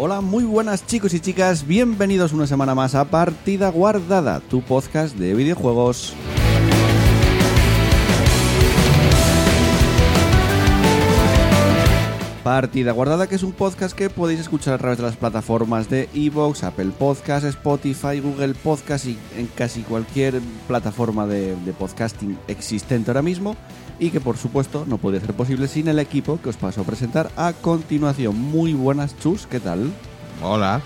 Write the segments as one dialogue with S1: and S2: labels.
S1: Hola, muy buenas chicos y chicas, bienvenidos una semana más a Partida Guardada, tu podcast de videojuegos. Partida Guardada, que es un podcast que podéis escuchar a través de las plataformas de Evox, Apple Podcast, Spotify, Google Podcast y en casi cualquier plataforma de, de podcasting existente ahora mismo. Y que por supuesto no podría ser posible sin el equipo que os paso a presentar a continuación. Muy buenas, chus, ¿qué tal?
S2: Hola.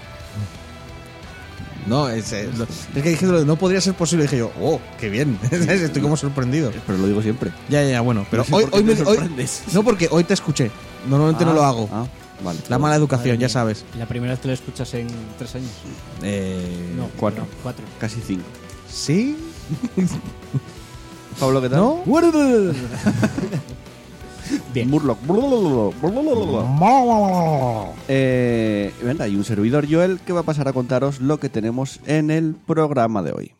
S2: No, es, es- es que dije, no podría ser posible. Dije yo, oh, qué bien. ¿Sabes? Estoy como sorprendido.
S1: Pero lo digo siempre.
S2: Ya, ya, ya, bueno. Pero
S1: No sé
S2: hoy,
S1: por qué
S2: hoy,
S1: te
S2: me- hoy-
S1: sorprendes.
S2: No, porque hoy te escuché. Normalmente no
S1: Ah,
S2: lo hago.
S1: ah, vale.
S2: La mala educación, ya
S3: Madre mía.
S2: sabes.
S3: La primera vez que lo escuchas en tres años.
S2: Eh,
S3: No,
S1: cuatro.
S3: no, cuatro.
S1: Casi cinco.
S2: ¿Sí?
S1: Pablo, ¿qué tal?
S2: ¿No?
S3: Bien.
S1: Murloc. Eh, venga, y un servidor Joel que va a pasar a contaros lo que tenemos en el programa de hoy.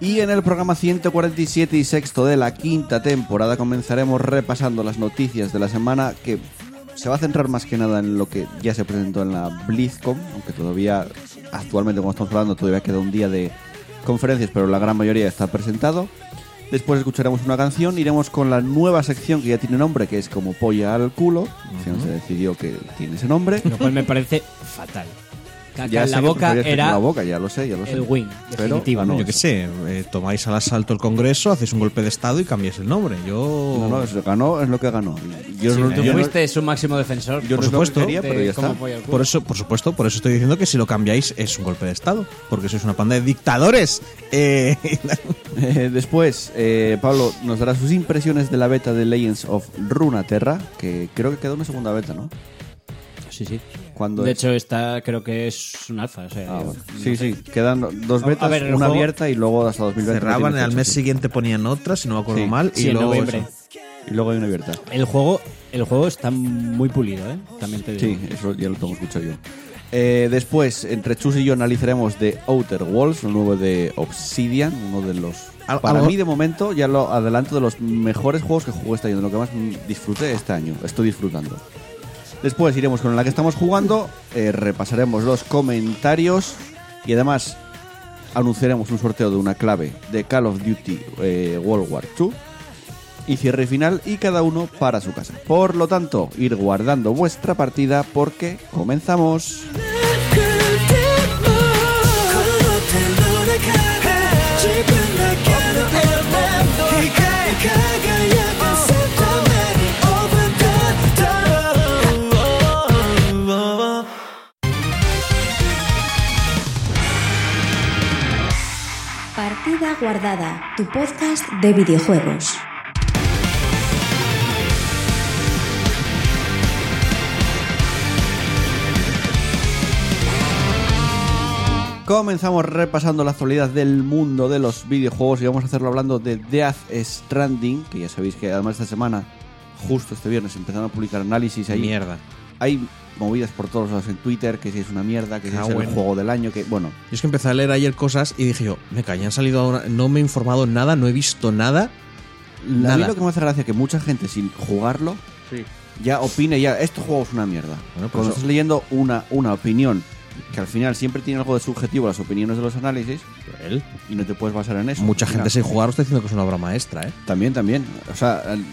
S1: Y en el programa 147 y sexto de la quinta temporada comenzaremos repasando las noticias de la semana que se va a centrar más que nada en lo que ya se presentó en la BlizzCon, aunque todavía actualmente como estamos hablando todavía queda un día de conferencias, pero la gran mayoría está presentado. Después escucharemos una canción, iremos con la nueva sección que ya tiene nombre, que es como polla al culo. Al final se decidió que tiene ese nombre.
S3: Lo cual me parece fatal. Caca
S1: Ya
S3: en
S1: sé
S3: la
S1: que
S3: boca
S1: preferías que
S3: era
S1: con la boca, ya lo sé, ya lo sé.
S3: el win,
S1: Pero,
S3: definitivo.
S1: ah, no,
S2: Yo qué sé, eh, tomáis al asalto el Congreso, hacéis un golpe de Estado y cambiáis el nombre. Yo.
S1: No, no, eso ganó, es lo que ganó. Yo
S3: Sí,
S1: no-
S3: tú
S1: yo no-
S3: fuiste su máximo defensor.
S1: Yo
S2: Por
S1: no
S2: supuesto.
S1: es lo que quería, pero
S3: de
S1: ya
S3: cómo
S1: está.
S3: apoya el culo.
S2: Por eso, por supuesto, por eso estoy diciendo que si lo cambiáis es un golpe de Estado, porque sois una panda de dictadores. Eh,
S1: Eh, Después, eh, Pablo nos dará sus impresiones de la beta de Legends of Runeterra, que creo que queda una segunda beta, ¿no?
S3: Sí, sí.
S1: Cuando
S3: De
S1: es-
S3: hecho, esta creo que es un alfa. O sea,
S1: Ah,
S3: yo-
S1: bueno. Sí, sí, quedan dos
S3: A- a
S1: betas,
S3: ver, el
S1: una
S3: juego-
S1: abierta y luego hasta 2020.
S2: Cerraban,
S1: tiene
S2: al
S1: fecha,
S2: mes
S1: sí.
S2: siguiente ponían otra, si no me acuerdo
S1: Sí.
S2: mal.
S3: Sí,
S2: y
S3: en
S2: luego
S3: noviembre.
S2: eso.
S1: Y luego hay una abierta.
S3: El juego, el juego está muy pulido, ¿eh? También te digo.
S1: Sí, eso ya lo tengo escuchado yo. Eh, después, entre Chus y yo analizaremos The Outer Walls, lo nuevo de Obsidian, uno de los...
S2: Al-
S1: Para
S2: algo-
S1: mí, de momento, ya lo adelanto, de los mejores juegos que jugué este año, de lo que más disfruté este año, estoy disfrutando. Después iremos con la que estamos jugando, eh, repasaremos los comentarios y además anunciaremos un sorteo de una clave de Call of Duty eh, World War II y cierre final y cada uno para su casa. Por lo tanto, ir guardando vuestra partida porque comenzamos.
S4: Partida Guardada, tu podcast de videojuegos.
S1: Comenzamos repasando la actualidad del mundo de los videojuegos y vamos a hacerlo hablando de Death Stranding, que ya sabéis que además esta semana, justo este viernes, empezaron a publicar análisis ahí.
S2: Mierda.
S1: Hay movidas por todos lados en Twitter, que si es una mierda, que si
S2: Ah,
S1: es
S2: bueno.
S1: el juego del año, que bueno,
S2: Yo es que empecé a leer ayer cosas y dije yo, me ya han salido ahora, no me he informado nada, no he visto nada.
S1: A mí
S2: Nada.
S1: lo que me hace gracia es que mucha gente sin jugarlo ya opine ya, este juego es una mierda.
S2: Bueno, pues
S1: Cuando
S2: eso-
S1: estás leyendo una, una opinión, que al final siempre tiene algo de subjetivo las opiniones de los análisis, y no te puedes basar en eso.
S2: Mucha
S1: Mira,
S2: gente sin jugar está diciendo que es una obra maestra, ¿eh?
S1: También, también. O sea, el-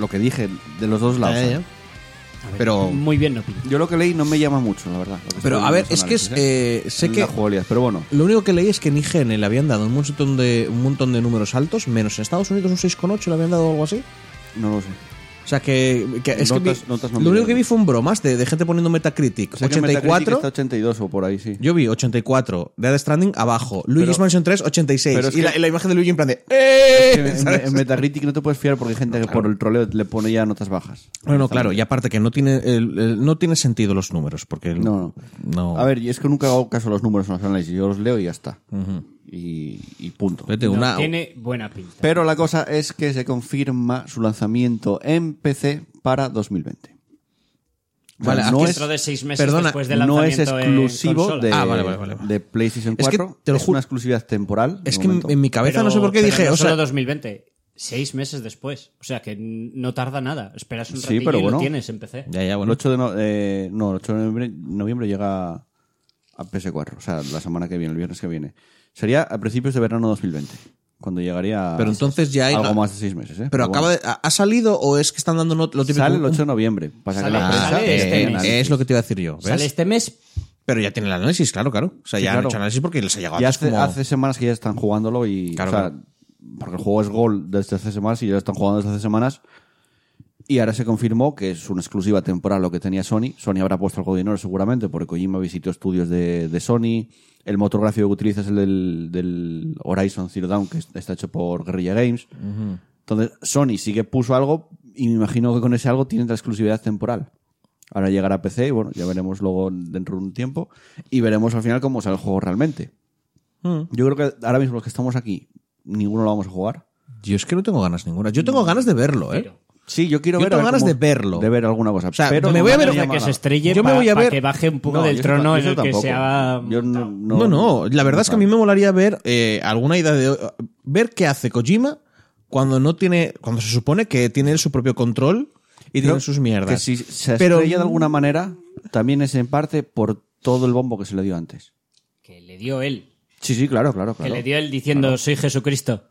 S1: lo que dije, de los dos lados.
S2: Ya, ya,
S1: ¿eh?
S2: ya.
S3: A ver,
S2: Pero-
S3: Muy bien, no pinta.
S1: Yo lo que leí no me llama mucho, la verdad. lo que
S2: Pero
S1: estoy
S2: a ver,
S1: viendo en los
S2: es que es,
S1: análisis, ¿eh?
S2: eh, sé
S1: En
S2: que
S1: las jugabilidades, pero bueno.
S2: Lo único que leí es que en IGN le habían dado un montón de, un montón de números altos, menos en Estados Unidos un 6,8 le habían dado o algo así.
S1: No lo sé.
S2: O sea que, que es
S1: Notas-
S2: que vi-
S1: notas no
S2: lo único
S1: miradas.
S2: que vi fue un bromas de, de gente poniendo Metacritic
S1: Sé que en Metacritic
S2: 84.
S1: está 82 o por ahí, sí.
S2: Yo vi 84, Dead Stranding abajo, Luigi's
S1: Pero-
S2: Mansion 3 86
S1: pero es
S2: y,
S1: que-
S2: la, y la imagen de Luigi en plan de
S1: En,
S2: ¡Eh!
S1: en-
S2: ¿Sabes?
S1: en Metacritic no te puedes fiar porque hay gente que por el troleo le pone ya notas bajas.
S2: Bueno, no, claro, y aparte que no tiene el- el- no tiene sentido los números porque el-
S1: No, no.
S2: no.
S1: A ver, y es que nunca hago caso a los números en los análisis. Yo los leo y ya está. y, y punto.
S2: Vete,
S3: No,
S2: una-
S3: Tiene buena pinta.
S1: Pero la cosa es que se confirma su lanzamiento en PC para 2020. O sea,
S2: Vale,
S1: no
S2: aquí
S1: es,
S3: Dentro de seis meses
S2: Perdona,
S3: después del
S1: no es
S3: lanzamiento en
S1: exclusivo
S3: consola.
S1: de,
S2: Ah, vale, vale, vale.
S1: de PlayStation
S2: Es que
S1: 4. Es,
S2: te lo juro-
S1: una exclusividad temporal. de
S2: es que en,
S1: momento.
S2: en mi cabeza
S3: Pero-
S2: no sé por qué
S3: pero
S2: dije,
S3: no
S2: o sea,
S3: solo 2020, seis meses después. O sea que n- no tarda nada. Esperas un
S1: Sí,
S3: ratillo
S1: pero
S3: y
S1: bueno.
S3: lo tienes en PC.
S2: ya, ya,
S1: el
S2: bueno,
S1: 8 de, no- eh, no, el 8 de noviembre, noviembre llega a PS4. O sea, la semana que viene, el viernes que viene. Sería a principios de verano 2020. Cuando llegaría
S2: Pero entonces ya hay-
S1: algo más de seis meses. ¿eh?
S2: Pero acaba
S1: bueno.
S2: de. ¿Ha ha salido o es que están dando not- lo típico?
S1: Sale el
S2: un-
S1: 8 de noviembre. Pasa que
S3: Sale-
S1: la
S2: Ah,
S1: prensa
S3: sale
S1: eh,
S3: este
S1: en
S3: mes.
S1: análisis.
S2: es lo que te iba a decir yo. ¿ves?
S3: Sale este mes.
S2: Pero ya tiene el análisis, claro, claro. O sea,
S1: Sí,
S2: ya
S1: claro.
S2: han hecho análisis porque les ha llegado
S1: Ya
S2: antes
S1: hace,
S2: como-
S1: hace semanas que ya están jugándolo y.
S2: Claro,
S1: o sea,
S2: claro.
S1: porque el juego es Gol desde hace semanas y ya lo están jugando desde hace semanas. Y ahora se confirmó que es una exclusiva temporal lo que tenía Sony. Sony habrá puesto algo de dinero seguramente porque Kojima visitó estudios de, de Sony. El motor gráfico que utiliza es el del, del Horizon Zero Dawn que es- está hecho por Guerrilla Games. Entonces Sony sí que puso algo y me imagino que con ese algo tienen la exclusividad temporal. Ahora llegará a PC y bueno, ya veremos luego dentro de un tiempo y veremos al final cómo sale el juego realmente. Yo creo que ahora mismo los que estamos aquí, ninguno lo vamos a jugar.
S2: Yo es que no tengo ganas ninguna. Yo
S1: Mm,
S2: tengo ganas de verlo, ¿eh?
S3: Pero-
S1: Sí, yo quiero
S2: Yo
S1: ver.
S2: tengo
S1: a ver
S2: ganas de verlo.
S1: De ver alguna cosa.
S2: O sea,
S1: pero
S2: me voy a ver-
S3: O sea,
S2: no
S3: que se estrelle
S2: Yo me
S3: pa-
S2: voy a
S3: pa
S2: ver-
S3: que baje un poco
S1: No,
S3: del
S1: yo eso-
S3: trono en
S1: yo
S3: el
S1: eso
S3: que
S1: tampoco.
S3: se ha...
S1: Yo no,
S2: No, no, la verdad es que a mí me molaría ver eh, alguna idea de. Ver qué hace Kojima cuando no tiene. Cuando se supone que tiene su propio control y tiene sus mierdas.
S1: Que si se
S2: Pero-
S1: estrella de alguna manera, también es en parte por todo el bombo que se le dio antes.
S3: Que le dio él.
S1: Sí, sí, claro, claro,
S3: Que
S1: claro.
S3: le dio él diciendo, soy Jesucristo.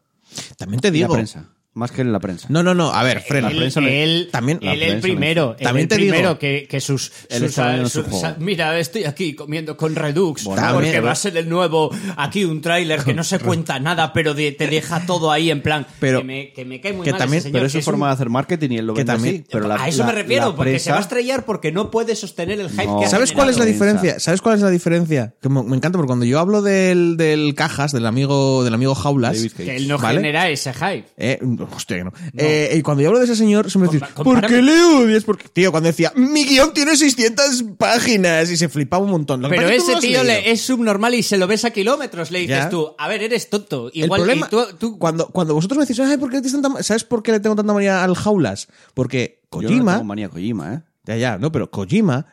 S2: También te
S1: En la
S2: digo.
S1: prensa. Más que en la prensa.
S2: No, no, no. A
S3: Eh,
S2: ver, frena.
S3: él, él-
S2: también,
S3: él el
S1: prensa lo
S3: primero.
S2: hizo.
S3: él
S2: También
S3: el
S2: te digo-
S3: primero que, que sus...
S1: Él
S3: sus-
S1: estaba viendo
S3: sus-
S1: su juego.
S3: mira, estoy aquí comiendo con Redux.
S1: Bueno,
S3: porque
S2: también-
S3: va a ser el nuevo... Aquí un tráiler que no se cuenta nada, pero de- te deja todo ahí en plan...
S2: Pero-
S3: que, me, que me cae muy
S2: que
S3: mal
S2: también-
S3: ese señor,
S1: pero
S3: que
S1: eso es
S3: un-
S1: forma de hacer marketing y él lo
S2: Que
S1: vende
S2: también-
S1: así. Pero la-
S3: a eso
S1: la-
S3: me refiero,
S1: la
S3: porque se va a
S1: prensa-
S3: estrellar porque no puede sostener el hype
S1: No.
S3: que ha
S1: ¿Sabes
S2: ¿Sabes cuál es la
S3: generado.
S1: Prensa.
S2: diferencia? ¿Sabes cuál es la diferencia? Que me, me encanta porque cuando yo hablo del, del cajas, del amigo, del amigo jaulas,
S1: David Cage.
S3: Que él no
S2: ¿vale?
S3: genera ese hype.
S2: Eh, hostia, que no. Eh, y cuando yo hablo de ese señor, siempre decís,
S3: Compa-
S2: ¿por qué
S3: compárame".
S2: le odias? Porque, tío, cuando decía, mi guión tiene 600 páginas y se flipaba un montón. Lo que
S3: Pero
S2: pasa es que tú no lo
S3: ese
S2: has
S3: tío
S2: leído.
S3: le- es subnormal y se lo ves a kilómetros. Le dices
S2: Ya.
S3: tú, a ver, eres tonto.
S2: El
S3: Igual
S2: problema,
S3: y tú, tú-
S2: Cuando, cuando vosotros me decís, Ay, ¿por qué le tienes tanta ma-?" ¿sabes por qué le tengo tanta manía al jaulas? Porque
S1: Yo no le
S2: Kojima,
S1: tengo manía a Kojima, ¿eh?
S2: ya, ya, no, pero Kojima,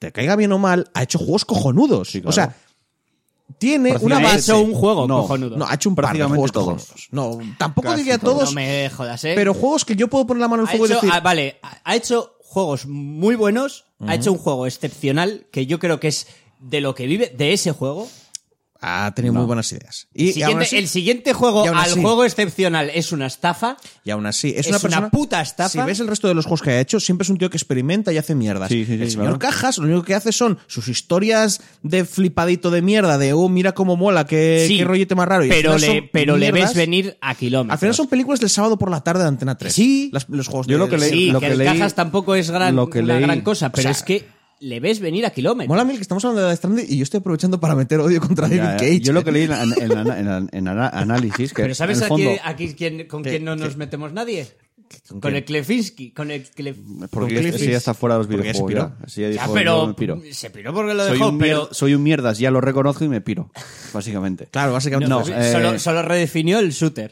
S2: te caiga bien o mal, ha hecho juegos cojonudos.
S1: Sí,
S2: O sea,
S1: claro.
S2: tiene
S1: Prácticamente
S2: una
S3: ha
S2: base.
S3: hecho un juego
S1: No,
S3: cojonudo.
S2: No, ha hecho un par de
S1: Prácticamente
S2: juegos
S1: todos.
S2: cojonudos. No, tampoco
S1: Casi
S2: diría
S1: todos.
S2: todos,
S3: No me jodas, ¿eh?
S2: pero juegos que yo puedo poner la mano en el
S3: ha
S2: fuego
S3: hecho,
S2: y decir,
S3: ah, vale, ha- ha hecho juegos muy buenos. Ha hecho un juego excepcional que yo creo que es de lo que vive, de ese juego.
S2: ha tenido muy buenas ideas. Y, y
S3: El
S2: aún
S3: siguiente,
S2: así-
S3: el siguiente juego
S2: y aún
S3: al
S2: así-
S3: juego excepcional es una estafa.
S2: Y aún así, es,
S3: Es
S2: una
S3: una
S2: persona.
S3: puta estafa.
S2: Si ves el resto de los juegos que ha hecho, siempre es un tío que experimenta y hace mierdas.
S1: Sí, sí, sí,
S2: el
S1: claro.
S2: señor Cajas lo único que hace son sus historias de flipadito de mierda, de oh, mira cómo mola, qué,
S3: Sí,
S2: Eh, qué rollete más raro. Y al
S3: pero
S2: final
S3: le,
S2: son
S3: pero le ves
S2: mierdas.
S3: venir a kilómetros.
S2: Al final son películas del sábado por la tarde de Antena 3.
S3: Sí.
S2: Las- los juegos
S1: Yo
S2: de-
S1: lo que leí-
S3: Sí,
S1: lo
S3: que,
S1: que
S3: el
S1: leí-
S3: Cajas tampoco es gran,
S1: lo que
S3: una
S1: leí-
S3: gran cosa,
S2: o
S3: pero
S2: sea,
S3: es que le ves venir a kilómetros.
S2: Mola mil que estamos hablando de Death Stranding y yo estoy aprovechando para meter odio contra
S1: Ya,
S2: David
S1: ya.
S2: Cage.
S1: Yo lo que leí en, en- en- en- en ana- análisis que
S3: Pero ¿sabes
S1: en el fondo,
S3: aquí, aquí quién- con quién no nos metemos nadie? Con, el Klefinski. Con el Klef-
S1: porque
S2: con
S1: ese
S2: Cliffy.
S1: ya está fuera de los
S2: Porque ya se
S1: videojuegos.
S2: piró.
S1: ya. Ese ya
S3: Ya,
S1: dijo, yo me
S3: pero
S1: piro.
S3: se piró porque lo
S1: Soy
S3: dejó,
S1: un,
S3: pero...
S1: mier- soy un mierdas, ya lo reconozco y me piro, básicamente.
S2: Claro, básicamente.
S1: No,
S2: pues,
S1: eh,
S3: solo, solo redefinió el shooter.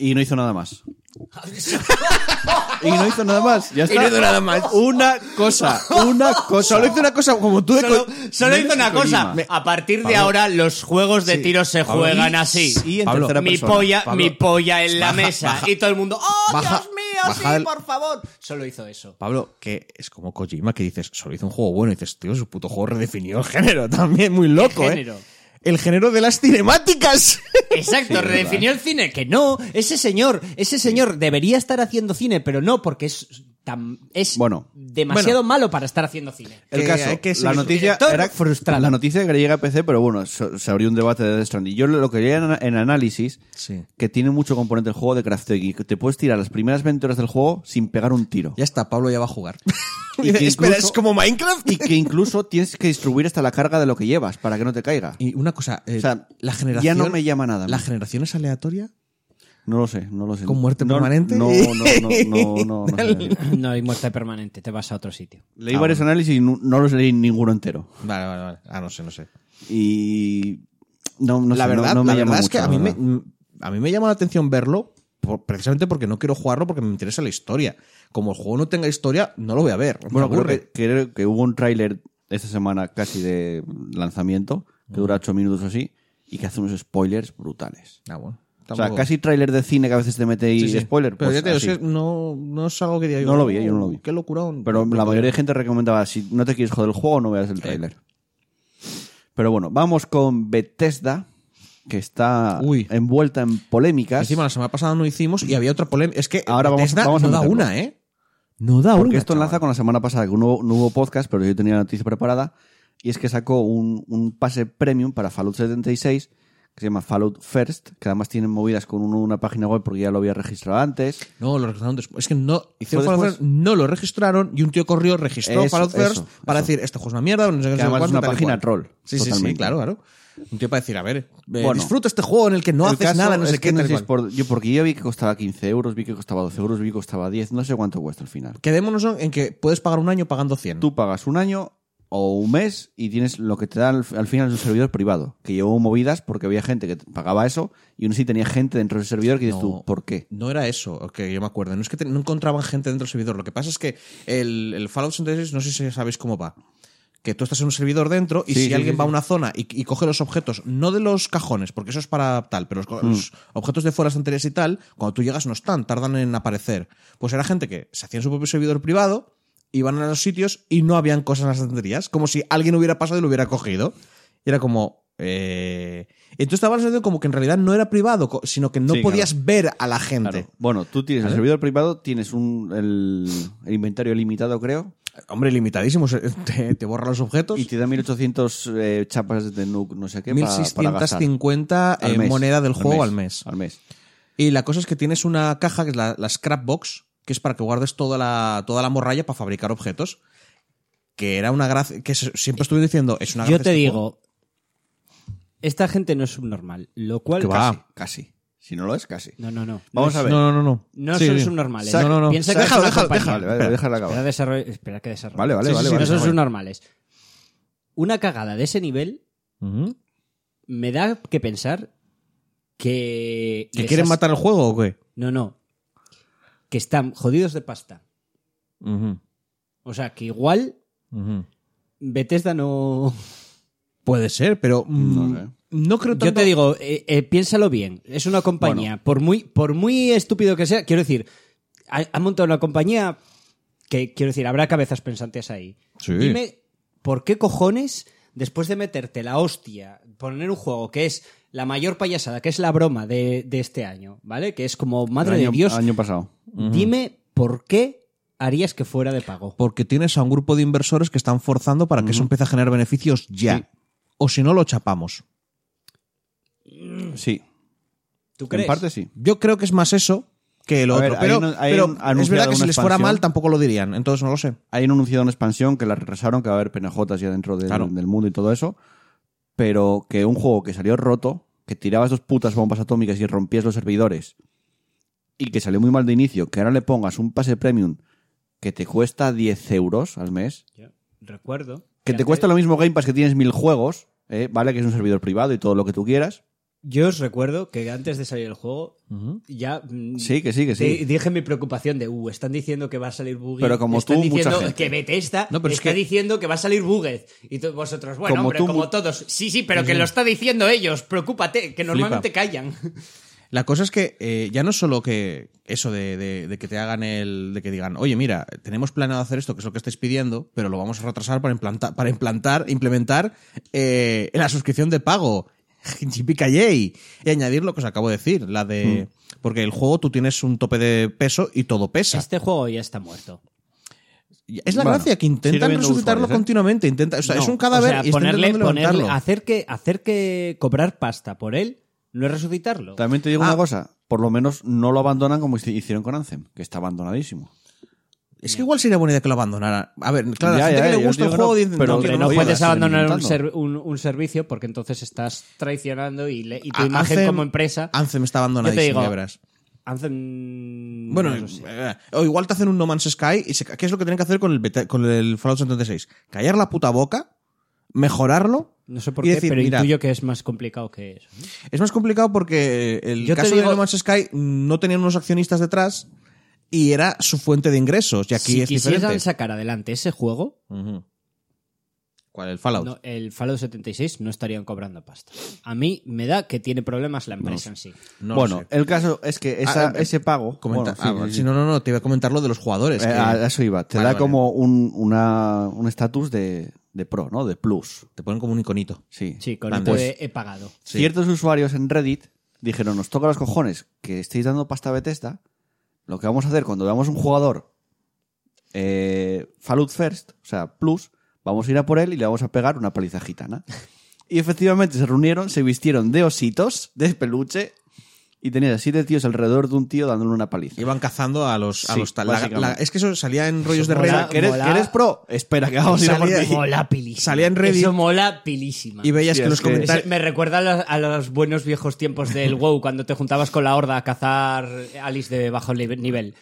S1: Y no hizo nada más. y no hizo nada más. Ya está.
S2: no hizo nada más.
S1: Una cosa, una cosa.
S2: Solo hice una cosa como tú de
S3: Solo,
S2: co-
S3: solo
S1: menos
S3: hizo una
S1: que
S3: cosa.
S1: Kojima.
S3: A partir de ahora los juegos de tiro se
S2: Pablo,
S3: juegan
S2: y-
S3: así.
S1: y en
S2: Pablo,
S1: tercera
S3: mi
S1: persona.
S3: polla,
S2: Pablo,
S3: mi polla en la
S2: baja,
S3: mesa.
S2: baja.
S3: y todo el mundo, ¡oh,
S2: Baja,
S3: Dios mío,
S2: baja
S3: sí,
S2: el-
S3: por favor! Solo hizo eso.
S2: Pablo, que es como Kojima que dices, solo hizo un juego bueno, y dices, tío, su puto juego redefinió el género también, muy loco,
S3: ¿Qué
S2: ¿eh?
S3: género?
S2: El género de las cinemáticas.
S1: Sí,
S3: Exacto,
S1: es
S3: redefinió el cine, que no, ese señor, ese señor debería estar haciendo cine, pero no, porque es tan, es
S1: Bueno.
S3: demasiado malo para estar haciendo cine.
S1: El
S2: Que
S1: caso,
S2: hay que
S1: la
S2: seguir su
S1: noticia
S3: director
S1: era
S3: frustrado.
S1: La noticia que llega a PC, pero bueno, se, se abrió un debate de Death Stranding. Yo lo que leía en, en análisis,
S2: Sí.
S1: que tiene mucho componente el juego de crafting, que te puedes tirar las primeras 20 horas del juego sin pegar un tiro.
S2: Ya está, Pablo ya va a jugar.
S1: Y que
S2: Espera,
S1: incluso-
S2: ¿es como Minecraft?
S1: Y que incluso tienes que distribuir hasta la carga de lo que llevas para que no te caiga.
S2: Y una cosa, eh,
S1: O sea,
S2: la
S1: ya
S2: generación.
S1: no me llama nada.
S2: ¿La generación es aleatoria?
S1: No lo sé, no lo sé.
S2: ¿Con muerte
S1: No,
S2: permanente?
S1: No, no, no, no, no, no sé.
S3: No hay muerte permanente, te vas a otro sitio.
S1: Leí
S2: Ah,
S1: varios análisis y no, no los leí ninguno entero.
S2: Vale, vale, vale. Ah, no sé, no sé.
S1: Y. No, no
S2: la
S1: sé, no-
S2: verdad,
S1: no me
S2: la
S1: llama
S2: verdad es
S1: mucho,
S2: que a
S1: la
S2: mí, me,
S1: verdad.
S2: a mí me llama la atención verlo por- precisamente porque no quiero jugarlo porque me interesa la historia. Como el juego no tenga historia, no lo voy a ver. Me
S1: Bueno, creo
S2: aburre.
S1: que, creo que hubo un tráiler esta semana casi de lanzamiento, que dura 8 minutos o así, y que hace unos spoilers brutales.
S2: Ah, bueno.
S1: O sea,
S2: Tampoco-
S1: casi tráiler de cine que a veces te mete y
S2: Sí, sí.
S1: spoiler.
S2: Pero
S1: pues
S2: ya te digo,
S1: así.
S2: es que no, no es algo que diga yo. "Oh,
S1: No lo vi, eh, yo no lo vi.
S2: Qué locurón.
S1: Pero la mayoría de gente recomendaba, si no te quieres joder el juego, no veas el tráiler. Pero bueno, vamos con Bethesda, que está
S2: Uy.
S1: envuelta en polémicas.
S2: Encima la semana pasada no hicimos y había otra polémica. Es que
S1: Ahora vamos-
S2: Bethesda
S1: vamos a
S2: no da
S1: meterlo.
S2: una, ¿eh? No da
S1: porque
S2: una.
S1: esto enlaza
S2: chaval.
S1: con la semana pasada, que no, no hubo podcast, pero yo tenía la noticia preparada. Y es que sacó un, un pase premium para Fallout 76, que se llama Fallout First, que además tienen movidas con un- una página web porque ya lo había registrado antes.
S2: No, lo registraron después. Es que no hicieron
S1: ¿Fue
S2: Fallout
S1: después?
S2: First, no lo registraron y un tío corrió, registró
S1: Eso,
S2: Fallout First
S1: eso,
S2: para
S1: eso.
S2: decir, este juego es una mierda, no sé qué, no
S1: Que
S2: sé
S1: además es
S2: cuánto,
S1: una
S2: tal y
S1: página
S2: cual".
S1: troll,
S2: Sí, sí, sí,
S1: totalmente.
S2: claro, claro. Un tío para decir, a ver, eh,
S1: Bueno.
S2: disfruta este juego en el que no
S1: El
S2: haces
S1: caso
S2: nada, no
S1: es
S2: sé
S1: que
S2: qué, tal
S1: sé
S2: y
S1: si es
S2: cual.
S1: por- yo porque yo vi que costaba 15 euros, vi que costaba 12 euros, vi que costaba 10, no sé cuánto cuesta al final.
S2: Quedémonos en que puedes pagar un año pagando 100.
S1: tú pagas un año o un mes y tienes lo que te dan al, al final es un servidor privado, que llevó movidas porque había gente que pagaba eso y aún así tenía gente dentro del servidor que dices
S2: No.
S1: tú, ¿por qué?
S2: No era eso, que yo me acuerdo. No es que te- no encontraban gente dentro del servidor. Lo que pasa es que el, el Fallout 76, no sé si sabéis cómo va. Que tú estás en un servidor dentro y
S1: Sí,
S2: si
S1: sí,
S2: alguien
S1: sí,
S2: va a
S1: sí.
S2: una zona y, y coge los objetos, no de los cajones, porque eso es para tal, pero los, co-
S1: Mm.
S2: los objetos de fuera de estanterías y tal, cuando tú llegas no están, tardan en aparecer. Pues era gente que se hacía en su propio servidor privado, iban a los sitios y no habían cosas en las estanterías, como si alguien hubiera pasado y lo hubiera cogido. Y era como... eh, Entonces estaba la sensación como que en realidad no era privado, co- sino que no
S1: Sí,
S2: podías ver a la gente.
S1: Claro. Bueno, tú tienes el servidor privado, tienes un, el, el inventario limitado, creo,
S2: Hombre, limitadísimo. se- Te, te borra los objetos.
S1: y te da 1800 eh, chapas de nuke, no sé qué, para- para, gastar.
S2: 1650
S1: Al
S2: eh,
S1: mes.
S2: moneda del juego al mes.
S1: Al mes.
S2: Y la cosa es que tienes una caja que es la, la Scrapbox, que es para que guardes toda la, toda la morralla para fabricar objetos. Que era una gracia. Que se- siempre estuve diciendo, es una
S3: Yo
S2: gracia
S3: te
S2: este
S3: digo,
S2: juego.
S3: esta gente no es subnormal, lo
S2: Que
S3: cual...
S2: va.
S3: Casi.
S1: Casi. Si no lo es, casi.
S3: No, no, no.
S1: Vamos
S3: No
S1: a
S3: es-
S1: ver.
S2: No, no, no.
S3: No
S2: Sí,
S3: son
S2: sí.
S3: subnormales.
S2: Sac- no, no, no.
S3: Piensa que
S2: Déjalo,
S3: es una
S2: déjalo,
S3: compañía.
S1: Vale, vale,
S2: Espera.
S1: déjala
S3: Espera,
S1: acabar.
S3: desarrollo- espera que desarrolle.
S1: Vale, vale,
S2: Sí, sí,
S1: vale.
S2: sí,
S1: vale.
S3: no son
S2: desarrolla.
S3: subnormales. Una cagada de ese nivel
S2: Ujú.
S3: me da que pensar que...
S2: ¿Que
S3: les
S2: quieren
S3: has-
S2: matar el juego o qué?
S3: No, no. Que están jodidos de pasta.
S2: Ujú,
S3: O sea, que igual
S2: ujú.
S3: Bethesda no...
S2: Puede ser, pero. mm,
S1: No sé.
S2: no creo tanto.
S3: Yo te digo, eh, eh, piénsalo bien. Es una compañía. Por, muy, por muy estúpido que sea, quiero decir, ha, ha montado una compañía que, quiero decir, habrá cabezas pensantes ahí.
S2: Sí.
S3: Dime, ¿por qué cojones, después de meterte la hostia, poner un juego que es la mayor payasada, que es la broma de, de este año, ¿vale? Que es como, madre
S1: año,
S3: de Dios,
S1: Año pasado.
S3: dime por qué harías que fuera de pago.
S2: Porque tienes a un grupo de inversores que están forzando para que eso empiece a generar beneficios ya.
S1: Sí.
S2: O si no, lo chapamos.
S1: Sí.
S3: ¿Tú crees?
S1: En parte sí.
S2: Yo creo que es más eso que lo
S1: A
S2: otro.
S1: ver,
S2: pero
S1: hay un- hay
S2: pero
S1: un
S2: es
S1: anunciado
S2: verdad que si
S1: una
S2: les fuera
S1: expansión.
S2: mal tampoco lo dirían. Entonces no lo sé.
S1: Hay anunciado una expansión que la retrasaron, que va a haber penajotas ya dentro del,
S2: Claro.
S1: del mundo y todo eso. Pero que un juego que salió roto, que tirabas dos putas bombas atómicas y rompías los servidores, y que salió muy mal de inicio, que ahora le pongas un pase premium que te cuesta 10 euros al mes,
S3: Yo recuerdo.
S1: que te
S3: antes-
S1: cuesta lo mismo Game Pass que tienes mil juegos, ¿eh? vale que es un servidor privado y todo lo que tú quieras.
S3: Yo os recuerdo que antes de salir el juego, ya. mm,
S1: Sí, que sí, que sí.
S3: di- Dije mi preocupación de, uh, están diciendo que va a salir Buget.
S1: Pero como
S3: están
S1: tú, mucha
S3: diciendo
S1: gente.
S3: que Bethesda
S2: No, pero es
S3: está
S2: que-
S3: diciendo que va a salir Buget. Y to- vosotros, bueno,
S1: Como
S3: hombre,
S1: tú, mu-
S3: como todos. Sí, sí, pero que lo está diciendo ellos. Preocúpate, que normalmente callan.
S2: La cosa es que eh, ya no es solo que eso de, de- de que te hagan el. de que digan, oye, mira, tenemos planeado hacer esto, que es lo que estáis pidiendo, pero lo vamos a retrasar para implantar, para implantar, implementar eh, la suscripción de pago. JPKJ. Y añadir lo que os acabo de decir, la de. Porque el juego tú tienes un tope de peso y todo pesa.
S3: Este juego ya está muerto.
S2: Es la
S1: Bueno,
S2: gracia que
S5: sigue
S2: intentan
S5: habiendo
S2: resucitarlo
S5: usuarios, ¿eh?
S2: continuamente. Intenta, o sea,
S3: No,
S2: es un cadáver
S3: o sea,
S2: y están
S3: ponerle,
S2: intentando
S3: ponerle-
S2: levantarlo.
S3: hacer que hacer que cobrar pasta por él no es resucitarlo.
S1: También te digo
S2: Ah.
S1: una cosa, por lo menos no lo abandonan como hici- hicieron con Anthem, que está abandonadísimo.
S2: Es que igual sería buena idea que lo abandonara. A ver, claro,
S1: Ya,
S2: la gente
S1: ya,
S2: que le
S1: yo
S2: gusta el
S1: digo que
S2: juego
S1: no,
S2: dice,
S1: pero
S2: que
S3: Hombre,
S1: no
S3: no
S1: digas,
S3: puedes
S1: estoy
S3: abandonar un,
S1: inventando.
S3: ser- un- un servicio porque entonces estás traicionando y, le- y tu
S2: A-
S3: imagen
S2: Anthem-
S3: como empresa.
S2: Anthem está abandonadísimo,
S3: digo, mm,
S2: ya verás.
S3: Anthem-
S2: Bueno,
S3: no lo sé.
S2: eh, o igual te hacen un No Man's Sky y se- ¿qué es lo que tienen que hacer con el, beta- con el Fallout 76? Callar la puta boca, mejorarlo.
S3: no sé por
S2: y
S3: qué,
S2: decir,
S3: pero
S2: mira,
S3: intuyo que es más complicado que eso.
S2: Es más complicado porque el
S3: Yo te
S2: caso
S3: digo-
S2: de No Man's Sky no tenían unos accionistas detrás y era su fuente de ingresos. Y aquí
S3: si
S2: es
S3: quisieran
S2: diferente.
S3: sacar adelante ese juego,
S2: Ujú. ¿Cuál? ¿El Fallout?
S3: no, el Fallout 76 no estarían cobrando pasta. A mí me da que tiene problemas la empresa en sí.
S2: No lo
S1: bueno,
S3: eh,
S2: sé.
S1: el caso es que esa-
S2: Ah, eh,
S1: ese pago... bueno,
S2: Comenta-
S1: sí,
S2: ah,
S1: sí,
S2: bueno,
S1: sí.
S2: si no, no, no, te iba a comentar lo de los jugadores.
S1: Eh,
S2: que-
S3: ah,
S1: a eso iba. Te
S2: Vale,
S1: da
S2: vale.
S1: como un una- un estatus de, de pro, ¿no? De plus.
S2: Te ponen como un iconito.
S1: Sí.
S3: Sí, con
S2: Vale,
S3: esto
S2: pues-
S3: de he pagado.
S2: Sí.
S1: Ciertos usuarios en Reddit dijeron, nos toca los cojones que estéis dando pasta a Bethesda. Lo que vamos a hacer cuando veamos un jugador eh, Fallout First, o sea, Plus, vamos a ir a por él y le vamos a pegar una paliza gitana. Y efectivamente se reunieron, se vistieron de ositos, de peluche, y tenían a siete tíos alrededor de un tío dándole una paliza.
S2: Iban cazando a los, a
S1: Sí,
S2: los tal- la-
S1: básicamente.
S2: la- es que eso salía en rollos
S3: Eso
S2: pues de Reddit.
S3: mola.
S1: Espera, ¿que eres,
S3: mola.
S1: que eres pro? Espera, que vamos a ir a por
S2: Salía-
S1: ti.
S3: Mola pilísima.
S2: Salía en Reddit.
S3: Eso mola pilísima.
S2: Y veías
S1: Sí,
S2: que
S1: es
S2: los
S1: que-
S3: Eso
S2: comentarios.
S3: me recuerda a los, a los buenos viejos tiempos del WoW, cuando te juntabas con la horda a cazar Alice de bajo li- nivel.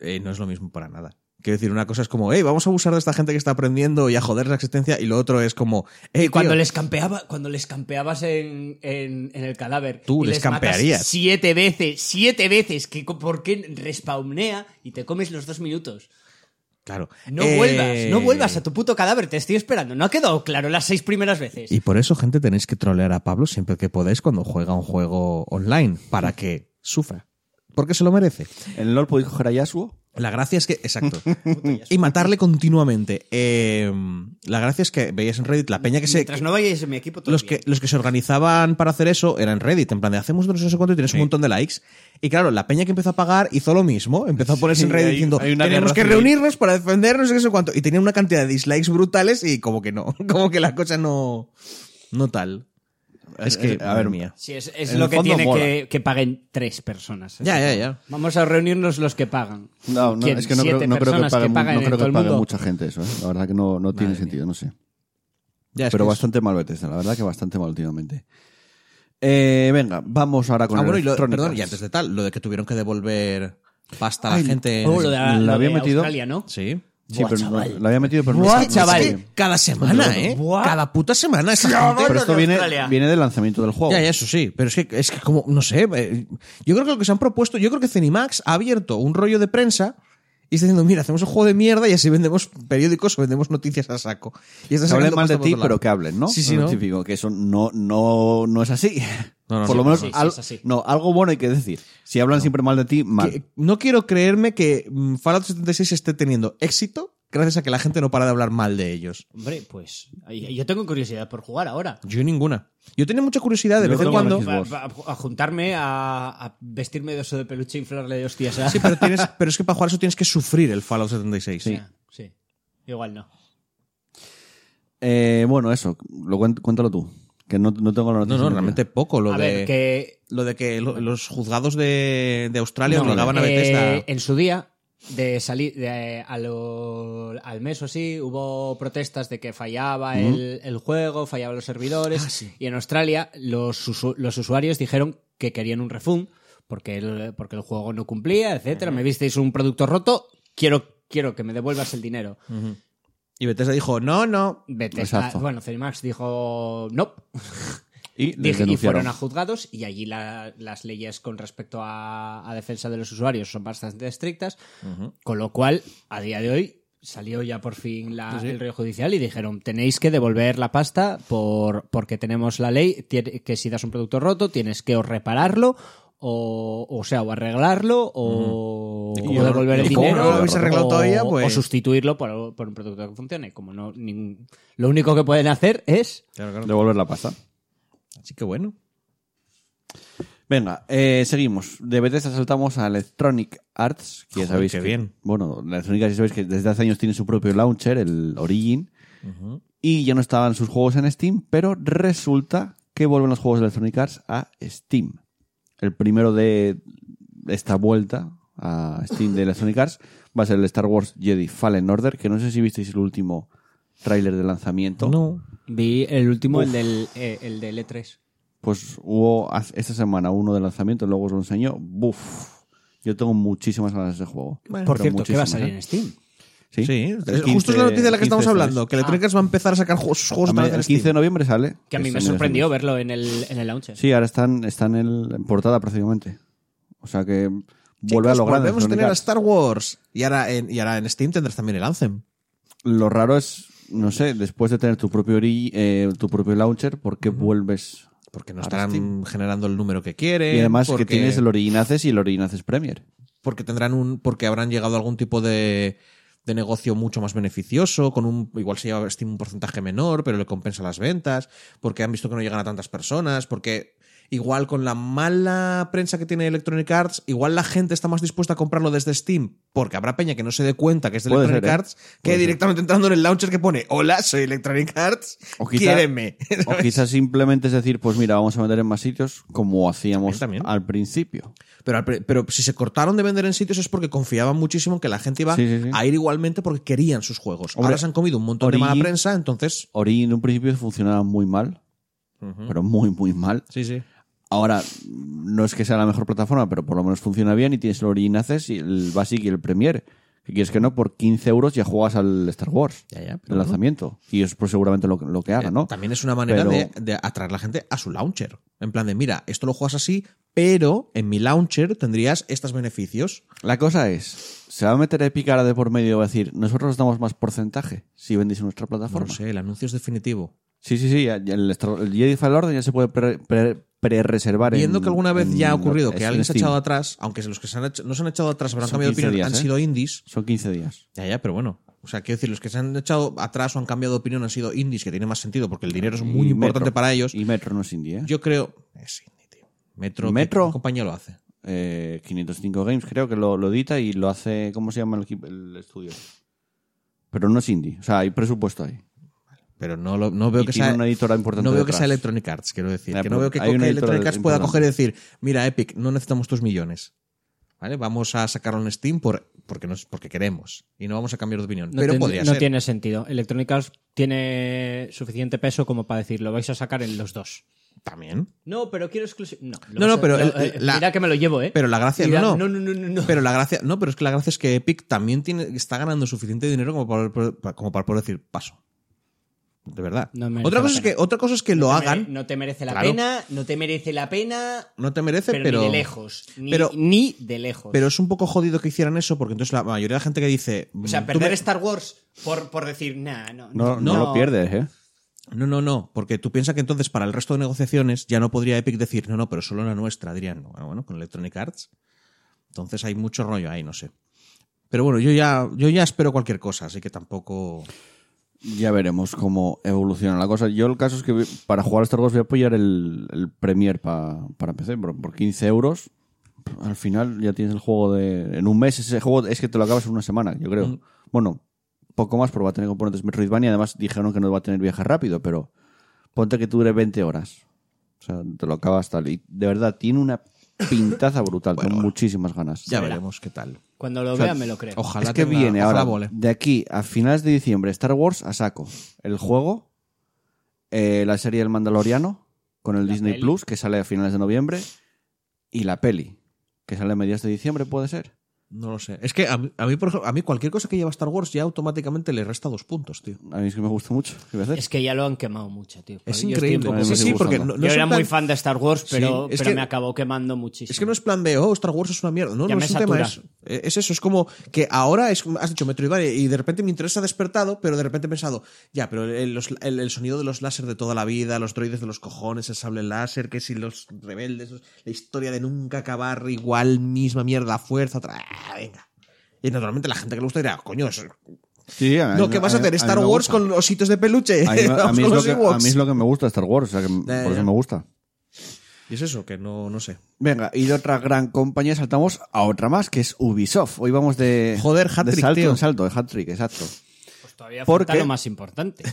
S2: Eh, no es lo mismo para nada. Quiero decir, una cosa es como, hey, vamos a abusar de esta gente que está aprendiendo y a joder la existencia, y lo otro es como, hey,
S3: Cuando
S2: tío,
S3: les, campeaba, cuando les campeabas en, en- en el cadáver.
S2: Tú
S3: y
S2: les
S3: matas
S2: campearías.
S3: Siete veces, siete veces. Que, co- ¿Por qué respawnea y te comes los dos minutos?
S2: claro.
S3: No
S2: Eh,
S3: vuelvas, no vuelvas a tu puto cadáver, te estoy esperando. No ha quedado claro las seis primeras veces.
S2: Y por eso, gente, tenéis que trolear a Pablo siempre que podáis cuando juega un juego online, para que sufra. Porque se lo merece.
S1: ¿En LOL podéis coger a Yasuo?
S2: La gracia es que, exacto. y matarle continuamente. Eh, la gracia es que veías en Reddit la peña que se.
S3: Mientras no vayáis en mi equipo, todo
S2: los
S3: bien.
S2: que, los que se organizaban para hacer eso eran Reddit, en plan de hacemos no sé cuánto y tienes un montón de likes. Y claro, la peña que empezó a pagar hizo lo mismo, empezó a ponerse en
S1: Sí,
S2: Reddit
S1: hay-
S2: diciendo
S1: hay una guerra
S2: tenemos que
S1: civil".
S2: reunirnos para defendernos y qué sé cuánto. Y tenía una cantidad de dislikes brutales y como que no, como que la cosa no, no tal. Es que,
S1: Eh, a ver,
S2: mía.
S3: Sí, es, es
S1: En
S3: lo
S1: el
S3: que
S1: fondo
S3: tiene
S1: mola.
S3: que, que paguen tres personas. ¿eh?
S2: Ya, ya, ya.
S3: Vamos a reunirnos los que pagan.
S1: No, no,
S3: ¿Quién?
S1: es que no creo,
S3: Siete
S1: no creo que
S3: personas
S1: pague, mu-
S3: pagan
S1: no
S3: en
S1: creo que
S3: todo el
S1: pague
S3: mundo.
S1: mucha gente eso, ¿eh? La verdad que no, no tiene
S2: Madre
S1: sentido, no sé.
S2: Ya, es
S1: Pero
S2: que es-
S1: bastante mal Bethesda, la verdad que bastante mal últimamente. Eh, venga, vamos ahora con
S2: Ah,
S1: el
S2: bueno, y lo-
S1: Electronic
S2: perdón, y
S1: Arts.
S2: antes de tal, lo de que tuvieron que devolver pasta a la
S1: Ay,
S2: gente.
S3: Oh, lo de,
S1: La
S3: lo de
S1: había metido.
S3: Australia, ¿no?
S2: Sí.
S1: Sí,
S3: Buah,
S1: pero no-
S3: chaval.
S1: lo había metido, pero no
S3: Buah,
S1: está- no está
S3: chaval.
S1: bien.
S2: Cada semana, ¿eh?
S3: Buah.
S2: Cada puta semana. esa gente-
S1: Pero esto
S3: de
S1: viene,
S3: Australia.
S1: viene del lanzamiento del juego.
S2: Ya, ya, eso sí. Pero es que, es que como, no sé, eh, yo creo que lo que se han propuesto, yo creo que Cenimax ha abierto un rollo de prensa y está diciendo, mira, hacemos un juego de mierda y así vendemos periódicos o vendemos noticias a saco. Y está
S1: Que
S2: sacando
S1: hablen mal de
S2: pasta por
S1: ti,
S2: otro
S1: pero
S2: lado.
S1: que hablen, ¿no?
S2: Sí, sí,
S1: Lo
S2: ¿no?
S1: típico, que eso no, no, no es así.
S2: No, no,
S1: Por
S2: no,
S1: lo menos,
S3: sí, sí,
S1: al-
S3: es así.
S1: no, algo bueno hay que decir. Si hablan siempre mal de ti, mal.
S2: Que- no quiero creerme que mm, Fallout 76 esté teniendo éxito gracias a que la gente no para de hablar mal de ellos.
S3: Hombre, pues ay, yo tengo curiosidad por jugar ahora.
S2: Yo ninguna. Yo tenía mucha curiosidad de
S1: Yo
S2: vez
S1: tengo
S2: en cuando.
S1: Xbox.
S3: Pa- pa- a juntarme, a, a vestirme de oso de peluche e inflarle de hostias. a-
S2: Sí, pero, tienes, pero es que para jugar eso tienes que sufrir el Fallout 76.
S3: Ah, sí. Igual no.
S1: Eh, bueno, eso, lo cuen- cuéntalo tú. Que no, no tengo la noticia.
S2: No, no,
S1: metida.
S2: realmente poco lo
S3: a
S2: de...
S3: ver, que
S2: Lo de que lo- los juzgados de, de Australia
S3: No,
S2: obligaban a
S3: eh,
S2: Bethesda.
S3: En su día, de salir de- a lo- al mes o así, hubo protestas de que fallaba el, el juego, fallaban los servidores.
S2: Ah,
S3: Y en Australia, los, usu- los usuarios dijeron que querían un refund porque el, porque el juego no cumplía, etcétera. Me visteis un producto roto, quiero, quiero que me devuelvas el dinero.
S2: Y Bethesda dijo, no, no.
S3: Bethesda-
S1: Exacto.
S3: bueno, Cenimax dijo no.
S1: Y, les
S3: Dije- y
S1: denunciaron.
S3: fueron a juzgados y allí la- las leyes con respecto a, a defensa de los usuarios son bastante estrictas, con lo cual a día de hoy salió ya por fin la- el rey judicial y dijeron tenéis que devolver la pasta por porque tenemos la ley tiene- que si das un producto roto tienes que o repararlo o, o sea o arreglarlo o,
S2: Y
S3: o
S2: como no-
S3: devolver el
S1: y como
S3: dinero
S1: no lo habéis
S2: arreglado
S3: o-
S2: todavía, pues-
S3: o sustituirlo por, por un producto que funcione como no ningún- lo único que pueden hacer es
S1: Devolver la pasta.
S2: Así que bueno.
S1: Venga, eh, seguimos. De Bethesda saltamos a Electronic Arts, que ya
S2: Joder,
S1: sabéis
S2: qué
S1: que-
S2: bien.
S1: Bueno, Electronic Arts ya sabéis que desde hace años tiene su propio launcher, el Origin, y ya no estaban sus juegos en Steam, pero resulta que vuelven los juegos de Electronic Arts a Steam. El primero de esta vuelta a Steam de Electronic Arts va a ser el Star Wars Jedi Fallen Order, que no sé si visteis el último tráiler de lanzamiento.
S2: No.
S3: Vi el último, el del, eh, el del E3.
S1: Pues hubo haz- esta semana uno de lanzamiento, luego os lo enseño. Buf. Yo tengo muchísimas ganas de ese juego.
S3: Por
S1: Pero
S3: cierto, ¿qué va a
S1: muchísimas,
S3: salir
S1: ¿eh?
S3: en Steam?
S1: Sí,
S2: este. Sí,
S1: El
S2: es- justo
S1: 15
S2: es la noticia de la que estamos
S1: 15
S2: hablando,
S1: sale.
S3: Ah.
S2: que Electronic Arts va a empezar a este sacar ju- sus juegos otra vez en
S1: El 15 de
S2: Steam.
S1: noviembre sale. Este
S3: Que a mí
S2: este
S1: Es
S3: me
S1: en el
S3: sorprendió
S1: Steam.
S3: verlo en el, en el launcher.
S1: Sí, ahora están, están en, en portada prácticamente. O sea que vuelve a
S2: Chicos,
S1: lo grande.
S2: Volvemos a
S1: Electronic
S2: tener a
S1: Arts.
S2: Star Wars. Y ahora, en, y ahora en Steam tendrás también el Anthem.
S1: Lo raro es, no sé, después de tener tu propio, ori- eh, tu propio launcher, ¿por qué vuelves?
S2: Porque no
S1: a
S2: estarán
S1: Steam?
S2: generando el número que quieren.
S1: Y además
S2: Eh, porque-
S1: que tienes el Origin Access y el Origin Access Premier.
S2: porque tendrán un porque habrán llegado a algún tipo de, de negocio mucho más beneficioso con un igual se lleva Steam un porcentaje menor pero le compensa las ventas porque han visto que no llegan a tantas personas porque igual con la mala prensa que tiene Electronic Arts igual la gente está más dispuesta a comprarlo desde Steam porque habrá peña que no se dé cuenta que es de
S1: Puede
S2: Electronic
S1: ser, ¿eh?
S2: Arts que
S1: Puede ser.
S2: directamente entrando en el launcher que pone hola soy Electronic Arts
S1: O quizá-
S2: quiéreme
S1: O quizás simplemente es decir, pues mira, vamos a vender en más sitios como hacíamos
S2: También, también.
S1: al principio.
S2: Pero, al pre- pero si se cortaron de vender en sitios es porque confiaban muchísimo en que la gente iba
S1: Sí, sí, sí.
S2: a ir igualmente porque querían sus juegos.
S1: Hombre,
S2: Ahora se han comido un montón de
S1: Origin-
S2: mala prensa, entonces.
S1: Origin en un principio funcionaba muy mal, pero muy, muy mal.
S2: Sí, sí.
S1: Ahora, no es que sea la mejor plataforma, pero por lo menos funciona bien y tienes el Origin Access y el Basic y el Premier. Que quieres que no, por 15 euros ya juegas al Star Wars,
S2: Ya, ya, pero Eh,
S1: el lanzamiento. Y es pues, seguramente lo, que- lo que haga, ¿no?
S2: También es una manera
S1: Pero-
S2: de, de atraer a la gente a su launcher. En plan de, mira, esto lo juegas así, pero en mi launcher tendrías estos beneficios.
S1: La cosa es, ¿se va a meter Epic ahora de por medio y va a decir, nosotros os damos más porcentaje si vendéis en nuestra
S2: No
S1: plataforma?
S2: lo sé, el anuncio es definitivo.
S1: Sí, sí, sí. ya- ya El, Star- el Jedi Fallen Order ya se puede pre- pre- pre-reservar. en-
S2: Viendo que alguna vez
S1: en-
S2: ya ha ocurrido
S1: es-
S2: que
S1: en
S2: alguien se ha
S1: Steam.
S2: echado atrás, aunque los que se han hecho- no se han echado atrás habrán
S1: Son
S2: cambiado de
S1: 15
S2: opinión,
S1: días,
S2: han
S1: ¿eh?
S2: sido indies.
S1: Son 15 días.
S2: Ya, ya, pero bueno. O sea, quiero decir, los que se han echado atrás o han cambiado de opinión han sido indies, que tiene más sentido porque el dinero es muy
S1: Y
S2: importante
S1: Metro.
S2: para ellos.
S1: Y Metro no es indie, ¿eh?
S2: Yo creo. Es indie, tío. Metro.
S1: Metro.
S2: ¿Qué compañía lo hace?
S1: Eh, 505 Games creo que lo, lo edita y lo hace... ¿Cómo se llama el, equipo- el estudio? Pero no es indie. O sea, hay presupuesto ahí.
S2: Pero no, lo- no veo
S1: Y
S2: que
S1: tiene
S2: sea.
S1: una editora importante
S2: No veo que
S1: detrás.
S2: sea Electronic Arts, quiero decir.
S1: Ya,
S2: que
S1: pero
S2: no veo que
S1: hay una
S2: coge
S1: editora
S2: Electronic Arts pueda
S1: importante.
S2: coger y decir: Mira, Epic, no necesitamos tus millones. ¿Vale? Vamos a sacarlo en Steam por, porque, nos, porque queremos. Y no vamos a cambiar de opinión.
S3: No,
S2: pero
S3: ten-
S2: podría
S3: no
S2: ser.
S3: tiene sentido. Electronic Arts tiene suficiente peso como para decir, lo vais a sacar en los dos.
S2: También.
S3: No, pero quiero exclusivo. No, lo
S2: No, no,
S3: vas a-
S2: pero
S3: lo-
S2: el-
S3: eh,
S2: la-
S3: mira que me lo llevo, ¿eh?
S2: Pero la gracia.
S3: Mira,
S2: no,
S3: no, no, no, no.
S2: Pero la gracia. No, pero es que la gracia es que Epic también tiene, está ganando suficiente dinero como para, poder- como para poder decir paso. De verdad.
S3: No merece
S2: otra,
S3: la
S2: cosa es
S3: pena.
S2: que, otra cosa es que lo
S3: No te mere-
S2: hagan.
S3: No te merece la
S2: Claro.
S3: pena, no te merece la pena,
S2: No te merece,
S3: pero,
S2: pero.
S3: ni de lejos. Ni,
S2: pero-
S3: ni de lejos.
S2: Pero es un poco jodido que hicieran eso, porque entonces la mayoría de la gente que dice.
S3: o sea,
S2: "Mm, tú
S3: perder
S2: me-
S3: Star Wars por, por decir, nah, no,
S1: No,
S3: no,
S1: no lo pierdes, ¿eh?
S2: No, no, no, porque tú piensas que entonces para el resto de negociaciones ya no podría Epic decir, no, no, pero solo la nuestra, dirían, no, bueno, bueno, con Electronic Arts. Entonces hay mucho rollo ahí, no sé. Pero bueno, yo ya, yo ya espero cualquier cosa, así que tampoco.
S1: Ya veremos cómo evoluciona la cosa. Yo el caso es que voy- para jugar a Star Wars voy a apoyar el, el Premier pa- para PC por, por 15 euros. Al final ya tienes el juego de... En un mes ese juego es que te lo acabas en una semana, yo creo. Bueno, poco más porque va a tener componentes Metroidvania. Además dijeron que no va a tener viaje rápido, pero ponte que dure 20 horas. O sea, te lo acabas tal. Y de verdad, tiene una pintaza brutal. Tengo muchísimas ganas.
S2: Ya veremos qué tal.
S3: Cuando lo vea me lo creo.
S2: Ojalá
S1: es que
S2: tenga-
S1: viene
S2: ojalá
S1: ahora
S2: vole.
S1: de aquí a finales de diciembre Star Wars a saco el juego eh, la serie del Mandaloriano con el
S3: La
S1: Disney
S3: peli.
S1: Plus que sale a finales de noviembre y la peli que sale a mediados de diciembre puede ser
S2: No lo sé. Es que a mí, a mí, por ejemplo, a mí cualquier cosa que lleva Star Wars ya automáticamente le resta dos puntos, tío.
S1: a mí es que me gusta mucho ¿qué voy a hacer?
S3: Es que ya lo han quemado mucho, tío.
S2: Es
S3: Yo estoy un
S2: increíble.
S3: poco-
S1: A mí me
S2: Sí, sí,
S1: sigue
S2: porque
S1: gustando.
S2: no, no
S3: Yo
S2: es
S3: era
S2: un plan-
S3: muy fan de Star Wars, pero,
S2: Sí, es
S3: pero
S2: que-
S3: me acabó quemando muchísimo.
S2: Es que no es plan de, oh, Star Wars es una mierda. No,
S3: Ya
S2: no
S3: me
S2: es un tema. Es,
S3: satura.
S2: es eso, es como que ahora es, has dicho Metroidvania y de repente mi interés ha despertado, pero de repente he pensado, ya, pero el, los- el- el sonido de los láser de toda la vida, los droides de los cojones, el sable láser, que si los rebeldes, los- la historia de nunca acabar igual, misma mierda, fuerza, otra. ah, venga. Y naturalmente la gente que le gusta dirá, coño, eso-
S1: Sí, a-
S2: lo que
S1: a-
S2: vas a hacer,
S1: mí
S2: Star
S1: me
S2: Wars
S1: gusta.
S2: con ositos de peluche.
S1: a mí, a
S2: Vamos
S1: mí
S2: con
S1: es lo
S2: los
S1: que, a
S2: Ewoks.
S1: mí es lo que me gusta Star Wars o sea, que por
S2: ya.
S1: eso me gusta
S2: Y es eso, que no, no sé.
S1: Venga, y de otra gran compañía saltamos a otra más, que es Ubisoft. Hoy vamos de.
S2: Joder, hat-trick,
S1: De salto
S2: tío.
S1: en salto, de hat-trick, exacto.
S3: Pues todavía
S1: ¿Por
S3: falta
S1: qué?
S3: lo más importante.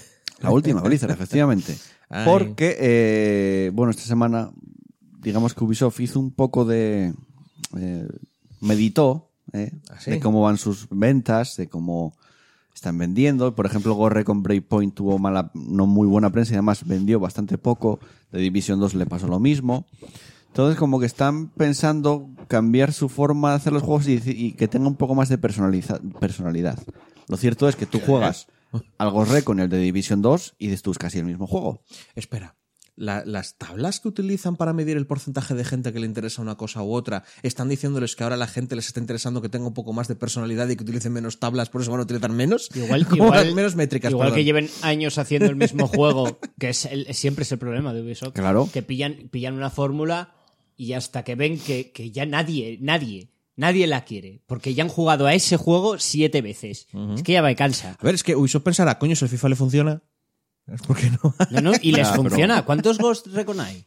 S1: La última, Blizzard, efectivamente.
S2: Ay.
S1: Porque, eh, bueno, esta semana, digamos que Ubisoft hizo un poco de. eh, meditó eh,
S2: ¿Ah, sí?
S1: de cómo van sus ventas, de cómo están vendiendo. Por ejemplo, Gorre con Breakpoint tuvo mala, no muy buena prensa y además vendió bastante poco. De Division 2 le pasó lo mismo. Entonces, como que están pensando cambiar su forma de hacer los juegos y, y que tenga un poco más de personaliza- personalidad. Lo cierto es que tú juegas al Gorre con el de Division 2 y dices tú es casi el mismo juego.
S2: Espera. la- las tablas que utilizan para medir el porcentaje de gente que le interesa una cosa u otra, están diciéndoles que ahora la gente les está interesando que tenga un poco más de personalidad y que utilicen menos tablas, por eso van a utilizar menos.
S3: Igual,
S2: Como
S3: igual-
S2: las menos métricas.
S3: Igual
S2: perdón.
S3: que lleven años haciendo el mismo juego, que es el- siempre es el problema de Ubisoft.
S1: Claro.
S3: Que pillan, pillan una fórmula y hasta que ven que, que ya nadie, nadie, nadie la quiere. Porque ya han jugado a ese juego siete veces. Es que ya me cansa.
S2: A ver, es que Ubisoft pensará, coño, si el FIFA le funciona, es porque no.
S3: No, no, y les
S1: Ya, pero-
S3: funciona. ¿Cuántos Ghost Recon hay?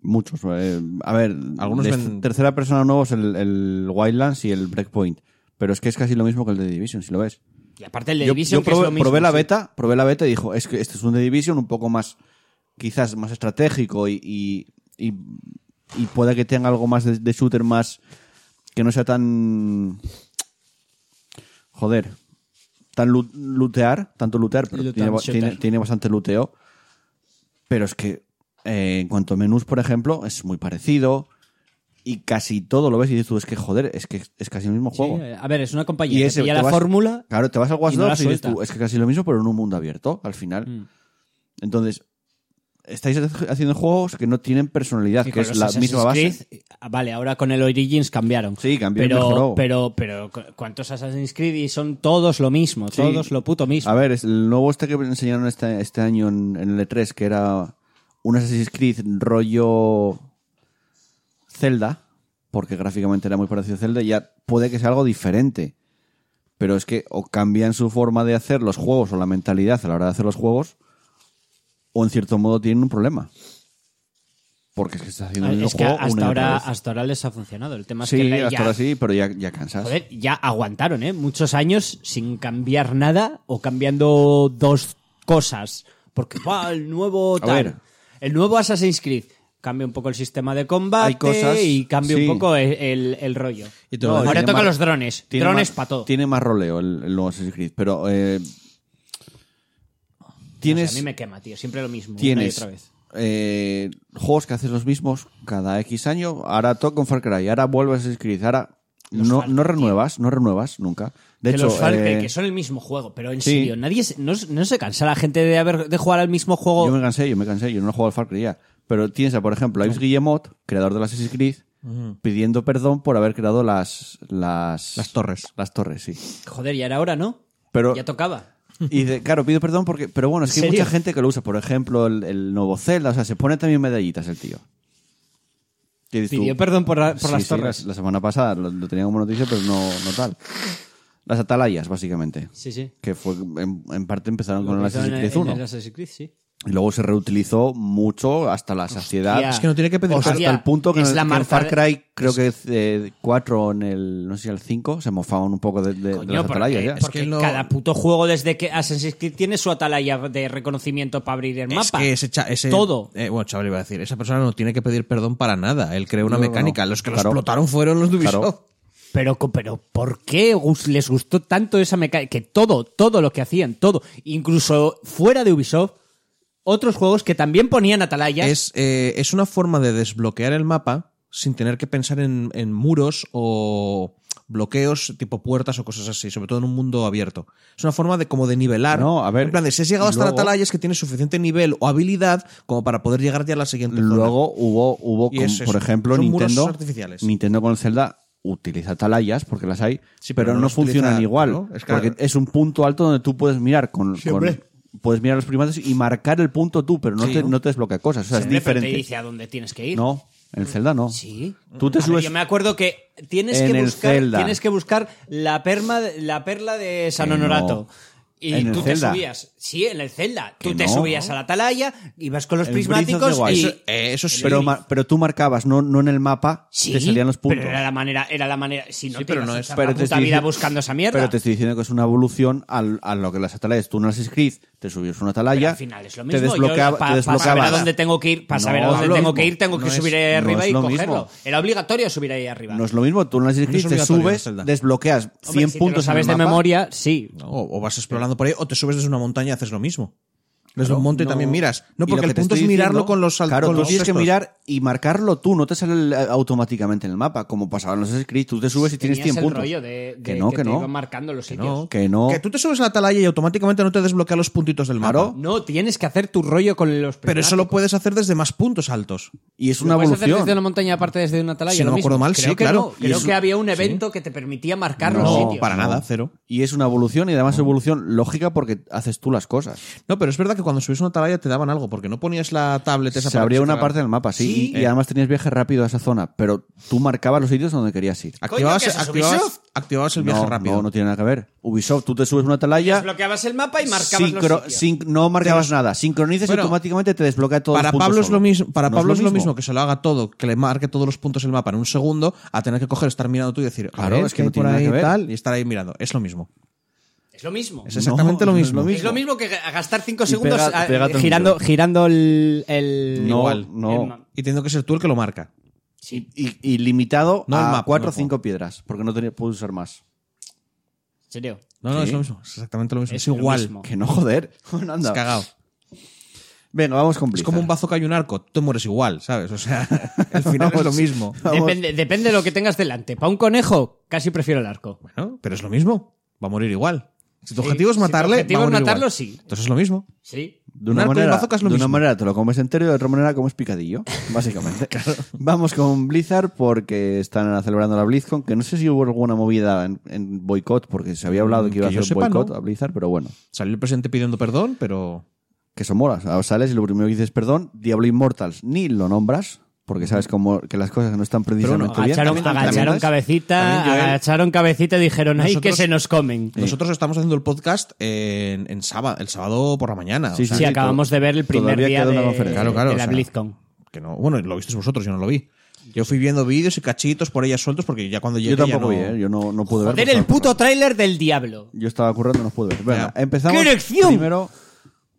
S1: Muchos. eh, a ver,
S2: Algunos
S1: de
S2: ven-
S1: tercera persona nuevos el, el Wildlands y el Breakpoint. Pero es que es casi lo mismo que el de Division, si lo ves.
S3: Y aparte el de
S1: Yo-
S3: Division,
S1: yo
S3: que
S1: probé,
S3: es lo mismo,
S1: probé la
S3: sí.
S1: beta, probé la beta y dijo, es que este es un The Division un poco más, quizás más estratégico y, y, y- y pueda que tenga algo más de, de shooter más que no sea tan joder, tan lu- lootear, tanto lootear, pero
S3: Loot
S1: tiene,
S3: and
S1: ba- tiene-
S3: shooter.
S1: tiene bastante looteo. Pero es que eh, en cuanto a menús, por ejemplo, es muy parecido y casi todo lo ves y dices tú, es que joder, es que es casi el mismo
S3: Sí, eh,
S1: juego
S3: a ver, es una compañía que
S1: ese,
S3: pilla
S1: te
S3: la
S1: vas-
S3: fórmula.
S1: Claro, te vas al Watch
S3: y no la
S1: Dogs y dices
S3: suelta. Mm.
S1: tú, es que casi lo mismo, pero en un mundo abierto, al final. Entonces, estáis haciendo juegos que no tienen personalidad, que
S3: y con
S1: es
S3: los
S1: la
S3: Assassin's
S1: misma base.
S3: Creed, ah, vale, ahora con el Origins cambiaron.
S1: Sí, cambió y
S3: pero,
S1: mejoró.
S3: pero, pero, cu- ¿cuántos Assassin's Creed y son todos lo mismo?
S1: Sí.
S3: Todos lo puto mismo.
S1: A ver, es el nuevo este que enseñaron este, este año en, en el E3, que era un Assassin's Creed rollo Zelda, porque gráficamente era muy parecido a Zelda, y ya puede que sea algo diferente. Pero es que o cambian su forma de hacer los juegos o la mentalidad a la hora de hacer los juegos, o en cierto modo tienen un problema. Porque es que está haciendo
S3: Ah,
S1: el mismo
S3: Es que
S1: juego una y
S3: hasta
S1: otra
S3: ahora,
S1: vez.
S3: hasta ahora les ha funcionado. El tema es que
S1: Sí,
S3: la-
S1: hasta
S3: ya,
S1: ahora sí, pero ya, ya cansas.
S3: joder, ya aguantaron, ¿eh? Muchos años sin cambiar nada o cambiando dos cosas. Porque, ¡buah, el nuevo tal!
S1: ver.
S3: El nuevo Assassin's Creed cambia un poco el sistema de combate
S1: Hay cosas,
S3: y cambia
S1: sí.
S3: un poco el, el- el rollo.
S2: Y te lo voy a
S3: ahora
S1: decir,
S3: toca
S1: Mar-
S3: los drones.
S1: Tiene
S3: Drones
S1: más-
S3: para todo.
S1: Tiene más roleo el, el nuevo Assassin's Creed, pero eh,
S3: O sea,
S1: tienes,
S3: a mí me quema, tío. Siempre lo mismo. una y
S1: tienes
S3: otra vez.
S1: eh, juegos que haces los mismos cada X año. Ahora toca con Far Cry, ahora vuelves a Assassin's Creed, ahora
S3: Los
S1: no,
S3: Far-
S1: no renuevas, no renuevas nunca. De
S3: que
S1: hecho,
S3: los Far Cry,
S1: eh,
S3: que son el mismo juego, pero en
S1: sí.
S3: serio, nadie se- no, no se cansa la gente de haber de jugar al mismo juego.
S1: yo me cansé, yo me cansé, yo no he jugado al Far Cry ya. Pero piensa, por ejemplo, a Yves Guillemot, creador del Assassin's Creed, pidiendo perdón por haber creado las, las...
S2: Las torres.
S1: Las torres, sí.
S3: Joder, ya era hora, ¿no?
S1: Pero
S3: Ya tocaba.
S1: Y dice, claro, pido perdón porque. Pero bueno, es que hay
S3: ¿En serio?
S1: mucha gente que lo usa. Por ejemplo, el, el nuevo Zelda. O sea, se pone también medallitas el tío. Y dices tú,
S3: Pidió perdón por, la- por
S1: sí,
S3: las
S1: sí,
S3: torres.
S1: La, la semana pasada lo, lo tenía como noticia, pero no, no tal. Las atalayas, básicamente.
S3: Sí, sí.
S1: Que fue, en, en parte empezaron
S3: Lo
S1: con el
S3: hizo en
S1: Assassin's Creed
S3: en
S1: 1.
S3: el Assassin's Creed, sí.
S1: Y luego se reutilizó mucho hasta la saciedad.
S3: Hostia.
S2: Es que no tiene que pedir
S3: Hostia,
S1: Hasta el punto que, en,
S3: es
S1: el-
S3: la
S1: que en
S3: marca
S1: Far
S3: de-
S1: Cry, creo que eh, 4 en el, no sé si el 5, se mofaban un poco de, de- de
S3: Coño,
S1: las
S3: porque,
S1: atalayas ya.
S2: es
S3: porque
S2: que no-
S3: cada puto juego desde que Assassin's Creed tiene su atalaya de reconocimiento para abrir el
S2: Es
S3: mapa.
S2: que ese cha- ese-
S3: Todo.
S2: eh, bueno, chaval, iba a decir, esa persona no tiene que pedir perdón para nada. Él creó una
S1: No, no,
S2: mecánica.
S1: no.
S2: Los que
S1: Claro.
S2: lo explotaron fueron los de Ubisoft.
S1: Claro.
S3: Pero, co- pero, ¿por qué gus- les gustó tanto esa mecánica? Que todo, todo lo que hacían, todo, incluso fuera de Ubisoft, otros juegos que también ponían atalayas.
S2: Es, eh, es una forma de desbloquear el mapa sin tener que pensar en, en muros o bloqueos tipo puertas o cosas así, sobre todo en un mundo abierto. Es una forma de como de nivelar.
S1: No, a ver,
S2: En plan, de, si has llegado hasta
S1: luego-
S2: la atalaya es que tienes suficiente nivel o habilidad como para poder llegar ya a la siguiente zona.
S1: Luego hubo, hubo
S2: Y
S1: con-
S2: es eso.
S1: por ejemplo,
S2: Son muros
S1: Nintendo.
S2: artificiales.
S1: Nintendo con Zelda utiliza atalayas porque las hay,
S2: Sí,
S1: pero,
S2: pero no
S1: no
S2: las utiliza,
S1: funcionan igual.
S2: ¿no? Es que-
S1: porque es un punto alto donde tú puedes mirar con. con- puedes mirar los primates y marcar el punto tú, pero no,
S2: Sí.
S1: te, no te desbloquea cosas. O sea, es
S3: Hombre, pero
S1: diferente.
S3: te dice a dónde tienes que ir.
S1: No, en Zelda no.
S3: Sí.
S1: Tú te
S3: A ver,
S1: subes-
S3: yo me acuerdo que tienes
S1: En
S3: que
S1: el
S3: buscar,
S1: Zelda.
S3: tienes que buscar la perma, la perla de San
S1: Que no.
S3: Honorato. Y
S1: ¿En el
S3: tú te
S1: Zelda?
S3: subías, sí, en el Zelda. Tú
S1: Que
S3: te
S1: no.
S3: subías a la atalaya, ibas con los
S1: El Breath of
S3: prismáticos
S1: the Wild.
S3: y...
S2: Eso- eh, eso sí.
S1: Pero, ma- pero tú marcabas, no, no en el mapa,
S3: Sí,
S1: te salían los puntos.
S3: pero era la manera, era la manera, si no
S2: Sí,
S3: te
S2: pero
S3: ibas
S2: no
S3: a
S2: es-
S3: echar
S1: Pero te
S3: la puta
S1: estoy
S3: vida
S1: dici-
S3: buscando esa mierda.
S1: Pero te estoy diciendo que es una evolución al, a lo que las atalayas. Tú no las escribes, te subías una atalaya.
S3: Pero al final es lo mismo.
S1: Te desbloqueaba.
S3: para
S1: te
S3: saber a
S1: desbloqueabas.
S3: dónde tengo que ir, para
S1: No,
S3: saber a dónde
S1: no es
S3: tengo
S1: lo
S3: que ir, tengo
S1: mismo.
S3: que
S1: No
S3: subir ahí
S1: es-
S3: arriba
S1: no es
S3: y
S1: lo
S3: cogerlo.
S1: mismo.
S3: Era obligatorio subir ahí arriba.
S1: No es lo mismo, tú no las escribes, te
S2: obligatorio en
S1: subes,
S2: Zelda.
S1: desbloqueas 100
S3: Hombre, si te lo
S1: puntos. en el
S3: sabes de
S1: mapa.
S3: memoria, sí.
S2: ¿no? O, o vas explorando por ahí, o te subes desde una montaña y haces lo mismo. Desde
S1: Claro,
S2: un monte y
S1: no.
S2: también miras. No,
S1: Y lo
S2: porque el
S1: que te
S2: punto es
S1: estoy
S2: mirarlo
S1: diciendo-
S2: con los saltos.
S1: Claro, tú tienes que mirar y marcarlo tú, no te sale el- eh, automáticamente en el mapa, como pasaba en los scripts. Tú te subes y tienes
S3: Tenías
S1: 100
S3: el
S1: puntos.
S3: rollo de, de
S1: que no, que,
S3: te
S1: no.
S3: iban marcando los
S1: que
S3: sitios.
S1: no, que no.
S2: Que tú te subes a la atalaya y automáticamente no te desbloquea los puntitos del mapa.
S1: Claro.
S3: No, tienes que hacer tu rollo con los
S2: Pero eso lo puedes hacer desde más puntos altos.
S1: Y es
S3: ¿Lo
S1: una
S3: puedes hacer
S1: evolución.
S3: desde una montaña aparte desde una atalaya.
S2: Si no
S3: lo
S2: me
S3: mismo.
S2: acuerdo mal,
S3: Creo
S2: sí,
S3: que
S2: claro.
S3: no.
S2: Y
S3: Creo
S2: es-
S3: que había un evento que te permitía marcar los
S2: No,
S3: sitios.
S2: para nada, cero.
S1: Y es una evolución y además evolución lógica porque haces tú las cosas.
S2: No, pero es verdad que cuando subís una atalaya te daban algo, porque no ponías la tablet esa
S1: Se
S2: para que
S1: abría
S2: se
S1: una
S2: cargara.
S1: parte del mapa, sí.
S3: Sí.
S1: y, y además tenías viaje rápido a esa zona, pero tú marcabas los sitios donde querías ir.
S2: Activabas,
S3: Coño, ¿que eso es
S2: activabas,
S3: Ubisoft?
S2: activabas el
S1: no,
S2: viaje rápido.
S1: No, no tiene nada que ver. Ubisoft, tú te subes una atalaya.
S3: Desbloqueabas el mapa y marcabas
S1: sincro-
S3: los sitios.
S1: sin- no marcabas nada. Sincronizas y
S2: Bueno,
S1: automáticamente te desbloquea todo
S2: para Pablo es lo mismo para Pablo es lo mismo.
S1: que
S2: que se lo haga todo que le marque todos los puntos el mapa en un segundo a tener que coger estar mirando tú y decir a
S1: Claro,
S2: ver,
S1: es que
S2: ¿qué hay
S1: no tiene
S2: por
S1: nada
S2: ahí
S1: que
S2: y
S1: ver.
S2: tal y estar ahí mirando es lo mismo
S3: Es lo mismo.
S2: es exactamente
S1: no
S2: lo
S1: es
S2: mismo
S1: lo
S3: Es lo mismo que gastar 5 segundos
S1: pega-
S3: ah,
S1: pégate un
S3: girando,
S1: tiro.
S3: girando el, el-
S1: No,
S3: igual.
S1: no.
S3: El ma-
S2: y teniendo que ser tú el que lo marca
S3: sí.
S1: Y, y limitado
S2: No el
S1: a
S2: mapa,
S1: cuatro
S2: no
S1: o
S2: el juego.
S1: cinco piedras, porque no tenía, puedo usar más.
S3: ¿En serio?
S2: no no
S1: Sí.
S2: es lo mismo es exactamente lo mismo es,
S3: Es lo
S2: igual
S3: mismo.
S1: Que no, joder.
S2: es
S1: Anda.
S2: cagado
S1: Venga, vamos con
S2: es
S1: Blizzard.
S2: como un bazo que hay un arco tú te mueres igual sabes o sea el final es lo mismo
S1: Vamos.
S3: Depende, depende de lo que tengas delante. Para un conejo, casi prefiero el arco.
S2: bueno pero es lo mismo va a morir igual si tu
S3: Sí,
S2: objetivo es
S3: si tu
S2: matarle
S3: objetivo
S2: va a
S3: es
S2: morir
S3: matarlo,
S2: igual.
S3: sí.
S2: entonces es lo mismo
S3: Sí.
S1: De una,
S2: Un arco y un
S1: manera,
S2: bazooka es lo
S1: de una
S2: mismo.
S1: manera te lo comes entero y de otra manera comes picadillo, básicamente. Vamos con Blizzard porque están celebrando la BlizzCon, que no sé si hubo alguna movida en, en boicot, porque se había hablado
S2: Mm,
S1: que iba
S2: que
S1: a
S2: yo
S1: hacer
S2: sepa,
S1: boicot
S2: no.
S1: a Blizzard, pero bueno.
S2: salió el presidente pidiendo perdón pero
S1: Que son molas. Ahora sales y lo primero que dices, perdón, Diablo Immortals, ni lo nombras, porque sabes cómo, que las cosas no están precisamente
S2: bueno,
S1: bien.
S3: Agacharon,
S1: También-
S3: agacharon
S1: también-
S3: cabecita,
S2: También, Joel.
S3: agacharon cabecita y dijeron, ay,
S2: Nosotros-
S3: que se nos comen.
S2: Nosotros estamos haciendo el podcast en, en sábado, el sábado por la mañana.
S1: Sí,
S2: o sea,
S3: Sí, acabamos de ver el primer
S1: Todavía
S3: día
S1: queda
S3: de,
S1: una conferencia.
S2: Claro, claro,
S3: de
S2: o
S3: la
S2: sea.
S3: BlizzCon.
S2: que no, bueno, lo visteis vosotros, yo no lo vi. Yo fui viendo vídeos y cachitos por ellas sueltos porque ya cuando llegué
S1: Yo tampoco vi,
S2: ya no-
S1: ¿eh? yo no, no pude verlo,
S3: Joder,
S1: estaba
S3: el puto
S1: currando.
S3: tráiler del diablo.
S1: Yo estaba currando, no pude ver. Venga,
S2: Ya.
S1: empezamos
S3: ¡Qué erección!
S1: primero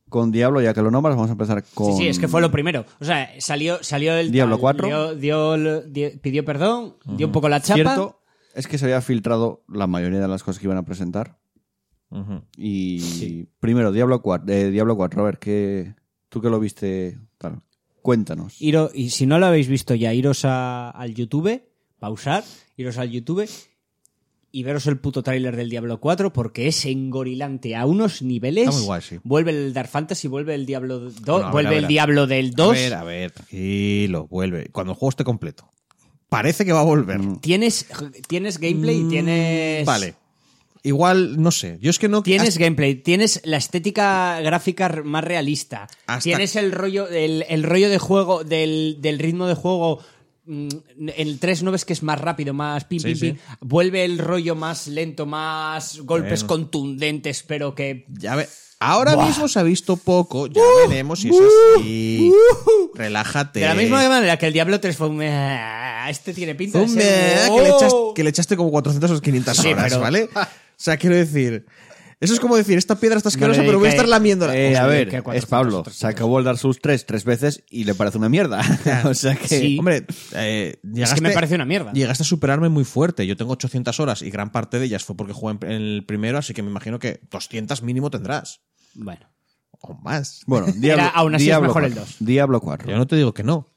S1: con Diablo, ya que lo nombras, vamos a empezar con...
S3: Sí, sí, es que fue lo primero. O sea, salió, salió el...
S1: Diablo
S3: tal,
S1: 4.
S3: Dio, dio el- di- pidió perdón, dio un poco la chapa.
S1: Cierto es que se había filtrado la mayoría de las cosas que iban a presentar.
S2: Ujú.
S1: Y primero, Diablo 4, eh, Diablo 4, Robert, que tú que lo viste, tal, cuéntanos.
S3: Iro- y si no lo habéis visto ya, iros a- al YouTube, pausar, iros al YouTube y veros el puto tráiler del Diablo 4 porque es engorilante a unos niveles.
S2: Está muy guay, sí.
S3: Vuelve el Dark Fantasy, vuelve el Diablo 2,
S2: Bueno, a ver,
S3: vuelve
S2: a ver,
S3: el
S2: a-
S3: Diablo del 2.
S2: A ver, a ver, tranquilo, vuelve. Cuando el juego esté completo. Parece que va a volver.
S3: Mm. Tienes tienes gameplay y tienes
S2: Mm, Vale. Igual, no sé. Yo es que no.
S3: Tienes
S2: hasta-
S3: gameplay, tienes la estética gráfica r- más realista,
S2: Hasta-
S3: tienes el rollo, el, el rollo de juego, del, del ritmo de juego. mm, El 3-9 es que es más rápido, más pim,
S2: Sí,
S3: pim,
S2: sí.
S3: pim. Vuelve el rollo más lento, más golpes
S2: Bueno.
S3: contundentes, pero que.
S2: Ya ve- Ahora mismo se ha visto poco. Ya veremos si es así. Relájate.
S3: Uh, De la misma manera que el Diablo 3 fue un. "Ah, Este tiene pinta de
S2: Zumba,
S3: ser
S2: "Ah,
S3: un-
S2: que, le echaste,
S3: ¡Oh!".
S2: que le echaste como 400 o 500
S3: Sí,
S2: horas,
S3: pero-
S2: ¿vale? O sea, quiero decir. Eso es como decir, esta piedra está asquerosa,
S3: le
S2: pero voy a
S3: dediqué-
S2: estar lamiéndola.
S1: Eh, a
S3: Hostia,
S1: ver,
S3: que cuatro,
S1: es Pablo, se acabó el Dark Souls 3 tres veces y le parece una mierda. o sea que...
S3: Sí.
S2: Hombre, eh, llegaste,
S3: me parece una mierda.
S2: Llegaste a superarme muy fuerte. Yo tengo 800 horas y gran parte de ellas fue porque jugué en el primero, así que me imagino que 200 mínimo tendrás.
S3: Bueno.
S2: O más.
S1: Bueno, Diablo,
S3: Era- aún así es
S1: Diablo
S3: mejor el
S1: 4,
S3: 2.
S1: Diablo 4.
S2: Yo no te digo que no.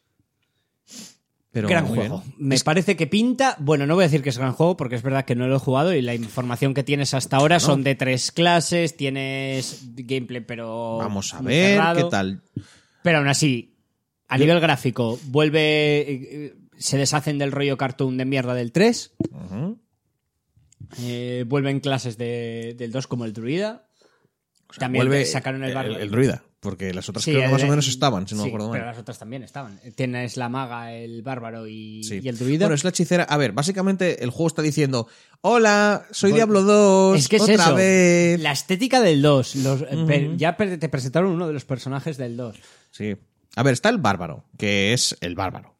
S2: Pero
S3: gran
S2: muy
S3: juego.
S2: bien.
S3: Me parece que pinta. Bueno, no voy a decir que es gran juego porque es verdad que no lo he jugado y la información que tienes hasta ahora son de tres clases, tienes gameplay, pero.
S2: Vamos a
S3: muy
S2: ver
S3: cerrado.
S2: qué tal.
S3: Pero aún así, a nivel gráfico, vuelve. eh, eh, Se deshacen del rollo cartoon de mierda del 3.
S2: Ujú.
S3: eh, vuelven clases de- del 2 como el druida. También
S2: Vuelve
S3: sacaron el, bar-
S2: el, druida. Porque las otras
S3: Sí,
S2: creo que
S3: el-
S2: más o menos estaban, si no
S3: sí,
S2: me acuerdo mal.
S3: Pero las otras también estaban. Tienes la maga, el bárbaro y,
S2: Sí.
S3: y el druida.
S2: Bueno, es la hechicera. A ver, básicamente el juego está diciendo: Hola, soy
S3: Vol-
S2: Diablo 2.
S3: Es que es
S2: otra
S3: eso.
S2: vez.
S3: La estética del 2. Los, eh, per- Ya per- te presentaron uno de los personajes del 2.
S2: Sí. A ver, está el bárbaro, que es el bárbaro.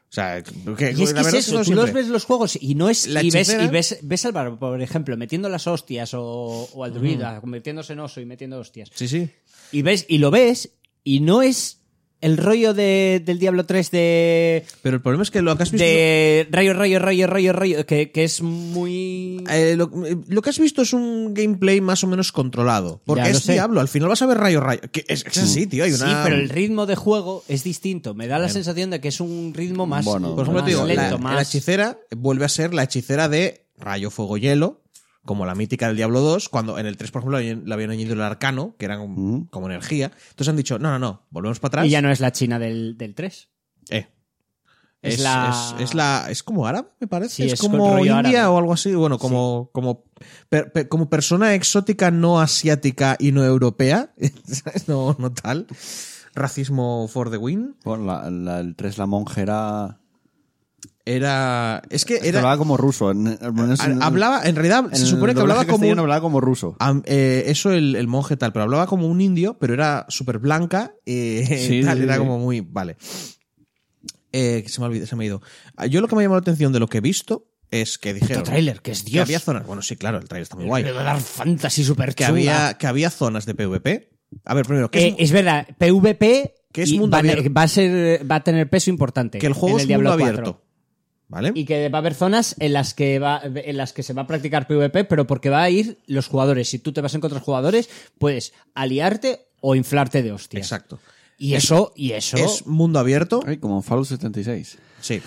S2: O sea, que,
S3: Y
S2: la
S3: es que
S2: verdad
S3: es
S2: Eh, es que
S3: eso,
S2: no
S3: tú los
S2: siempre-
S3: ves los juegos y no es
S2: La
S3: y ves
S2: hechicera-
S3: y ves, ves al bárbaro, por ejemplo, metiendo las hostias o, o al druida, convirtiéndose en oso y metiendo hostias.
S2: Sí, sí.
S3: Y ves y lo ves y no es el rollo de- del Diablo 3 de
S2: Pero el problema es que lo que has visto.
S3: de rayo, rayo, rayo, rayo, rayo, que, que es muy...
S2: eh, lo, eh, lo que has visto es un gameplay más o menos controlado. Porque
S3: Ya, lo
S2: es
S3: sé. Mm.
S2: Diablo, al final vas a ver rayo rayo. Que es, es así, tío. Hay una...
S3: Sí, pero el ritmo de juego es distinto. Me da la sensación de que es un ritmo más, pues,
S1: Bueno,
S2: Por ejemplo,
S3: más
S2: Pues te digo,
S3: lento,
S2: la,
S3: más...
S2: la hechicera vuelve a ser la hechicera de rayo, fuego, hielo, como la mítica del Diablo 2, cuando en el 3, por ejemplo, le habían añadido el arcano, que era un- como energía. Entonces han dicho, no, no, no, volvemos para atrás.
S3: Y ya no es la China del, del 3.
S2: Eh.
S3: Es
S2: Es,
S3: la-
S2: la... es, es la es como árabe, me parece.
S3: Sí,
S2: es,
S3: es con
S2: como
S3: rollo
S2: India
S3: árabe.
S2: o algo así. Bueno, como, como, per- per- como persona exótica no asiática y no europea. ¿Sabes? No, no tal. Racismo for the win.
S1: Bueno, la, la- el 3, la monja era.
S2: Era. Es que
S1: es que
S2: era.
S1: hablaba como ruso. en- en- en-
S2: hablaba, en realidad,
S1: en
S2: se
S1: el
S2: supone
S1: doblaje
S2: que hablaba como.
S1: castellano
S2: un-
S1: hablaba como ruso.
S2: am- eh, eso el, el monje tal, pero hablaba como un indio, pero era súper blanca. eh,
S1: Sí,
S2: tal,
S1: sí,
S2: era
S1: sí.
S2: como muy. Vale. Eh, que se me ha olvidado, se me ha ido. Ah, Yo lo que me ha llamado la atención de lo que he visto es que dijeron.
S3: El tráiler, que es
S2: Que
S3: Dios.
S2: había zonas. Bueno, sí, claro, el trailer está muy
S3: Le
S2: guay.
S3: va a dar fantasy super
S2: Que había, que había zonas de PvP. A ver, primero, que,
S3: Eh,
S2: es,
S3: es verdad, PvP
S2: Que es
S3: y
S2: mundo
S3: va, a tener-
S2: abierto.
S3: va a ser, va a tener peso importante.
S2: que el juego
S3: en
S2: es
S3: Diablo
S2: mundo
S3: 4.
S2: abierto. ¿Vale?
S3: Y que va a haber zonas en las que va, en las que se va a practicar PvP, pero porque va a ir los jugadores. Si tú te vas a encontrar jugadores, puedes aliarte o inflarte de hostias.
S2: Exacto.
S3: Y eso, y eso.
S2: Es mundo abierto.
S1: Ay, como en Fallout 76.
S2: Sí.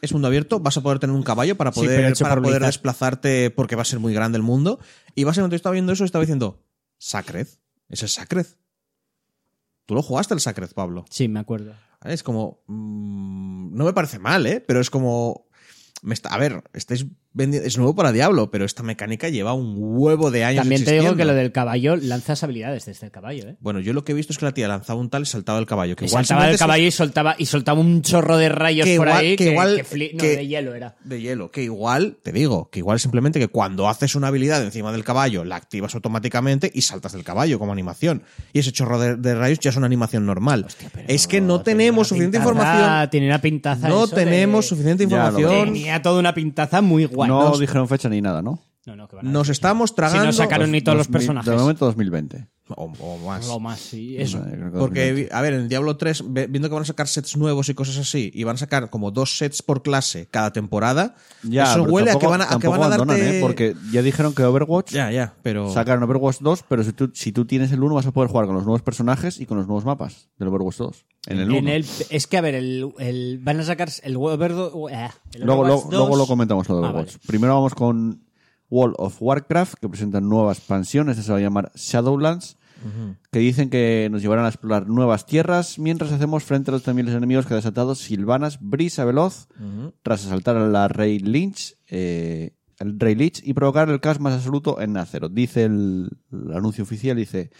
S2: Es mundo abierto, vas a poder tener un caballo para
S3: Sí,
S2: poder,
S3: pero hecho
S2: para
S3: por
S2: poder
S3: Blizzard.
S2: desplazarte porque va a ser muy grande el mundo. Y básicamente estaba viendo eso y estaba diciendo, Sacred, ese es Sacred. Tú lo jugaste el Sacred, Pablo.
S3: Sí, me acuerdo.
S2: ¿Vale? Es como. mm, no me parece mal, ¿eh? Pero es como. Me está, a ver, estáis vendi- Es nuevo para Diablo, pero esta mecánica lleva un huevo de años.
S3: También te digo
S2: existiendo.
S3: que lo del caballo lanzas habilidades desde el caballo, ¿eh?
S2: Bueno, yo lo que he visto es que la tía lanzaba un tal y saltaba el caballo. Que
S3: Y
S2: igual
S3: saltaba
S2: simplemente
S3: del caballo y soltaba, y soltaba un chorro de rayos
S2: Que
S3: por
S2: igual-
S3: ahí.
S2: que
S3: Que,
S2: igual-
S3: que fli- no,
S2: que-
S3: de hielo era.
S2: es De hielo. Que igual, te digo, que igual simplemente que cuando haces una habilidad encima del caballo, la activas automáticamente y saltas del caballo como animación. Y ese chorro de, de rayos ya es una animación normal. es que no tenemos suficiente información.
S3: Tiene una pintaza.
S2: No
S3: eso
S2: tenemos
S3: de-
S2: suficiente
S1: Ya, lo
S2: información.
S3: Tenía toda una pintaza muy guay.
S1: no
S3: Nos-
S1: dijeron fecha ni nada, ¿no?
S3: no, no, que va nada.
S2: Nos estamos
S3: Si
S2: tragando.
S3: no sacaron ni todos los
S1: 2000
S3: personajes.
S1: De momento 2020.
S2: o, o más.
S3: Lo más, sí, eso.
S1: Eh, creo que
S2: Porque,
S1: 2020.
S2: vi- a ver, en Diablo 3, ve- viendo que van a sacar sets nuevos y cosas así, y van a sacar como dos sets por clase cada temporada,
S1: Ya,
S2: eso
S1: pero
S2: huele
S1: tampoco-
S2: a que van a, a, que
S1: tampoco
S2: van a darte...
S1: abandonan, ¿eh? Porque ya dijeron que Overwatch.
S2: Ya, ya, pero...
S1: Sacaron Overwatch 2, pero si tú, si tú tienes el 1 vas a poder jugar con los nuevos personajes y con los nuevos mapas del Overwatch 2. En el 1.
S3: En el- es que, a ver, el, el- van a sacar el Overdo. eh, el
S1: luego,
S3: Overwatch
S1: luego, luego
S3: 2.
S1: lo comentamos lo de
S3: Ah,
S1: Overwatch. Primero vamos con Wall of Warcraft, que presenta nueva expansión. Esta se va a llamar Shadowlands. Que dicen que nos llevarán a explorar nuevas tierras mientras hacemos frente a los temibles enemigos que ha desatado Silvanas Brisa Veloz tras asaltar a la Rey Lynch, eh, el Rey Lich y provocar el caos más absoluto en Acero. Dice el, el anuncio oficial, dice,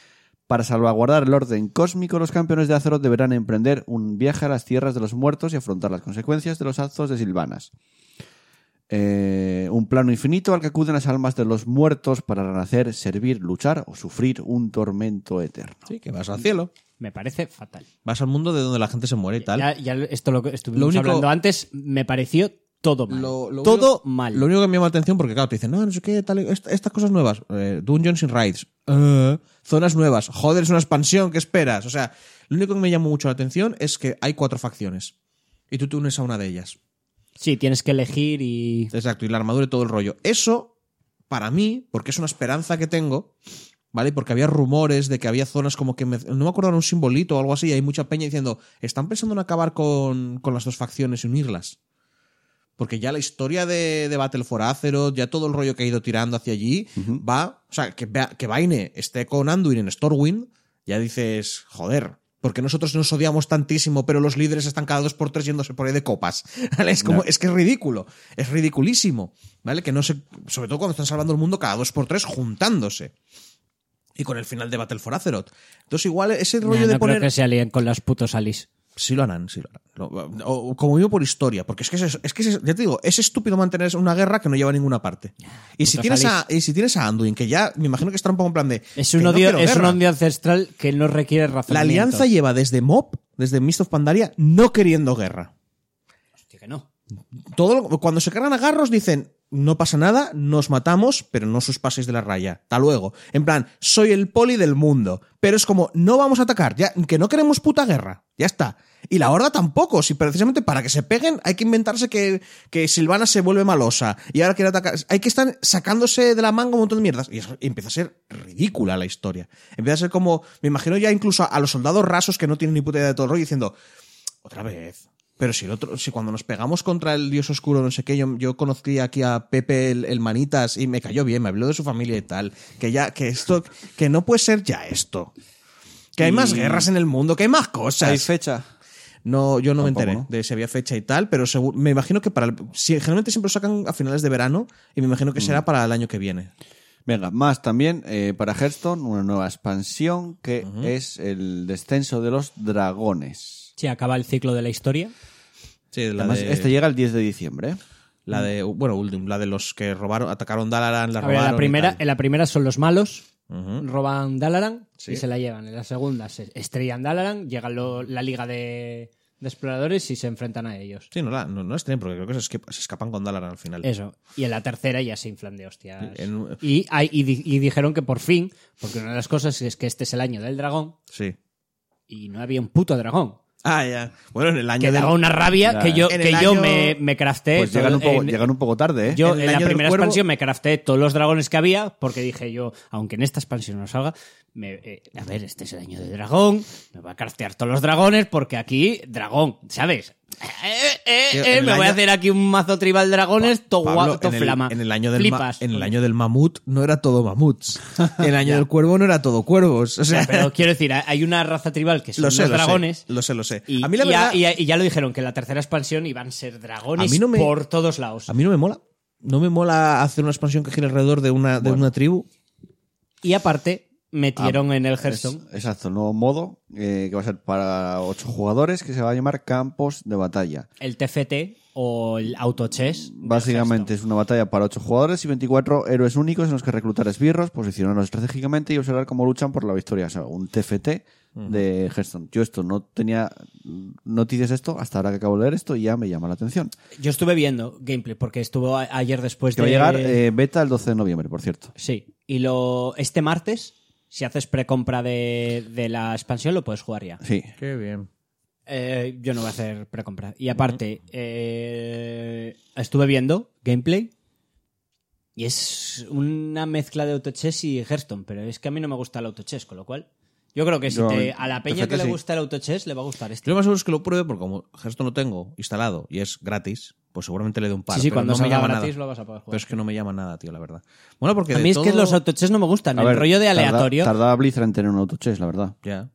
S1: para salvaguardar el orden cósmico, los campeones de Azeroth deberán emprender un viaje a las tierras de los muertos y afrontar las consecuencias de los actos de Silvanas. Eh, un plano infinito al que acuden las almas de los muertos para renacer, servir, luchar o sufrir un tormento eterno.
S2: Sí, que vas al cielo.
S3: Me parece fatal.
S2: Vas al mundo de donde la gente se muere y tal.
S3: Ya, ya esto lo que estuvimos
S2: Lo único-
S3: hablando antes me pareció todo mal.
S2: Lo- lo
S3: todo
S2: único-
S3: mal.
S2: Lo único que me llama la atención, porque claro, te dicen, no, no sé qué, tal, est- estas cosas nuevas, eh, Dungeons and Raids, eh, zonas nuevas, joder, es una expansión, ¿qué esperas? O sea, lo único que me llamó mucho la atención es que hay cuatro facciones y tú te unes a una de ellas.
S3: Sí, tienes que elegir y.
S2: Exacto, y la armadura y todo el rollo. Eso, para mí, porque es una esperanza que tengo, ¿vale? Porque había rumores de que había zonas como que. me- no me acuerdo, era un simbolito o algo así, y hay mucha peña diciendo, están pensando en acabar con, con las dos facciones y unirlas. Porque ya la historia de, de Battle for Azeroth, ya todo el rollo que ha ido tirando hacia allí, va. O sea, que, Ba- que Vaine esté con Anduin en Stormwind, ya dices, joder. Porque nosotros nos odiamos tantísimo, pero los líderes están cada dos por tres yéndose por ahí de copas. ¿Vale? Es como, es que es ridículo. Es ridiculísimo. ¿Vale? Que no se. Sobre todo cuando están salvando el mundo cada dos por tres juntándose. y con el final de Battle for Azeroth. Entonces, igual ese
S3: No,
S2: rollo
S3: no
S2: de poner.
S3: creo que se alíen con las putos Alice.
S2: Sí lo harán, sí lo harán. Lo- o- o como digo, por historia. Porque es que, es, es que es- ya te digo, es estúpido mantener una guerra que no lleva a ninguna parte. Y si,
S3: Putos
S2: tienes a,
S3: Alice.
S2: y si tienes a Anduin, que ya me imagino que estará un poco en plan de.
S3: Es
S2: que
S3: un,
S2: no
S3: odio,
S2: quiero
S3: es un
S2: guerra.
S3: odio ancestral que no requiere razón.
S2: La alianza lleva desde Mob, desde Mist of Pandaria, no queriendo guerra.
S3: que no.
S2: Todo lo- cuando se cargan agarros dicen, no pasa nada, nos matamos, pero no os paséis de la raya. Hasta luego. En plan, soy el poli del mundo. Pero es como, no vamos a atacar, ya, que no queremos puta guerra. Ya está. Y la horda tampoco, si precisamente para que se peguen hay que inventarse que, que Silvana se vuelve malosa y ahora quiere atacar. Hay que estar sacándose de la manga un montón de mierdas. Y, eso- y empieza a ser ridícula la historia. Empieza a ser como, me imagino ya incluso a, a los soldados rasos que no tienen ni puta idea de todo el rollo diciendo, otra vez. Pero si el otro, si cuando nos pegamos contra el dios oscuro, no sé qué, yo, yo conocí aquí a Pepe el, el Manitas y me cayó bien, me habló de su familia y tal. Que ya, que esto, que no puede ser ya esto. Que hay más guerras en el mundo, que hay más
S1: ¿Hay
S2: cosas.
S1: fecha?
S2: No, yo no me
S1: Tampoco,
S2: enteré
S1: ¿no?
S2: de si había fecha y tal, pero segu- me imagino que para el, si- generalmente siempre lo sacan a finales de verano y me imagino que será para el año que viene.
S1: Venga, más también eh, para Hearthstone, una nueva expansión que es el descenso de los dragones.
S3: Sí, acaba el ciclo de la historia.
S2: Sí, la
S1: Además,
S2: de,
S1: este llega el 10 de diciembre. ¿eh?
S2: la de bueno, Uldum, la de los que robaron, atacaron Dalaran, la
S3: A ver, en
S2: robaron. y
S3: la primera,
S2: tal.
S3: en la primera son los malos.
S2: Ujú.
S3: Roban Dalaran
S2: Sí.
S3: y se la llevan. En la segunda se estrellan Dalaran, llega lo- la liga de, de exploradores y se enfrentan a ellos.
S2: Sí, no, la- no, no es tren, porque creo que se, esca- se escapan con Dalaran al final.
S3: Eso. Y en la tercera ya se inflan de hostias.
S2: En-
S3: Y, hay- y di- y dijeron que por fin, porque una de las cosas es que este es el año del dragón
S2: Sí.
S3: y no había un puto dragón.
S2: Ah, ya. Bueno, en el año
S3: Que
S2: del-
S3: daba una rabia
S1: Ya,
S3: que yo,
S2: en
S3: que
S2: el
S3: yo
S2: año-
S3: me, me crafté.
S1: Pues
S3: todo-
S1: llegan un, poco,
S3: en-
S1: llegan un poco tarde, ¿eh?
S3: Yo
S2: En
S3: en,
S2: el año
S3: la
S2: del
S3: primera
S2: cuervo-
S3: expansión me crafté todos los dragones que había porque dije yo, aunque en esta expansión no salga, me- eh, a ver, este es el año del dragón, me voy a craftear todos los dragones porque aquí, dragón, ¿sabes? Eh, eh,
S2: Tío,
S3: eh,
S2: en el
S3: me voy a
S2: año-
S3: hacer aquí un mazo tribal dragones, to,
S2: Pablo,
S3: guapo, to
S2: en, el,
S3: flama.
S2: en el año del ma-
S3: Flipas.
S2: en el año del mamut no era todo mamuts. En el año del cuervo no era todo cuervos. O sea,
S3: Pero quiero decir, hay una raza tribal que son
S2: lo sé,
S3: los
S2: lo
S3: dragones.
S2: Sé, lo sé, lo sé.
S3: Y,
S2: a mí la
S3: y ya-
S2: verdad,
S3: y ya, y ya lo dijeron, que en la tercera expansión iban a ser dragones
S2: A mí no me-
S3: por todos lados.
S2: a mí no me mola. No me mola hacer una expansión que gire alrededor de una, de una tribu.
S3: Y aparte, metieron
S2: Ah,
S3: en el Hearthstone
S1: Ah, Es- exacto, nuevo modo eh, que va a ser para ocho jugadores que se va a llamar Campos de Batalla.
S3: el TFT o el autochess. del
S1: Básicamente es una batalla para ocho jugadores y 24 héroes únicos en los que reclutar esbirros, posicionarlos estratégicamente y observar cómo luchan por la victoria. O sea, un TFT de Hearthstone. Yo esto no tenía noticias de esto hasta ahora que acabo de leer esto y ya me llama la atención.
S3: Hearthstone. Yo estuve viendo gameplay porque estuvo a- ayer después
S1: Que
S2: Este,
S3: de
S1: va a llegar eh, beta el 12 de noviembre, por cierto.
S3: Sí, y lo este martes si haces precompra de, de la expansión lo puedes jugar ya.
S1: Sí.
S2: Qué bien.
S3: Eh, yo no voy a hacer precompra. Y aparte, eh, estuve viendo gameplay y es una mezcla de autochess y Hearthstone, pero es que a mí no me gusta el autochess, con lo cual yo creo que si
S1: Yo-
S3: te- a la peña
S1: TFT
S3: que le
S1: sí.
S3: gusta el autochess le va a gustar este.
S2: Yo lo más seguro es que lo pruebe porque como gesto no tengo instalado y es gratis, pues seguramente le dé un par.
S3: sí, sí,
S2: pero
S3: cuando
S2: no me
S3: salga
S2: llama
S3: gratis
S2: nada.
S3: lo vas a poder jugar.
S2: Pero es que no me llama nada, tío, la verdad. Bueno, porque
S3: a
S2: de
S3: mí es que
S2: todo-
S3: los autochess no me gustan.
S1: A
S3: el
S1: ver,
S3: rollo de
S1: tarda-
S3: aleatorio.
S1: Tardaba Blizzard en tener un autochess, la verdad.
S2: Ya.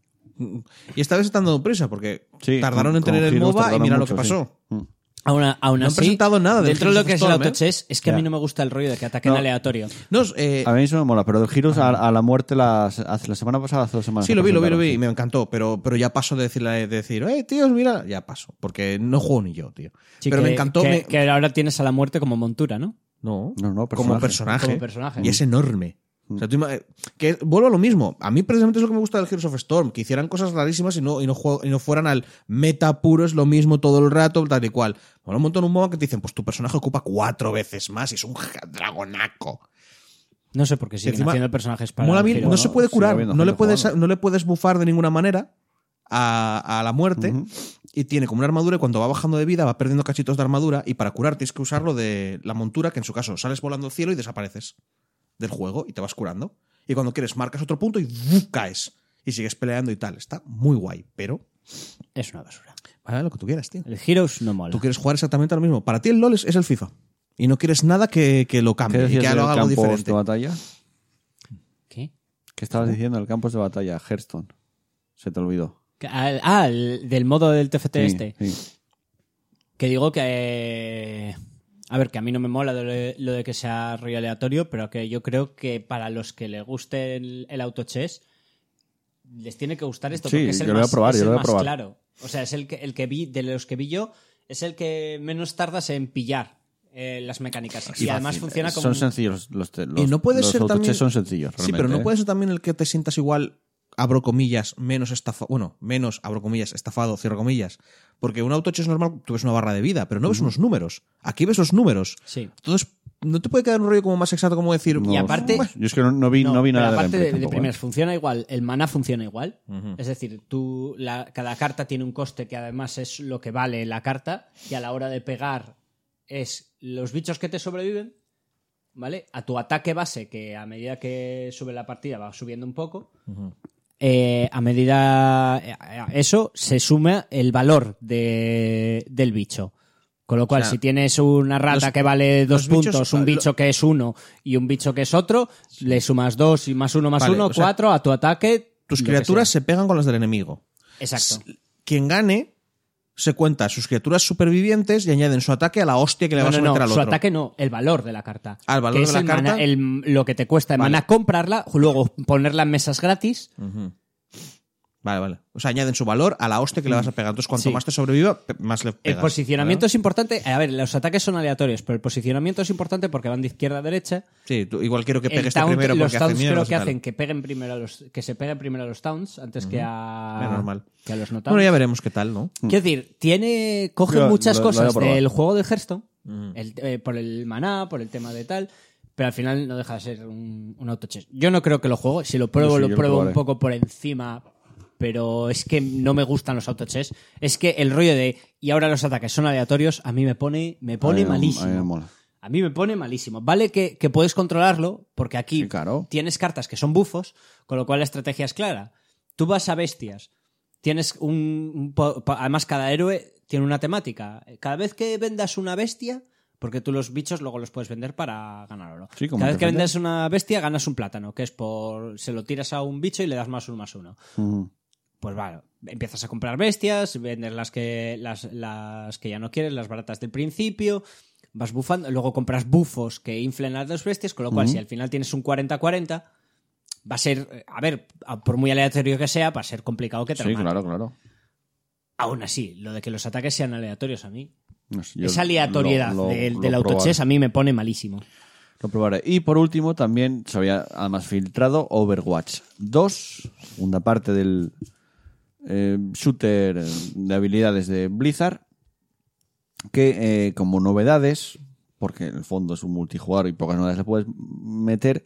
S2: Y esta vez están dando prisa porque
S1: Sí,
S2: tardaron
S1: con-
S2: en tener
S1: con
S2: el
S1: giros
S2: MOBA y
S1: tardaron
S2: mira
S1: mucho,
S2: lo que pasó.
S1: sí. Mm.
S3: Aún, aún
S2: No han
S3: así,
S2: presentado nada del
S3: dentro de
S2: Heroes
S3: lo
S2: of
S3: que es el
S2: Storm, ¿eh?
S3: autochess, es que a
S1: Ya.
S3: mí no me gusta el rollo de que ataquen
S1: No.
S3: aleatorio.
S2: No, eh,
S1: A mí eso me mola, pero del Heroes a, a la muerte las, hace la semana pasada, hace dos semanas.
S2: sí, lo vi, lo vi, lo vi y
S1: presentaron,
S2: me encantó, pero, pero ya paso de decirle, de decir, eh, tíos, mira, ya paso, porque no juego ni yo, tío.
S3: Sí,
S2: pero
S3: que,
S2: me encantó.
S3: Que,
S2: me-
S3: que ahora tienes a la muerte como montura, ¿no?
S2: No,
S1: No, no,
S2: como
S1: personaje.
S2: personaje.
S3: Como personaje.
S2: Y es enorme. O sea, tú ima- eh, que vuelvo a lo mismo. A mí precisamente es lo que me gusta del Heroes of Storm, que hicieran cosas rarísimas y no, y no, jue- y no fueran al meta puro, es lo mismo todo el rato, tal y cual. Mola un montón un MOBA que te dicen, pues tu personaje ocupa cuatro veces más y es un ja- dragonaco.
S3: No sé por qué siguen
S2: Encima,
S3: haciendo personajes para.
S2: Mola
S3: el
S2: bien,
S3: giro,
S2: no, se puede
S1: Sigue
S2: curar,
S1: habiendo
S2: no le,
S1: gente
S2: puedes,
S1: jugando.
S2: no le puedes bufar de ninguna manera a, a la muerte. Y tiene como una armadura y cuando va bajando de vida va perdiendo cachitos de armadura y para curar tienes que usarlo de la montura, que en su caso sales volando al cielo y desapareces del juego y te vas curando. Y cuando quieres marcas otro punto y ¡vuf! caes. Y sigues peleando y tal. Está muy guay, pero...
S3: Es una basura.
S2: Vale, lo que tú quieras, tío.
S3: El Heroes no mola.
S2: Tú quieres jugar exactamente lo mismo. Para ti el LOL es, es el FIFA. Y no quieres nada que, que lo
S1: ¿Qué
S2: cambie y
S1: decías
S2: que
S1: del
S2: lo haga algo
S1: campos
S2: diferente.
S1: de batalla?
S3: ¿Qué?
S1: ¿Qué estabas diciendo del campos de batalla? Hearthstone. Se te olvidó.
S3: Que- Ah, ah, el- del modo del TFT
S1: Sí,
S3: este.
S1: sí.
S3: Que digo que. eh, A ver, que a mí no me mola lo de, lo de que sea rollo aleatorio, pero que yo creo que para los que le guste el, el autochess, les tiene que gustar esto,
S1: Sí,
S3: porque es
S1: yo
S3: el
S1: lo voy a
S3: más,
S1: probar,
S3: es
S1: yo
S3: el
S1: lo voy a
S3: más
S1: probar.
S3: claro. O sea, es el que, el que vi, de los que vi yo, es el que menos tardas en pillar eh, las mecánicas. Y, eh, además funciona como...
S1: Eh, Son sencillos los, te- los
S2: y no puede
S1: los
S2: ser también.
S1: autochess son sencillos.
S2: sí, pero
S1: realmente,
S2: no
S1: ¿eh?
S2: puede ser también el que te sientas igual, abro comillas, menos estafado. Bueno, menos, abro comillas, estafado, cierro comillas. Porque un autochess normal, tú ves una barra de vida, pero no ves unos números. Aquí ves los números.
S3: Sí.
S2: Entonces, no te puede quedar un rollo como más exacto como decir.
S1: No,
S3: Y aparte-
S2: "Bueno,
S1: Yo es que no, no vi, no, vi
S3: pero
S1: nada
S3: aparte
S1: gameplay
S3: de, de
S1: tampoco, ¿eh?
S3: primeras, funciona igual, el mana funciona igual. Es decir, tú, la- cada carta tiene un coste que además es lo que vale la carta, y a la hora de pegar es los bichos que te sobreviven, ¿vale? A tu ataque base, que a medida que sube la partida va subiendo un poco. eh, a medida a eso se suma el valor de- del bicho. Con lo cual,
S2: O sea,
S3: si tienes una rata
S2: los-
S3: que vale dos
S2: los bichos- ah,
S3: puntos, un
S2: lo-
S3: bicho que es uno y un bicho que es otro, le sumas dos y más uno más
S2: Vale,
S3: uno,
S2: o sea,
S3: cuatro a tu ataque.
S2: Tus
S3: lo que
S2: criaturas
S3: sea.
S2: se pegan con las del enemigo.
S3: Exacto.
S2: S- Quien gane se cuenta sus criaturas supervivientes y añaden su ataque a la hostia que le
S3: No,
S2: vas a
S3: no,
S2: meter
S3: no,
S2: al
S3: su
S2: otro.
S3: ataque no, el valor de la carta.
S2: Ah, el valor
S3: Que
S2: de
S3: es
S2: la
S3: el
S2: carta.
S3: maná- el- lo que te cuesta en
S2: Vale.
S3: maná comprarla, luego ponerla en mesas gratis.
S2: Ujú. Vale, vale. O sea, añaden su valor a la hostia que le vas a pegar. Entonces, cuanto
S3: Sí.
S2: más te sobreviva, pe- más le
S3: El
S2: pegas.
S3: posicionamiento es importante. A ver, los ataques son aleatorios, pero el posicionamiento es importante porque van de izquierda a derecha.
S2: Sí, tú- igual quiero que
S3: El
S2: pegues tú
S3: taunt-
S2: primero
S3: los
S2: porque hace
S3: towns
S2: miedo.
S3: creo
S2: no sé
S3: que
S2: tal.
S3: hacen que peguen primero a los que se peguen primero a los towns antes que a
S2: Es normal.
S3: que a los no towns.
S2: Bueno, ya veremos qué tal, ¿no?
S3: Quiero decir, tiene coge
S1: Yo
S3: muchas
S1: Mm. lo- lo voy a
S3: cosas
S1: probar.
S3: del juego de Hearthstone, el- eh, por el maná, por el tema de tal, pero al final no deja de ser un, un autochess. Yo no creo que lo juego, si lo pruebo
S1: sí, yo
S3: lo
S1: lo
S3: pruebo un
S1: probaré.
S3: poco por encima, pero es que no me gustan los autochess. Es que el rollo de y ahora los ataques son aleatorios a mí me pone me pone
S1: A mí me-
S3: malísimo.
S1: a mí me mola.
S3: A mí me pone malísimo. Vale que, que puedes controlarlo, porque aquí
S1: Sí, claro.
S3: tienes cartas que son bufos, con lo cual la estrategia es clara. Tú vas a bestias, tienes un... un po- po- además, cada héroe tiene una temática. Cada vez que vendas una bestia, porque tú los bichos luego los puedes vender para ganar oro.
S1: Sí, como
S3: cada
S1: te
S3: vez que
S1: venden.
S3: vendes una bestia, ganas un plátano, que es por... Se lo tiras a un bicho y le das más uno, más uno
S1: Ujú.
S3: pues vale, empiezas a comprar bestias, vendes las que, las, las que ya no quieres, las baratas del principio, vas bufando, luego compras bufos que inflen a las bestias, con lo cual si al final tienes un 40-40, va a ser, eh, a ver, a- por muy aleatorio que sea, va a ser complicado que te lo
S1: Sí,
S3: maten.
S1: claro, claro.
S3: Aún así, lo de que los ataques sean aleatorios a mí,
S1: No sé, yo
S3: esa aleatoriedad
S1: lo- lo-
S3: del,
S1: lo
S3: del
S1: probaré.
S3: autochess a mí me pone malísimo.
S1: Lo probaré. Y por último, también se había además filtrado Overwatch 2, segunda parte del eh, shooter de habilidades de Blizzard, que eh, como novedades, porque en el fondo es un multijugador y pocas novedades le puedes meter,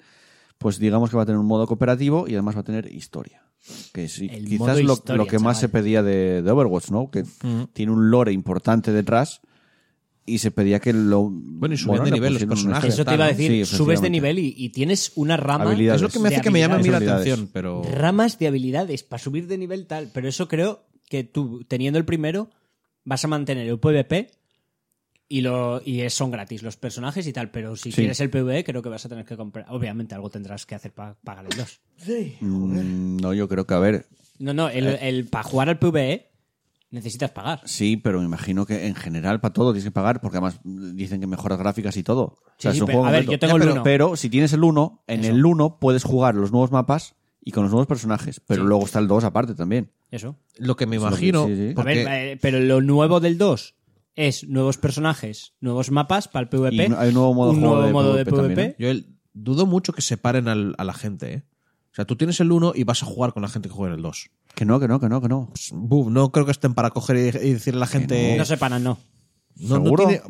S1: pues digamos que va a tener un modo cooperativo y además va a tener historia. Que sí,
S3: El modo
S1: quizás lo,
S3: historia,
S1: lo que más
S3: chaval.
S1: se pedía de, de Overwatch, ¿no? Que tiene un lore importante detrás y se pedía que lo. Bueno,
S2: y subían de nivel los
S1: Ah,
S2: personajes.
S3: Eso te iba a decir, subes de nivel y, y tienes una rama...
S1: Habilidades.
S2: Es lo que me
S3: de
S2: hace que me llame a mí la
S1: habilidades.
S2: atención, pero.
S3: ramas de habilidades para subir de nivel tal. Pero eso creo que tú, teniendo el primero, vas a mantener el PvP y, lo, y es- son gratis los personajes y tal. Pero si
S1: Sí.
S3: quieres el PvE, creo que vas a tener que comprar. Obviamente, algo tendrás que hacer para pagar el 2.
S1: Mm, No, yo creo que, a ver,
S3: No, no, el,
S1: Eh.
S3: para jugar al PvE necesitas pagar.
S1: sí, pero me imagino que en general para todo tienes que pagar, porque además dicen que mejoras gráficas y todo. O sea,
S3: Sí, sí,
S1: es un
S3: pero-
S1: juego
S3: a ver,
S1: completo.
S3: yo tengo el
S1: pero,
S3: uno.
S1: pero si tienes el 1, en
S3: Eso.
S1: el 1 puedes jugar los nuevos mapas y con los nuevos personajes, pero
S3: Sí.
S1: luego está el 2 aparte también.
S3: Eso.
S2: Lo que me
S1: lo que-
S2: imagino.
S1: sí, sí.
S3: A
S2: porque-
S3: ver, eh, pero lo nuevo del 2 es nuevos personajes, nuevos mapas para el PvP.
S1: Y no- hay un nuevo modo
S3: un
S1: de juego
S3: nuevo
S1: de
S3: modo de
S1: PvP también,
S3: PvP.
S2: Yo el- dudo mucho que separen al- a la gente, ¿eh? O sea, tú tienes el 1 y vas a jugar con la gente que juega en el 2.
S1: Que no, que no, que no, que no.
S2: Pues, buf, no creo que estén para coger y, y decirle a la gente.
S3: No separan, no.
S2: No, no
S1: ¿Seguro?
S2: tiene-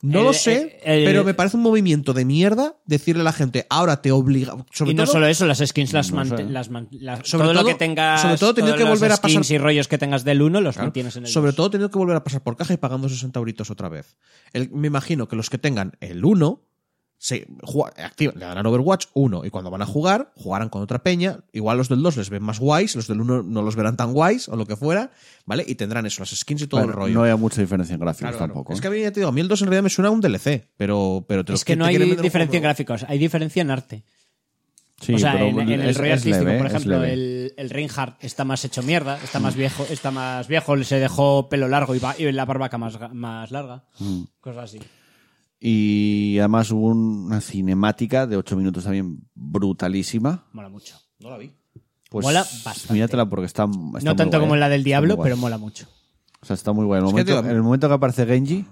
S2: No
S3: El-
S2: lo sé,
S3: el- el-
S2: pero me parece un movimiento de mierda decirle a la gente, ahora te obliga. Sobre
S3: y no
S2: todo,
S3: solo eso, las skins las
S1: sé.
S3: mantienes. Las, man- las-
S2: Sobre
S3: todo, lo
S2: todo-
S3: que tengas.
S2: sobre todo teniendo
S3: todos
S2: que
S3: los
S2: volver a
S3: skins
S2: pasar-
S3: y rollos que tengas del 1 los mantienes en el.
S2: sobre
S3: dos.
S2: todo teniendo que volver a pasar por caja y pagando 60 euritos otra vez. El- me imagino que los que tengan el 1 se juega- activan, le darán Overwatch 1 y cuando van a jugar, jugarán con otra peña. Igual los del 2 les ven más guays, los del 1 no los verán tan guays o lo que fuera, ¿vale? Y tendrán eso, las skins y todo el
S1: Pero
S2: rollo.
S1: No hay mucha diferencia en gráficos
S2: Claro, claro.
S1: tampoco.
S2: Es
S1: ¿eh?
S2: que a mí ya te digo, a mí el 2 en realidad me suena a un DLC, pero, pero te lo
S3: Es que
S2: qui-
S3: no
S2: te
S3: hay
S2: quieren vender un
S3: diferencia en
S2: juego nuevo.
S3: gráficos, hay diferencia en arte.
S1: Sí,
S3: o sea,
S1: pero
S3: en, en el
S1: es-
S3: rollo
S1: es
S3: artístico,
S1: leve,
S3: por
S1: es
S3: ejemplo,
S1: leve.
S3: el, el Reinhardt está más hecho mierda, está más viejo, está más Mm. viejo, se dejó pelo largo y, va- y la barbaca más, ga- más larga. Cosas así.
S1: Y además hubo una cinemática de 8 minutos también brutalísima.
S3: Mola mucho.
S2: No la vi.
S1: Pues
S3: Mola bastante.
S1: míratela porque está, está muy
S3: no tanto
S1: guay,
S3: como
S1: ¿eh?
S3: la del
S1: Está
S3: diablo,
S1: muy guay.
S3: pero mola mucho.
S1: O sea, está muy guay. En el,
S2: Es que te
S1: momento,
S2: digo-
S1: en el momento que aparece Genji,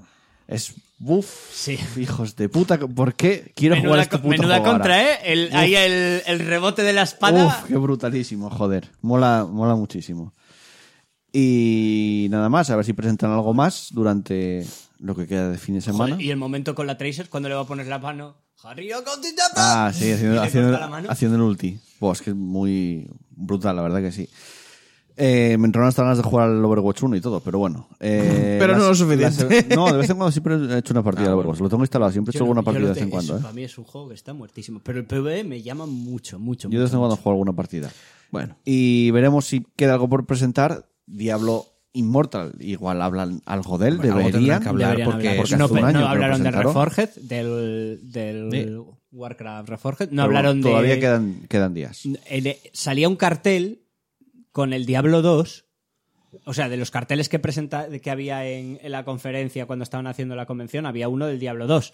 S1: es buf.
S3: Sí.
S1: Hijos de puta, ¿por qué quiero jugar a este puto juego ahora?
S3: ¿eh? El- ahí el, el rebote de la
S1: Uf, qué brutalísimo, joder. Mola, mola muchísimo. Y nada más, a ver si presentan algo más durante lo que queda de fin de
S3: Joder,
S1: semana.
S3: y el momento con la Tracer, cuando le va a poner la mano. ¡Harry, yo con ti te
S1: Ah, sí,
S3: Y
S1: haciendo,
S3: le
S1: haciendo,
S3: corta la mano.
S1: haciendo el ulti. Buah, es que es muy brutal, la verdad que sí. Eh, me entraron hasta ganas de jugar al Overwatch 1 y todo, pero bueno. Eh,
S2: Pero no lo suficiente.
S1: no, de vez en cuando siempre he hecho una partida al Overwatch. Lo tengo instalado, siempre he hecho
S3: Ah, Yo no-
S1: alguna
S3: yo
S1: partida
S3: no
S1: de
S3: te-
S1: vez en cuando.
S3: eso
S1: ¿eh?
S3: Para mí es un juego que está muertísimo. Pero el PvE me llama mucho, mucho.
S1: Yo de vez en
S3: mucho,
S1: cuando
S3: mucho.
S1: juego alguna partida.
S2: Bueno.
S1: Y veremos si queda algo por presentar. Diablo Immortal. Igual hablan algo de él,
S2: Bueno, algo
S1: deberían.
S2: tendrán que hablar,
S3: Deberían
S2: porque-
S3: hablar.
S1: porque
S3: no,
S1: hace un
S3: pero
S1: año que
S3: no
S1: lo
S3: hablaron del
S1: presentaron.
S3: Reforged, del, del
S2: Sí.
S3: Warcraft Reforged. No
S1: Pero
S3: hablaron de.
S1: Todavía quedan, quedan días.
S3: el- eh, salía un cartel con el Diablo 2. O sea, de los carteles que presenta, que había en, en la conferencia cuando estaban haciendo la convención, había uno del Diablo 2.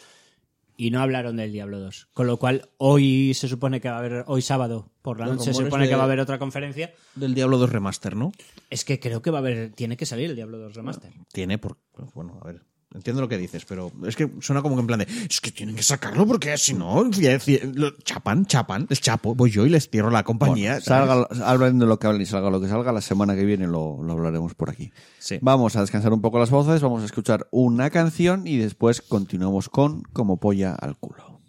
S3: Y no hablaron del Diablo 2. Con lo cual, hoy se supone que va a haber, hoy sábado por la
S2: Los
S3: noche, se
S2: rumores
S3: supone
S2: de-
S3: que va a haber otra conferencia.
S2: Del Diablo 2 Remaster, ¿no?
S3: Es que creo que va a haber, tiene que salir el Diablo 2 Remaster.
S2: Tiene, por. pues, Bueno, a ver. Entiendo lo que dices, pero es que suena como que en plan de. Es que tienen que sacarlo porque si no. fie- fie- lo- chapan, chapan. Les chapo. Voy yo y les cierro la compañía.
S1: Bueno,
S2: ¿sabes?
S1: salga, hablen de lo que hablen y salga lo que salga. La semana que viene lo, lo hablaremos por aquí.
S2: Sí.
S1: Vamos a descansar un poco las voces, vamos a escuchar una canción y después continuamos con Como polla al culo.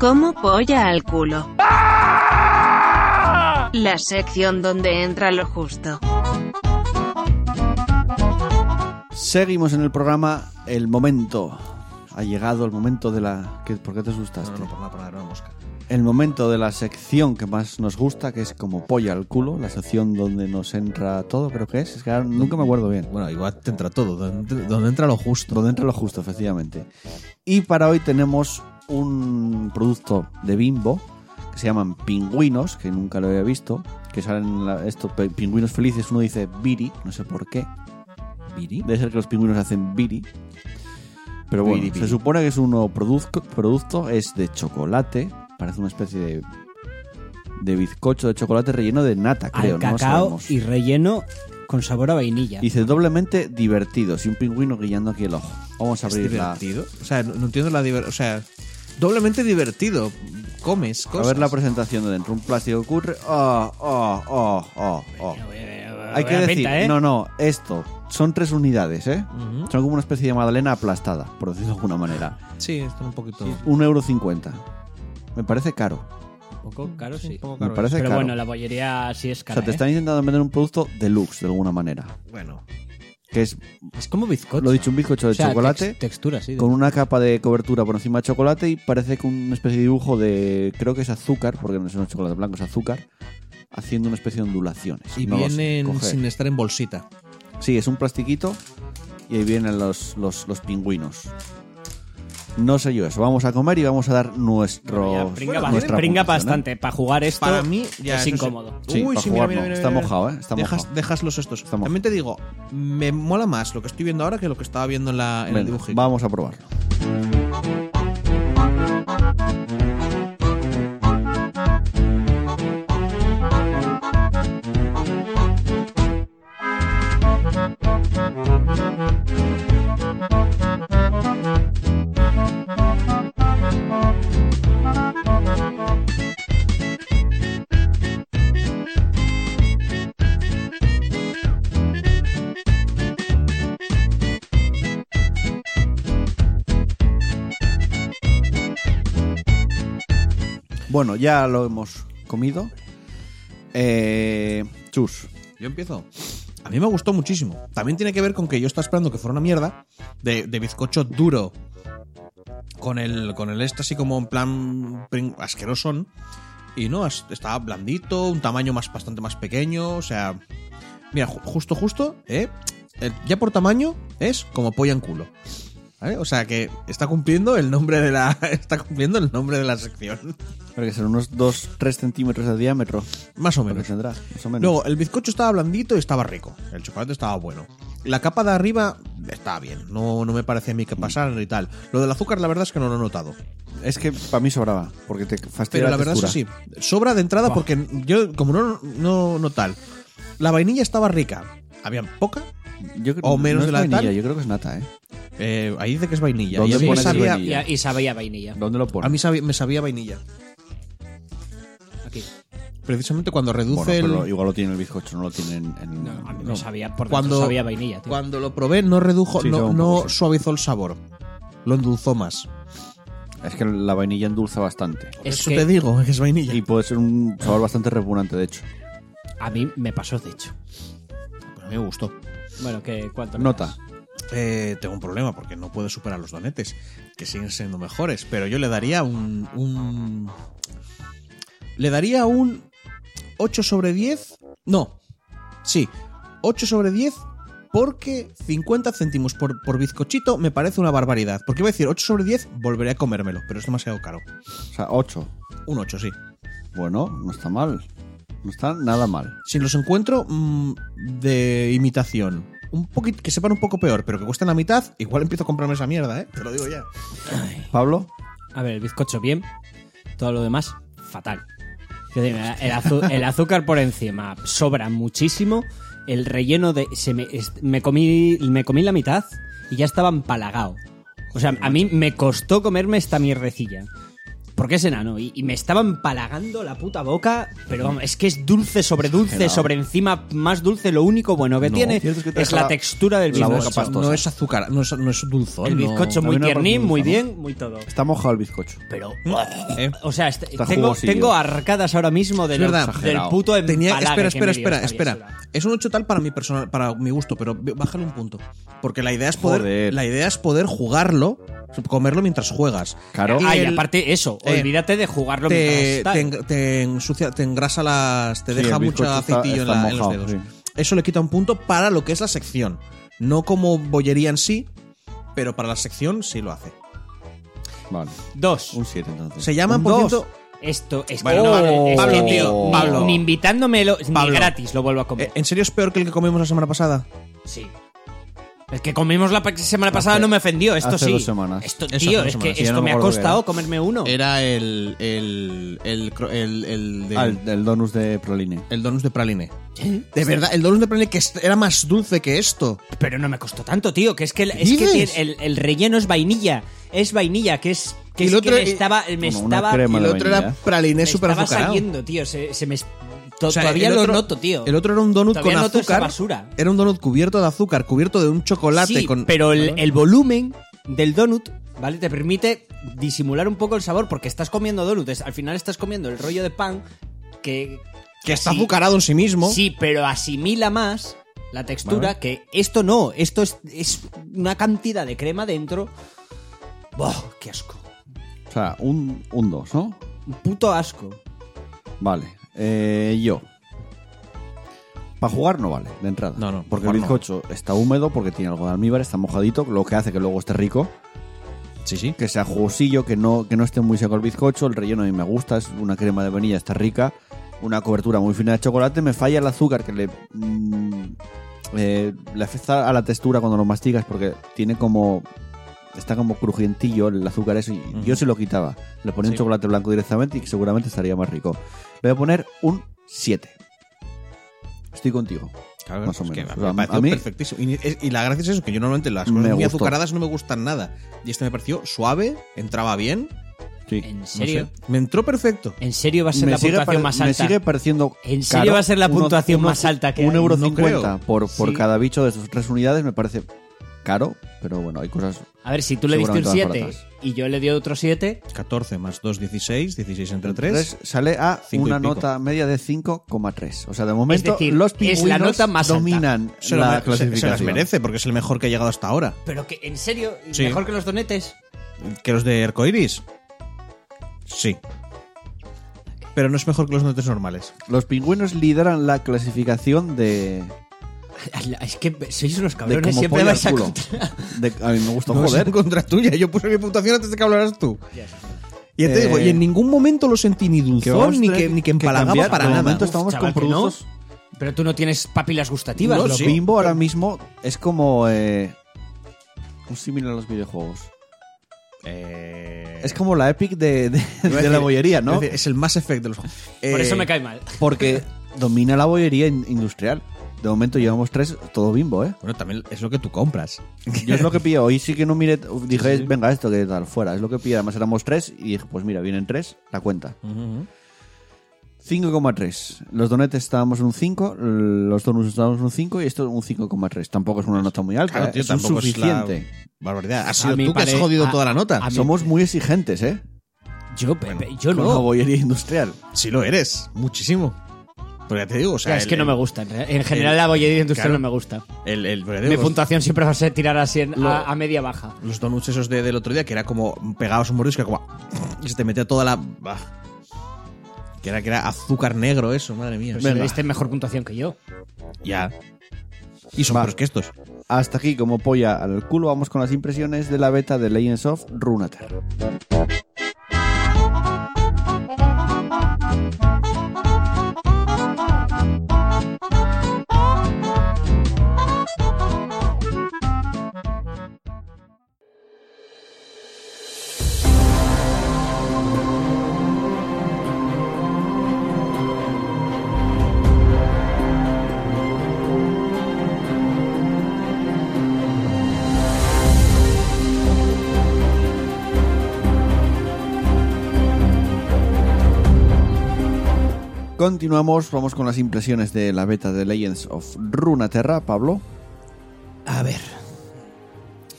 S5: Como polla al culo. La sección donde entra lo justo.
S1: Seguimos en el programa El Momento. ha llegado el momento de la... ¿Qué- ¿Por qué te asustaste?
S2: No, no, por nada, por nada, era una mosca.
S1: El momento de la sección que más nos gusta, que es como polla al culo, la sección donde nos entra todo, creo que es. Es que ahora nunca me acuerdo bien.
S2: Bueno, igual te entra todo, donde, donde entra lo justo.
S1: Donde entra lo justo, efectivamente. Y para hoy tenemos un producto de Bimbo que se llaman pingüinos, que nunca lo había visto, que salen en la- estos pe- pingüinos felices. Uno dice biri, no sé por qué.
S2: Biri.
S1: Debe ser que los pingüinos hacen biri. Pero bueno,
S2: Biri, biri.
S1: se supone que es un nuevo produzco- producto, es de chocolate, parece una especie de de bizcocho de chocolate relleno de nata, creo. no
S3: Al
S1: lo
S3: cacao
S1: sabemos.
S3: y relleno con sabor a vainilla.
S1: Dice doblemente divertido, y un pingüino guiando aquí el ojo. Vamos a
S2: ¿Es
S1: abrir la,
S2: divertido? O sea, no, no entiendo la diversión. O sea, doblemente divertido. Comes cosas.
S1: A ver la presentación de dentro. Un plástico ocurre. Oh, oh, oh, oh, oh. Hay que
S3: Buena
S1: decir,
S3: pinta, ¿eh?
S1: no, no, esto. Son tres unidades, ¿eh? Son como una especie de magdalena aplastada, por decirlo de alguna manera.
S2: Sí, está un poquito.
S1: Un euro cincuenta. Me parece caro.
S3: Un poco caro, sí.
S2: un poco
S1: Me
S2: caro
S1: parece
S3: Pero
S1: caro.
S3: bueno, la bollería sí es
S1: o
S3: cara.
S1: sea, te
S3: ¿eh?
S1: están intentando vender un producto deluxe, de alguna manera.
S2: eso. Bueno.
S1: Que es,
S3: Es como bizcocho.
S1: lo dicho, un bizcocho de
S3: O sea,
S1: chocolate
S3: tex- textura, sí. de-
S1: con una capa de cobertura por encima de chocolate y parece que una especie de dibujo de, creo que es azúcar, porque no es un chocolate blanco, es azúcar, haciendo una especie de ondulaciones.
S2: Y
S1: No lo sé,
S2: vienen
S1: coger.
S2: sin estar en bolsita.
S1: Sí, es un plastiquito y ahí vienen los, los, los pingüinos. No sé yo eso. Vamos a comer y vamos a dar nuestro.
S3: Ya, pringa
S1: nuestra ¿eh?
S3: bast- pringa
S1: puntuación,
S3: bastante. Para jugar esto
S2: Para mí ya
S3: es
S2: eso
S3: incómodo.
S1: Sí, para jugar no. Está mojado, ¿eh? Está
S2: dejas,
S1: mojado.
S2: dejas los estos.
S1: Está mojado.
S2: También te digo, me mola más lo que estoy viendo ahora que lo que estaba viendo en, la,
S1: ¿eh?
S2: en
S1: Venga,
S2: el dibujito.
S1: vamos a probarlo. Bueno, ya lo hemos comido. Eh, chus.
S2: Yo empiezo. A mí me gustó muchísimo. También tiene que ver con que yo estaba esperando que fuera una mierda de, de bizcocho duro con el con el este así como en plan prin- asquerosón y no, es- estaba blandito, un tamaño más bastante más pequeño, o sea, mira, ju- justo justo, ¿eh? Eh, ya por tamaño es como polla en culo. ¿vale? O sea que está cumpliendo el nombre de la está cumpliendo el nombre de la sección,
S1: Creo que serán unos 2-3 centímetros de diámetro.
S2: más o
S1: Lo que
S2: menos.
S1: tendrá, más o menos.
S2: Luego, el bizcocho estaba blandito y estaba rico. El chocolate estaba bueno. La capa de arriba estaba bien. No, no me parece a mí
S1: Mm.
S2: que pasara y tal. Lo del azúcar, la verdad es que no lo he notado.
S1: Es que para mí sobraba, porque te fastidia.
S2: Pero la verdad es que sí. Sobra de entrada porque yo, como no, no, no tal. La vainilla estaba rica. Habían poca.
S1: sí. Yo, creo-
S2: O
S1: no
S2: menos de
S1: es
S2: la
S1: vainilla,
S2: tal.
S1: yo creo que es nata, ¿eh?
S2: Eh, ahí dice que es vainilla.
S1: ¿Dónde
S2: Y a mí, me
S1: pones
S2: sabía,
S1: vainilla?
S3: Y, a- y sabía vainilla.
S1: ¿Dónde lo pones?
S2: a mí sabía- me sabía vainilla.
S3: Aquí.
S2: Precisamente cuando
S1: Bueno,
S2: reduce
S1: pero
S2: el.
S1: lo- igual lo tiene el bizcocho, no lo tiene en. en-
S3: No, a mí no,
S2: No.
S3: sabía. Por
S2: Cuando-
S3: cuando sabía vainilla, tío.
S2: Cuando lo probé, no redujo,
S1: Sí, sabe
S2: no,
S1: un
S2: no
S1: poco, sí.
S2: suavizó el sabor. Lo endulzó más.
S1: Es que la vainilla endulza bastante.
S3: Es
S2: Eso
S3: que-
S2: te digo, que es vainilla.
S1: Y puede ser un sabor bastante repugnante, de hecho.
S3: A mí me pasó, de hecho.
S2: Pero a mí me gustó.
S3: Bueno, ¿qué, ¿cuánto le
S1: Nota.
S3: das?
S2: Eh, tengo un problema porque no puedo superar los donetes, que siguen siendo mejores, pero yo le daría un. un- le daría un 8 sobre 10. No, sí, 8 sobre 10 porque 50 céntimos por, por bizcochito me parece una barbaridad. Porque iba a decir 8 sobre 10, volveré a comérmelo, pero es demasiado caro.
S1: O sea, 8.
S2: Un 8, sí.
S1: Bueno, no está mal. No está nada mal.
S2: Si los encuentro mm, de imitación. Un poquito, que sepan un poco peor, pero que cuesten la mitad, igual empiezo a comprarme esa mierda, ¿eh? Te lo digo ya.
S1: Pablo,
S3: A ver, el bizcocho bien. Todo lo demás, fatal. Yo digo, el, azu- el azúcar por encima sobra muchísimo. El relleno de. Se me, es- me, comí, me comí la mitad y ya estaba empalagado. O sea, a mí me costó comerme esta mierdecilla. porque es enano. Y, y me estaban palagando la puta boca, pero vamos, es que es dulce sobre dulce,
S1: Exagerado.
S3: sobre encima más dulce. Lo único bueno que
S1: No,
S3: tiene
S1: cierto es que te
S3: es
S1: deja
S3: la,
S1: la-
S3: textura del
S1: la
S2: No,
S1: boca
S3: bizcocho.
S2: es-
S1: pastosa.
S2: No es azúcar, no es, no es dulzón.
S3: El
S2: no-
S3: bizcocho
S1: no
S3: muy
S1: viene
S3: tiernín,
S1: dulce,
S3: muy
S1: ¿no?
S3: bien, muy todo.
S1: Está mojado el bizcocho.
S3: Pero.
S2: ¿Eh?
S3: O sea, este-
S1: Está
S3: tengo,
S1: jugosillo.
S3: tengo arcadas ahora mismo de
S2: Es
S3: lo-
S2: verdad,
S3: del
S1: exagerado.
S3: puto empalague
S2: Tenía- espera,
S3: que me
S2: espera,
S3: dio
S2: espera,
S3: esta
S2: espera.
S3: biosfera.
S2: Es un hecho tal para mi personal, para mi gusto, pero b- bájale un punto, porque la idea es poder,
S1: Joder.
S2: la idea es poder jugarlo, comerlo mientras juegas.
S1: Claro.
S2: Ah, Y
S3: Ay,
S2: el-
S3: aparte eso,
S2: eh,
S3: olvídate de jugarlo
S2: te,
S3: mientras tal.
S2: te en- te ensucia, te engrasa las, te
S1: Sí,
S2: deja
S1: el
S2: mucho
S1: bizcocho está-
S2: aceitillo en,
S1: está
S2: la- en
S1: mojado,
S2: los dedos. Eso le quita un punto para lo que es la sección, no como bollería en sí, pero para la sección sí lo hace.
S1: Vale.
S3: Dos.
S1: Un 7 entonces.
S2: Se llaman
S3: Un
S2: por
S3: dos.
S2: cierto,
S3: Esto es
S2: Bueno,
S3: que-
S2: Pablo,
S3: es
S2: Pablo,
S3: que ni-
S2: tío,
S3: ni,
S2: Pablo.
S3: ni invitándome lo-
S2: Pablo.
S3: ni gratis lo vuelvo a comer.
S2: eh, ¿en serio es peor que el que comimos la semana pasada?
S3: sí. El que comimos la pa- semana pasada no me ofendió, esto
S1: hace
S3: sí.
S1: dos semanas.
S3: Esto,
S2: Eso,
S3: tío,
S2: hace dos
S3: es que
S2: semanas, ya
S3: esto
S1: no me
S3: me ha
S1: acuerdo qué
S3: costado
S1: era.
S3: comerme uno.
S2: Era el el el cro- el, el del-
S1: Ah, el, el donus de Proline.
S2: el donus de praline. De verdad, el donus de praline que es- era más dulce que esto.
S3: Pero no me costó tanto, tío, que es que, el- es que
S2: dices?
S3: tiene- el, el relleno es vainilla, es vainilla, que es que,
S2: Y
S3: es
S2: lo
S3: que
S2: otro-
S3: me estaba me
S1: Como una
S3: estaba
S1: crema
S2: Y el
S1: de
S2: otro
S1: vainilla.
S2: era praline
S3: me
S2: súper
S3: estaba
S2: azucarado.
S3: saliendo, tío, se, se me to-
S2: O sea,
S3: todavía
S2: el
S3: lo
S2: otro-
S3: noto, tío.
S2: El otro era un donut
S3: Todavía
S2: con
S3: noto esa
S2: azúcar.
S3: basura.
S2: Era un donut cubierto de azúcar, cubierto de un chocolate
S3: Sí,
S2: con.
S3: pero el, el volumen del donut, ¿vale? Te permite disimular un poco el sabor porque estás comiendo donut. es- Al final estás comiendo el rollo de pan que...
S2: que está
S3: así-
S2: azucarado en sí mismo.
S3: Sí, pero asimila más la textura
S2: Vale.
S3: que esto no. Esto es, es una cantidad de crema dentro. ¡Boh! ¡Qué asco!
S1: O sea, un 2, ¿no?
S3: Un puto asco.
S1: Vale. Eh, yo. Para jugar no vale, de entrada.
S2: No, no, pa'
S1: Porque el
S2: jugar no.
S1: bizcocho está húmedo, porque tiene algo de almíbar, está mojadito, lo que hace que luego esté rico.
S2: sí. sí.
S1: Que sea jugosillo, que no, que no esté muy seco el bizcocho. El relleno a mí me gusta, es una crema de vainilla, está rica. Una cobertura muy fina de chocolate. Me falla el azúcar que le. mm, eh, le afecta a la textura cuando lo mastigas porque tiene como. Está como crujientillo el azúcar eso. Y yo se lo quitaba. Le ponía un
S2: Sí.
S1: chocolate blanco directamente y seguramente estaría más rico. Le voy a poner un 7. Estoy contigo.
S2: Claro,
S1: Más o
S2: es que
S1: menos.
S2: me
S1: O sea,
S2: pareció
S1: a mí-
S2: perfectísimo. Y, es- y la gracia es eso, que yo normalmente las cosas
S1: Me
S2: muy
S1: gustó.
S2: azucaradas no me gustan nada. Y este me pareció suave, entraba bien.
S1: Sí.
S3: ¿En
S1: No sé.
S3: serio?
S2: Me entró perfecto.
S3: ¿En serio va a ser
S1: Me
S3: la
S1: sigue
S3: puntuación
S1: pare-
S3: más
S1: Me
S3: alta?
S1: sigue pareciendo.
S3: ¿En serio
S1: caro.
S3: va a ser la
S1: Uno-
S3: puntuación
S1: uno-
S3: más alta que
S1: Un
S3: hay?
S1: euro
S2: No
S1: cincuenta
S2: creo.
S1: por, por
S3: Sí.
S1: cada bicho de sus tres unidades me parece caro, pero bueno, hay cosas.
S3: A ver, si tú le diste un
S1: Seguramente van
S3: 7 y yo le di otro 7,
S2: 14 más 2, 16. 16 entre 3.
S1: Tres, sale a
S2: Cinco y
S1: una
S2: pico.
S1: nota media de 5,3. O sea, de momento
S3: decir,
S1: los
S3: es
S1: pingüinos
S3: la nota más alta.
S1: dominan
S2: Se, lo
S1: la
S2: mere- se- se
S1: clasificación.
S2: las merece porque es el mejor que ha llegado hasta ahora.
S3: pero que en serio,
S2: Sí.
S3: mejor que los donetes.
S2: ¿Que los de arcoiris? Sí. Pero no es mejor que los notes normales.
S1: Los pingüinos lideran la clasificación de.
S3: Es que sois unos
S1: de
S3: cabrones,
S1: como
S3: siempre
S1: pollo
S3: vais a
S1: al culo.
S3: contra-
S1: De- a mí me gusta
S2: No,
S1: joder.
S2: es contra tuya. Yo puse mi puntuación antes de que hablaras tú. Y ya te
S1: Eh,
S2: digo, y en ningún momento lo sentí ni
S1: que vamos
S2: dulzón,
S1: a
S2: ni
S1: tener
S2: que, ni que empalagaba
S1: cambiar.
S2: para
S1: de
S2: nada.
S1: momento
S3: Uf,
S1: estamos
S3: chaval,
S1: con
S3: que no.
S1: productos.
S3: Pero tú no tienes papilas gustativas,
S2: No,
S3: loco.
S2: sí.
S1: Bimbo ahora mismo es como. eh, un símil a los videojuegos.
S2: Eh,
S1: Es como la Epic de, de-
S2: iba
S1: de
S2: a
S1: la
S2: decir-
S1: bollería, ¿no?
S2: Es, decir, es el más efecto de los juegos.
S3: Por
S2: Eh,
S3: eso me cae mal.
S1: Porque domina la bollería in- industrial. De momento llevamos tres, todo bimbo, ¿eh?
S2: Bueno, también es lo que tú compras.
S1: Yo es lo que pillé. Hoy sí que no miré. Dije, venga, esto que tal, fuera. Es lo que pillé. Además éramos tres y dije, pues mira, vienen tres, la cuenta. 5,3. Los donetes estábamos en un 5, los donuts estábamos en un 5 y esto un 5,3. Tampoco es una nota muy alta.
S2: Pues Claro,
S1: ¿eh?
S2: tío,
S1: es un
S2: tampoco es la
S1: suficiente.
S2: barbaridad. Has
S3: A
S2: sido
S3: mí
S2: tú que has
S3: pare-
S2: jodido
S3: a-
S2: toda la nota.
S3: a mí-
S1: Somos muy exigentes, ¿eh?
S3: Yo, pe- pe- yo
S1: Con la
S3: no.
S1: bollería industrial.
S2: Sí lo eres. Muchísimo. Pero ya te digo, o
S3: O sea,
S2: sea...
S3: es
S2: el-
S3: que no me
S2: el-
S3: gusta. En re- en general,
S2: el-
S3: la bollería industrial
S2: claro.
S3: no me gusta.
S2: el- el- pero ya te
S3: Mi
S2: digo,
S3: puntuación siempre va a ser tirar así en- a, a media baja.
S2: Los donuts esos de- del otro día, que era como pegados a un mordisco, que como... Y se te metía toda la... bah. Que era, que era azúcar negro eso, madre mía.
S3: Pero este si le
S2: Venga.
S3: diste mejor puntuación que yo.
S2: Ya. Y son
S1: Va.
S2: peores que estos.
S1: Hasta aquí, como polla al culo, vamos con las impresiones de la beta de Legends of Runeterra. Continuamos, vamos con las impresiones de la beta de Legends of Runeterra, Pablo.
S3: A ver.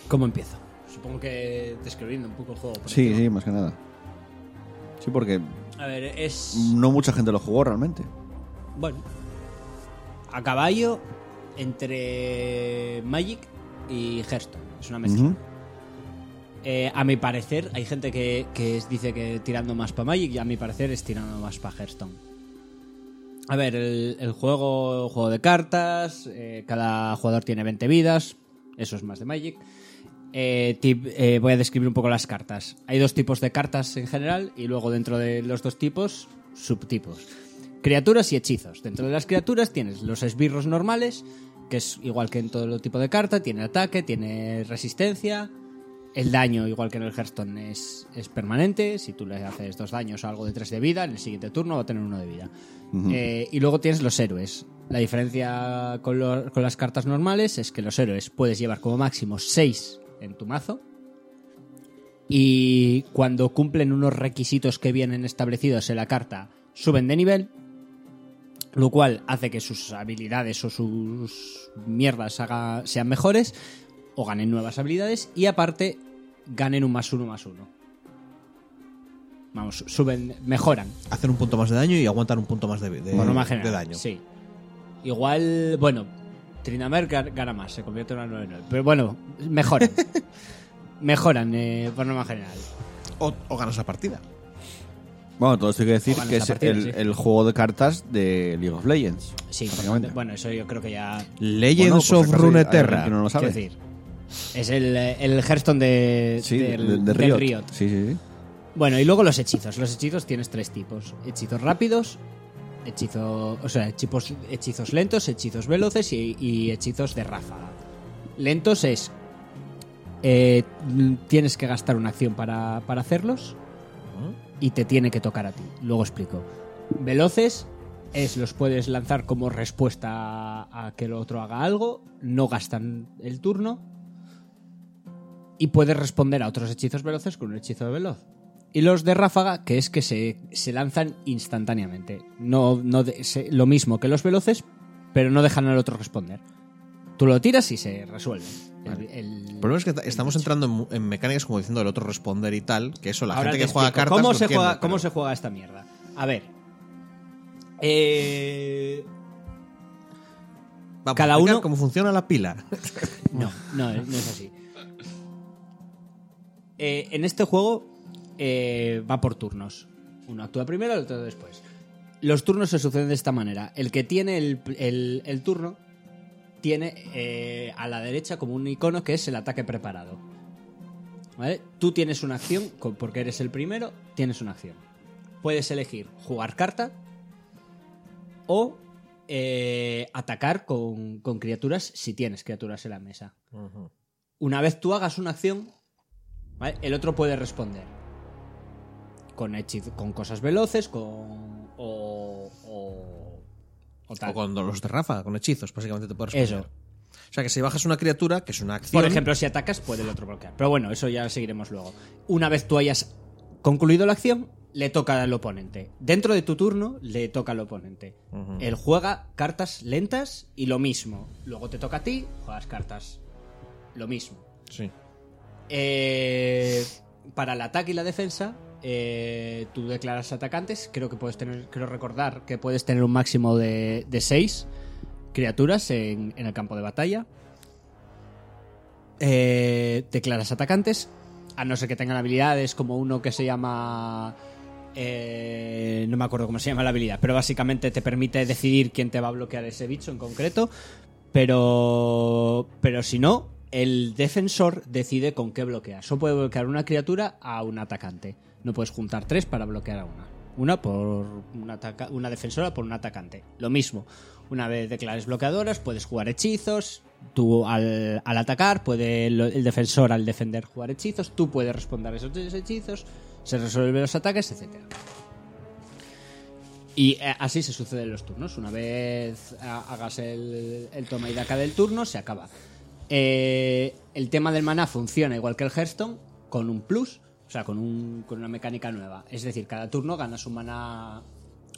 S3: ¿Cómo empiezo? Supongo que describiendo un poco el juego. por
S1: Sí,
S3: encima.
S1: sí, más que nada. Sí, porque
S3: A ver, es.
S1: no mucha gente lo jugó realmente.
S3: Bueno. A caballo entre Magic y Hearthstone. Es una mezcla.
S1: Ujú.
S3: Eh, a mi parecer, hay gente que, que es- dice que tirando más para Magic y a mi parecer es tirando más para Hearthstone. A ver, el, el juego, juego de cartas, eh, cada jugador tiene 20 vidas, eso es más de Magic. Eh, tip- eh, voy a describir un poco las cartas. Hay dos tipos de cartas en general y luego dentro de los dos tipos, subtipos. Criaturas y hechizos. Dentro de las criaturas tienes los esbirros normales, que es igual que en todo el tipo de carta, tiene ataque, tiene resistencia, el daño, igual que en el Hearthstone, es, es permanente. Si tú le haces dos daños o algo de tres de vida, en el siguiente turno va a tener uno de vida. Eh, y luego tienes los héroes. La diferencia con, lo- con las cartas normales es que los héroes puedes llevar como máximo seis en tu mazo. Y cuando cumplen unos requisitos que vienen establecidos en la carta, suben de nivel. Lo cual hace que sus habilidades o sus mierdas haga- sean mejores o ganen nuevas habilidades y aparte ganen un más uno más uno. Vamos, suben, mejoran,
S2: Hacen un punto más de daño y aguantan un punto más de, de-
S1: Eh,
S3: por lo más
S2: de
S3: general.
S2: daño.
S3: Sí. Igual, bueno, Trinamer gar- gana más, se convierte en una 9-9. Pero bueno, mejoran. mejoran, eh, por lo más general.
S2: O, o ganas la partida.
S1: Bueno, entonces hay que decir
S3: Juegan
S1: que
S3: esa
S1: es
S3: partida,
S1: el,
S3: sí.
S1: el juego de cartas de League of Legends.
S3: Sí,
S1: básicamente.
S3: bueno, eso yo creo que ya.
S1: Bueno,
S2: Legends
S1: por si acaso
S2: of
S1: hay alguien
S2: Runeterra.
S1: que no lo sabe.
S3: Quiero decir, es el, el Hearthstone de,
S1: Sí,
S3: del,
S1: de, de
S3: del
S1: Riot.
S3: Riot.
S1: Sí, sí, sí.
S3: Bueno, y luego los hechizos. Los hechizos tienes tres tipos: hechizos rápidos, hechizo, o sea, hechizos, hechizos lentos, hechizos veloces y, y hechizos de ráfaga. Lentos es. eh, tienes que gastar una acción para, para hacerlos y te tiene que tocar a ti. Luego explico. Veloces es los puedes lanzar como respuesta a a que el otro haga algo, no gastan el turno y puedes responder a otros hechizos veloces con un hechizo veloz. Y los de ráfaga, que es que se, se lanzan instantáneamente. No, no de- se- lo mismo que los veloces, pero no dejan al otro responder. Tú lo tiras y se resuelve. El- el-
S2: El problema es que ta-
S3: el
S2: estamos
S3: hechizo.
S2: entrando en, mu- en mecánicas como diciendo el otro responder y tal, que eso la
S3: Ahora
S2: gente
S3: te
S2: que juega
S3: explico.
S2: cartas
S3: ¿Cómo,
S2: lo
S3: se,
S2: entiende,
S3: juega,
S2: pero-
S3: ¿Cómo se juega esta mierda? A ver. Eh,
S2: Vamos,
S3: cada
S2: explicar
S3: uno-
S2: cómo funciona la pila.
S3: No, no, no es así. Eh, en este juego eh, va por turnos. Uno actúa primero, el otro después. Los turnos se suceden de esta manera. El que tiene el, el- el turno tiene eh, a la derecha como un icono que es el ataque preparado. ¿Vale? Tú tienes una acción, co- porque eres el primero, tienes una acción. Puedes elegir jugar carta o eh, atacar con, con criaturas si tienes criaturas en la mesa. Una vez tú hagas una acción, ¿vale? el otro puede responder. Con, hechiz- con cosas veloces, con. o. o. o tal.
S2: O con los de Rafa, con hechizos, básicamente te puedes
S3: Eso.
S2: responder. O sea que si bajas una criatura, que es una acción.
S3: Por ejemplo, si atacas, puede el otro bloquear. Pero bueno, eso ya seguiremos luego. Una vez tú hayas concluido la acción, le toca al oponente. Dentro de tu turno, le toca al oponente. Él juega cartas lentas y lo mismo. Luego te toca a ti, juegas cartas lo mismo.
S2: Sí.
S3: Eh, para el ataque y la defensa, eh, tú declaras atacantes. Creo que puedes tener, creo recordar que puedes tener un máximo de, de seis criaturas en, en el campo de batalla. Eh, declaras atacantes, a no ser que tengan habilidades como uno que se llama. eh, no me acuerdo cómo se llama la habilidad, pero básicamente te permite decidir quién te va a bloquear ese bicho en concreto. Pero, pero si no, el defensor decide con qué bloquea. Solo puede bloquear una criatura a un atacante. No puedes juntar tres para bloquear a una. Una por una, ataca- una defensora por un atacante. Lo mismo. Una vez declares bloqueadoras, puedes jugar hechizos. Tú al, al atacar, puede el, el defensor al defender jugar hechizos. Tú puedes responder a esos hechizos. Se resuelven los ataques, etcétera. Y eh, así se suceden los turnos. Una vez ha- hagas el, el toma y daca del turno, se acaba. Eh, el tema del maná funciona igual que el Hearthstone, con un plus, o sea, con, un- con una mecánica nueva. Es decir, cada turno ganas un maná,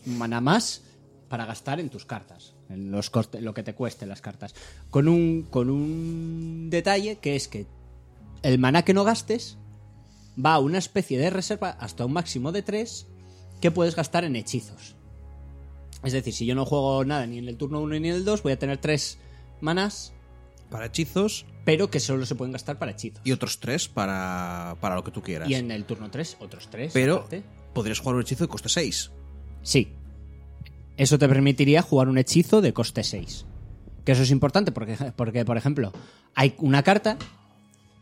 S3: un maná más para gastar en tus cartas, en los coste- lo que te cuesten las cartas. Con un, con un detalle que es que el maná que no gastes va a una especie de reserva hasta un máximo de 3 que puedes gastar en hechizos. Es decir, si yo no juego nada ni en el turno 1 ni en el 2, voy a tener 3 manás,
S2: Para hechizos
S3: pero que solo se pueden gastar para hechizos.
S2: y otros tres para, para lo que tú quieras.
S3: Y en el turno 3, otros 3.
S2: Pero podrías jugar un hechizo de coste 6.
S3: Sí. Eso te permitiría jugar un hechizo de coste 6. Que eso es importante porque, porque por ejemplo, hay una carta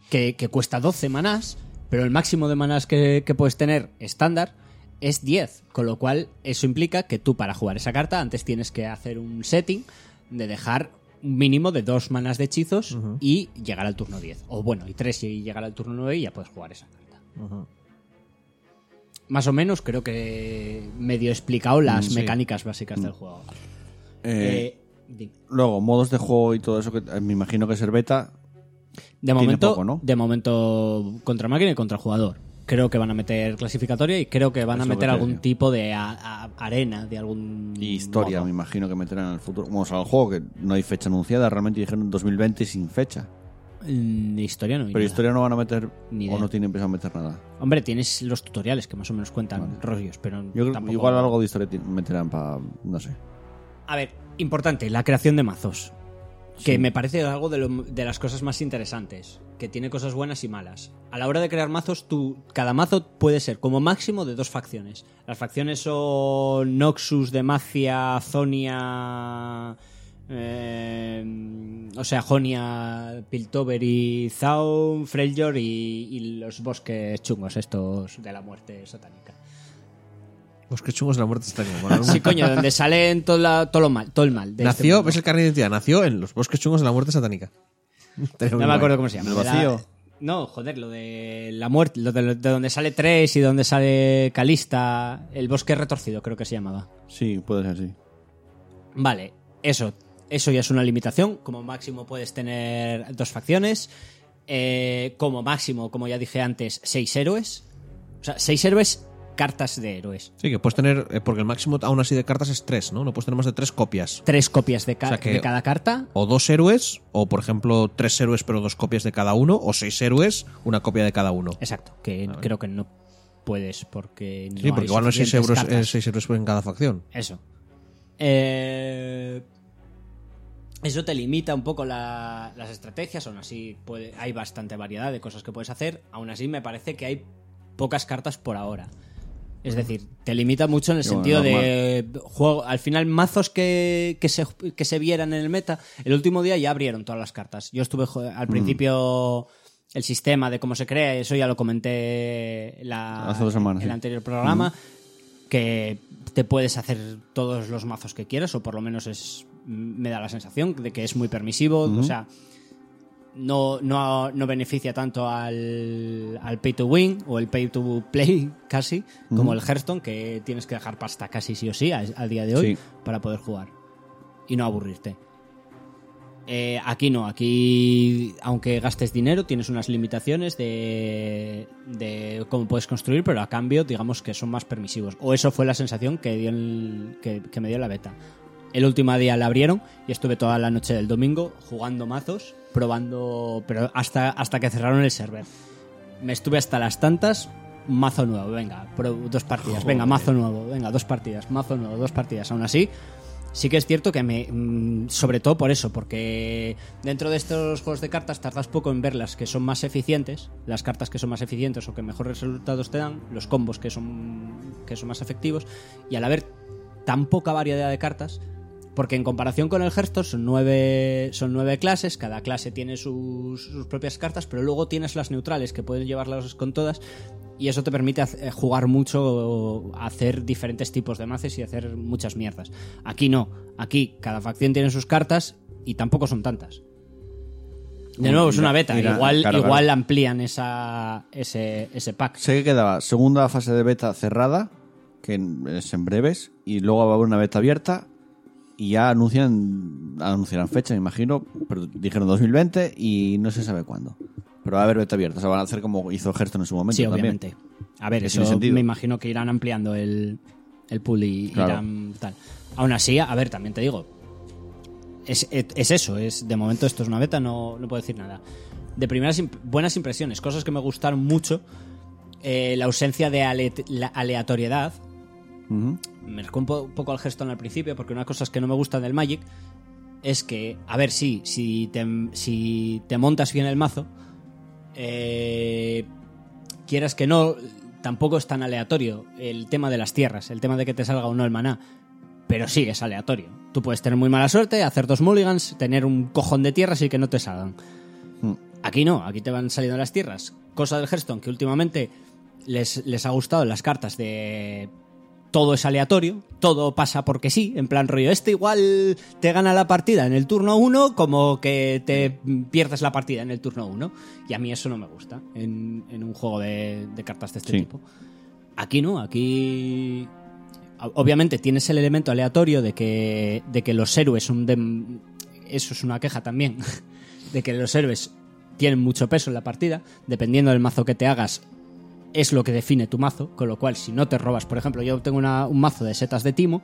S3: que, que cuesta 12 manás, pero el máximo de manás que, que puedes tener estándar es 10. Con lo cual, eso implica que tú para jugar esa carta antes tienes que hacer un setting de dejar un mínimo de dos manás de hechizos y llegar al turno 10. O bueno, y 3 y llegar al turno 9 y ya puedes jugar esa carta más o menos creo que medio he explicado las
S1: Mm, sí.
S3: mecánicas básicas del juego.
S1: Eh,
S3: Eh, di-
S1: Luego, modos de juego y todo eso, que eh, me imagino que es beta.
S3: de momento,
S1: poco, ¿no?
S3: de momento contra máquina y contra jugador. Creo que van a meter clasificatoria y creo que van
S1: Es
S3: a
S1: lo que
S3: meter
S1: te
S3: algún
S1: decía.
S3: tipo de a- a- arena, de algún
S1: Y historia, me
S3: modo.
S1: imagino que meterán en el futuro. Vamos al juego, que no hay fecha anunciada, realmente dijeron 2020 sin fecha.
S3: Mm, historia no. hay
S1: Pero
S3: nada.
S1: historia no van a meter,
S3: Ni
S1: o
S3: idea.
S1: no tienen pensado meter nada.
S3: Hombre, tienes los tutoriales que más o menos cuentan rollos, pero
S1: Yo creo
S3: tampoco-
S1: igual algo de historia ti- meterán para. No sé.
S3: A ver, importante, la creación de mazos. Que me parece algo de, lo- de las cosas más interesantes. Que tiene cosas buenas y malas. A la hora de crear mazos, tú, cada mazo puede ser como máximo de dos facciones. Las facciones son Noxus, Demacia, Zonia. eh, o sea, Jonia, Piltover y Zaun, Freljord y, y los bosques chungos estos de la muerte satánica.
S2: Pues qué chungos la muerte está como mola un
S3: Sí,
S2: montón.
S3: coño, donde salen todo, la- todo lo mal, todo el mal. de este
S2: Nació,
S3: mundo.
S2: ves el carnet de identidad, nació en los bosques chungos de la muerte satánica.
S3: No me acuerdo cómo se llama.
S1: ¿El
S3: De la- eh.
S1: vacío?
S3: No, joder, lo de la muerte, lo de, lo- de donde sale tres y donde sale Calista, el bosque retorcido creo que se llamaba.
S1: Sí, puede ser así.
S3: Vale, eso, eso ya es una limitación. Como máximo puedes tener dos facciones. Eh, como máximo, como ya dije antes, seis héroes. O sea, seis héroes, cartas de héroes.
S2: Sí, que puedes tener, eh, porque el máximo aún así de cartas es tres, ¿no? No puedes tener más de tres copias.
S3: Tres copias de, ca-
S2: O sea que-
S3: de cada carta.
S2: O dos héroes, o por ejemplo tres héroes pero dos copias de cada uno, o seis héroes, una copia de cada uno.
S3: Exacto, que creo que no puedes porque...
S2: Sí,
S3: no
S2: porque
S3: hay
S2: igual no es seis,
S3: suficientes
S2: euros,
S3: cartas.
S2: eh, seis héroes en cada facción.
S3: Eso. Eh, eso te limita un poco la- las estrategias, aún así puede- hay bastante variedad de cosas que puedes hacer, aún así me parece que hay pocas cartas por ahora. Es decir, te limita mucho en el
S1: Sí, bueno,
S3: sentido de juego. Al final, mazos que, que se, que se vieran en el meta, el último día ya abrieron todas las cartas. Yo estuve jo- al principio el sistema de cómo se crea, eso ya lo comenté la,
S1: Hace dos semanas,
S3: el
S1: sí.
S3: anterior programa que te puedes hacer todos los mazos que quieras, o por lo menos es mm, me da la sensación de que es muy permisivo, o sea, no, no, no beneficia tanto al, al pay to win o el pay to play casi, como el Hearthstone, que tienes que dejar pasta casi sí o sí a- al día de hoy
S1: Sí.
S3: para poder jugar y no aburrirte. Eh, aquí no, aquí aunque gastes dinero tienes unas limitaciones de, de cómo puedes construir, pero a cambio digamos que son más permisivos. O eso fue la sensación que, dio el- que, que me dio la beta. El último día la abrieron y estuve toda la noche del domingo jugando mazos, probando, pero hasta, hasta que cerraron el server. Me estuve hasta las tantas, mazo nuevo, venga, pro- dos partidas, venga, mazo nuevo, venga, dos partidas, mazo nuevo, dos partidas. Aún así, Sí que es cierto que me. mm, Sobre todo por eso, porque dentro de estos juegos de cartas tardas poco en ver las que son más eficientes, las cartas que son más eficientes o que mejores resultados te dan, los combos que son, que son más efectivos, y al haber tan poca variedad de cartas, porque en comparación con el Hearthstone son nueve, son nueve clases, cada clase tiene sus, sus propias cartas, pero luego tienes las neutrales que puedes llevarlas con todas y eso te permite hace- eh, jugar mucho, hacer diferentes tipos de mazes y hacer muchas mierdas. Aquí no, aquí cada facción tiene sus cartas y tampoco son tantas. De nuevo, es una beta,
S1: Mira,
S3: igual,
S1: claro,
S3: igual
S1: claro.
S3: amplían esa, ese, ese pack.
S1: Sé que quedaba segunda fase de beta cerrada, que en- es en breves, y luego va a haber una beta abierta. Y ya anuncian, anunciarán fecha, me imagino, pero dijeron 2020 y no se sabe cuándo. Pero va a haber beta abierta, o sea, van a hacer como hizo Hearthstone en su momento
S3: Sí,
S1: también.
S3: obviamente. A ver,
S1: Que
S3: eso
S1: tiene sentido.
S3: me imagino que irán ampliando el, el pool y, y
S1: Claro.
S3: Ram, tal. Aún así, a ver, también te digo, es, es- es eso, es de momento esto es una beta, no, no puedo decir nada. De primeras imp- buenas impresiones, cosas que me gustaron mucho, eh, la ausencia de ale- la aleatoriedad,
S1: Ujú.
S3: me recuerdo un po- un poco al Hearthstone al principio, porque una cosa es que no me gusta del Magic es que, a ver, sí, si te, si te montas bien el mazo, eh, quieras que no, tampoco es tan aleatorio el tema de las tierras, el tema de que te salga o no el maná, pero sí es aleatorio. Tú puedes tener muy mala suerte, hacer dos mulligans, tener un cojón de tierras y que no te salgan. Aquí no, aquí te van saliendo las tierras. Cosa del Hearthstone que últimamente les, les ha gustado las cartas de todo es aleatorio, todo pasa porque sí, en plan rollo, este igual te gana la partida en el turno 1 como que te pierdes la partida en el turno 1. Y a mí eso no me gusta en, en un juego de, de cartas de este
S1: Sí.
S3: tipo. Aquí no, aquí obviamente tienes el elemento aleatorio de que, de que los héroes son de- eso es una queja también de que los héroes tienen mucho peso en la partida dependiendo del mazo que te hagas es lo que define tu mazo con lo cual si no te robas por ejemplo yo tengo una- un mazo de setas de timo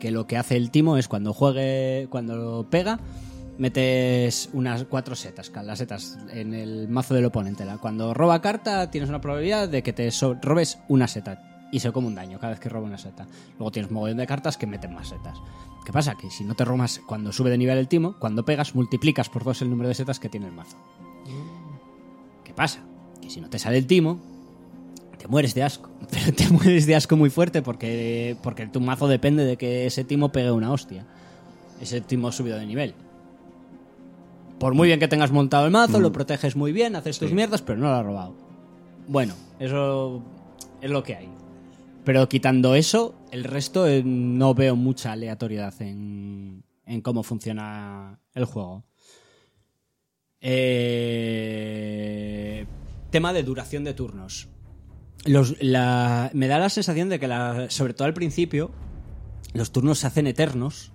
S3: que lo que hace el timo es cuando juegue cuando pega metes unas cuatro setas ca- las setas en el mazo del oponente La- cuando roba carta tienes una probabilidad de que te so- robes una seta y se come un daño cada vez que roba una seta luego tienes mogollón de cartas que meten más setas ¿qué pasa? que si no te robas cuando sube de nivel el timo cuando pegas multiplicas por dos el número de setas que tiene el mazo ¿qué pasa? que si no te sale el timo te mueres de asco. Pero te mueres de asco muy fuerte porque, porque tu mazo depende de que ese timo pegue una hostia. Ese timo subido de nivel. Por muy bien que tengas montado el mazo, lo proteges muy bien, haces tus mierdas, pero no lo has robado. Bueno, eso es lo que hay. Pero quitando eso, el resto eh, no veo mucha aleatoriedad en, en cómo funciona el juego. Eh, tema de duración de turnos. Los- la- me da la sensación de que, la- sobre todo al principio, los turnos se hacen eternos.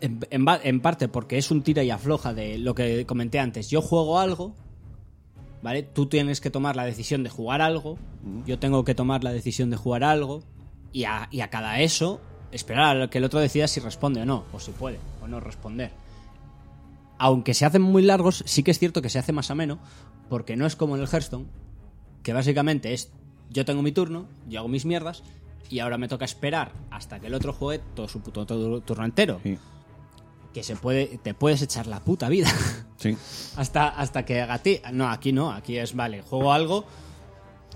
S3: En, en va- en parte porque es un tira y afloja de lo que comenté antes. Yo juego algo, ¿vale? Tú tienes que tomar la decisión de jugar algo, yo tengo que tomar la decisión de jugar algo, y a, y a cada eso, esperar a que el otro decida si responde o no, o si puede o no responder aunque se hacen muy largos, sí que es cierto que se hace más ameno, porque no es como en el Hearthstone, que básicamente es yo tengo mi turno, yo hago mis mierdas, y ahora me toca esperar hasta que el otro juegue todo su puto todo- turno entero.
S1: Sí.
S3: Que se puede, te puedes echar la puta vida
S1: Sí.
S3: hasta, hasta que haga ti. No, aquí no, aquí es, vale, juego algo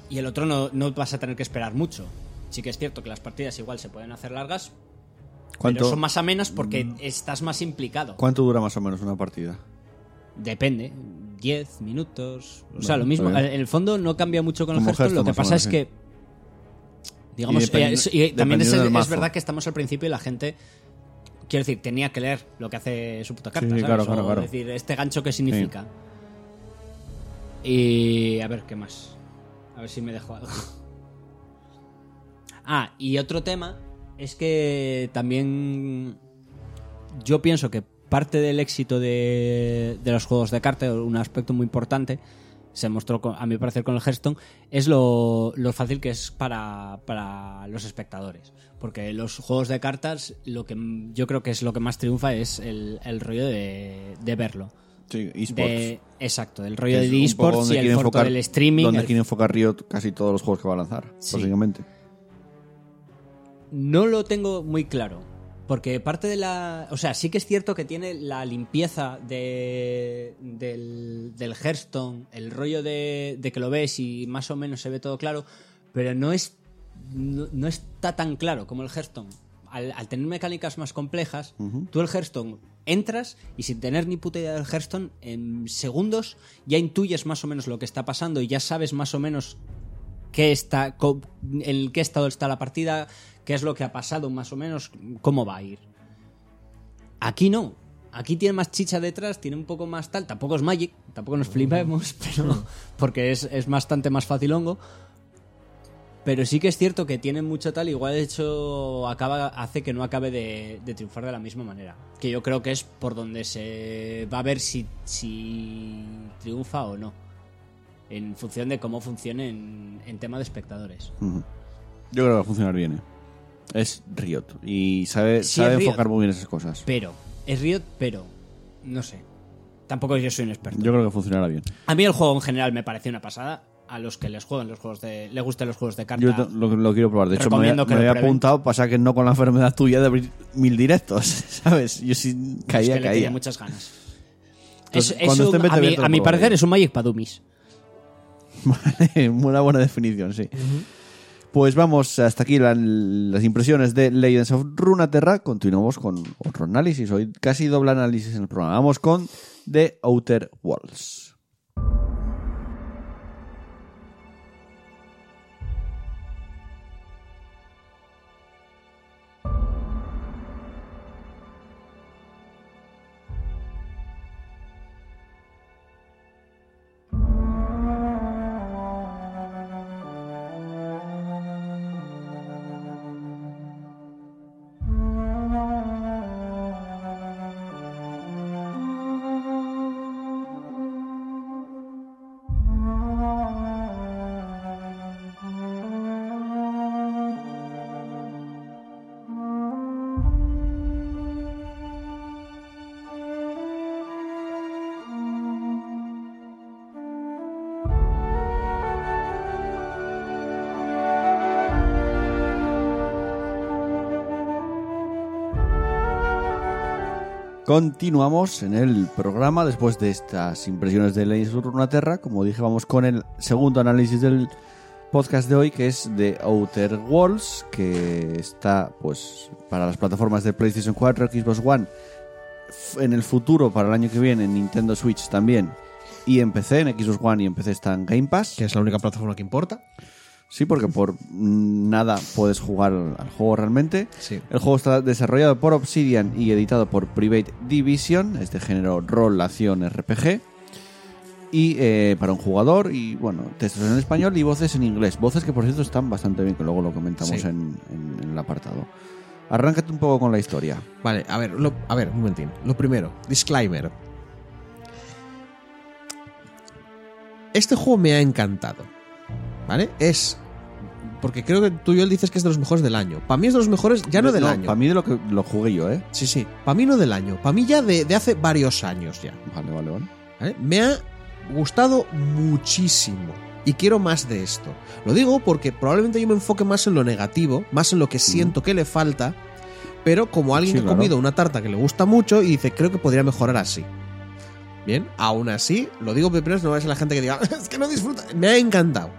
S3: y el otro no, no vas a tener que esperar mucho. Sí que es cierto que las partidas igual se pueden hacer largas, pero
S1: ¿Cuánto, Mm.
S3: son más amenas porque estás más implicado.
S1: ¿Cuánto dura más o menos una partida?
S3: Depende. 10 minutos. O sea,
S1: Bueno,
S3: lo mismo.
S1: está bien.
S3: En el fondo no cambia mucho con el
S1: Como
S3: Hearthstone.
S1: gesto,
S3: Lo que
S1: más o
S3: pasa
S1: menos,
S3: es
S1: sí.
S3: que. Digamos,
S1: Y dependi-
S3: eh, es- y también es,
S1: dependiendo del
S3: es
S1: mazo.
S3: verdad que estamos al principio y la gente. Quiero decir, tenía que leer lo que hace su puta carta.
S1: Sí, sí,
S3: ¿sabes?
S1: claro,
S3: O
S1: claro, claro.
S3: decir, este gancho qué significa. Y. A ver, ¿qué más? A ver si me dejo algo. Ah, y otro tema es que también yo pienso que parte del éxito de, de los juegos de cartas, un aspecto muy importante, se mostró con- a mi parecer con el Hearthstone, es lo, lo fácil que es para, para los espectadores. Porque los juegos de cartas, lo que m- yo creo que es lo que más triunfa es el, el rollo de, de verlo.
S1: Sí,
S3: De- exacto, el rollo
S1: Que es
S3: de
S1: un poco
S3: esports
S1: donde
S3: y el
S1: quiere
S3: formato
S1: enfocar-
S3: del streaming.
S1: Donde
S3: el-
S1: quiere enfocar Riot casi todos los juegos que va a lanzar,
S3: Sí.
S1: básicamente.
S3: No lo tengo muy claro. Porque parte de la. O sea, sí que es cierto que tiene la limpieza de, del, del Hearthstone, el rollo de, de que lo ves y más o menos se ve todo claro, pero no es. No, no está tan claro como el Hearthstone. Al, al tener mecánicas más complejas, tú el Hearthstone entras y sin tener ni puta idea del Hearthstone, en segundos ya intuyes más o menos lo que está pasando y ya sabes más o menos qué está, co- en qué estado está la partida, qué es lo que ha pasado más o menos, cómo va a ir. Aquí no. Aquí tiene más chicha detrás, tiene un poco más tal. Tampoco es Magic, tampoco nos flipemos, pero porque es, es bastante más fácil hongo. Pero sí que es cierto que tiene mucho tal, igual de hecho acaba, hace que no acabe de, de triunfar de la misma manera. Que yo creo que es por donde se va a ver si, si triunfa o no. En función de cómo funcione en, en tema de espectadores.
S1: Ujú. Yo creo que va a funcionar bien. ¿eh? Es Riot y sabe,
S3: Sí,
S1: sabe
S3: es Riot.
S1: enfocar muy bien esas cosas.
S3: Pero, es Riot, pero, no sé. Tampoco yo soy un experto.
S1: Yo creo que funcionará bien.
S3: A mí el juego en general me pareció una pasada. A los que les juegan los juegos de, les gustan los juegos de carta.
S1: Yo to- lo, lo quiero probar. De hecho, me,
S3: Recomiendo
S1: había- me
S3: que lo
S1: había
S3: prueben.
S1: apuntado, pasa que no con la enfermedad tuya de abrir mil directos, ¿sabes? Yo sí
S3: es que
S1: caía,
S3: le tenía
S1: caía.
S3: muchas ganas.
S1: Entonces,
S3: Es- es
S1: cuando
S3: un-
S1: esté en beta
S3: a mi,
S1: abierta,
S3: a mi
S1: lo
S3: parecer
S1: probaré.
S3: es un Magic Padumis.
S1: Vale, una buena definición, sí. Pues vamos, hasta aquí la- las impresiones de Legends of Runeterra. Continuamos con otro análisis. Hoy casi doble análisis en el programa. Vamos con The Outer Worlds. Continuamos en el programa después de estas impresiones de Legends of Runeterra. Como dije, vamos con el segundo análisis del podcast de hoy, que es The Outer Worlds, que está pues para las plataformas de PlayStation 4, Xbox One, f- en el futuro, para el año que viene, en Nintendo Switch también. Y en PC, en Xbox One y en PC está en Game Pass.
S2: Que es la única plataforma que importa.
S1: Sí, porque por nada puedes jugar al juego realmente.
S2: Sí.
S1: El juego está desarrollado por Obsidian y editado por Private Division, es de género rol, acción, RPG. Y eh, para un jugador, y bueno, textos en español y voces en inglés. Voces que por cierto están bastante bien, que luego lo comentamos
S2: Sí.
S1: en, en- en el apartado. Arráncate un poco con la historia.
S2: Vale, a ver, lo- a ver, un momentín. Lo primero, disclaimer. Este juego me ha encantado. ¿Vale? Es. Porque creo que tú y él dices que es de los mejores del año. Para mí es de los mejores ya no del año.
S1: Para mí de lo que lo jugué yo, ¿eh?
S2: Sí, sí. Para mí no del año. Para mí ya de, de hace varios años ya.
S1: Vale, vale, vale.
S2: ¿vale? ¿Eh? Me ha gustado muchísimo. Y quiero más de esto. Lo digo porque probablemente yo me enfoque más en lo negativo, más en lo que siento que le falta, pero como alguien
S1: Sí,
S2: que ha
S1: claro.
S2: comido una tarta que le gusta mucho y dice, creo que podría mejorar así. Bien, aún así, lo digo de primeras, no vaya a ser la gente que diga, es que no disfruta. Me ha encantado.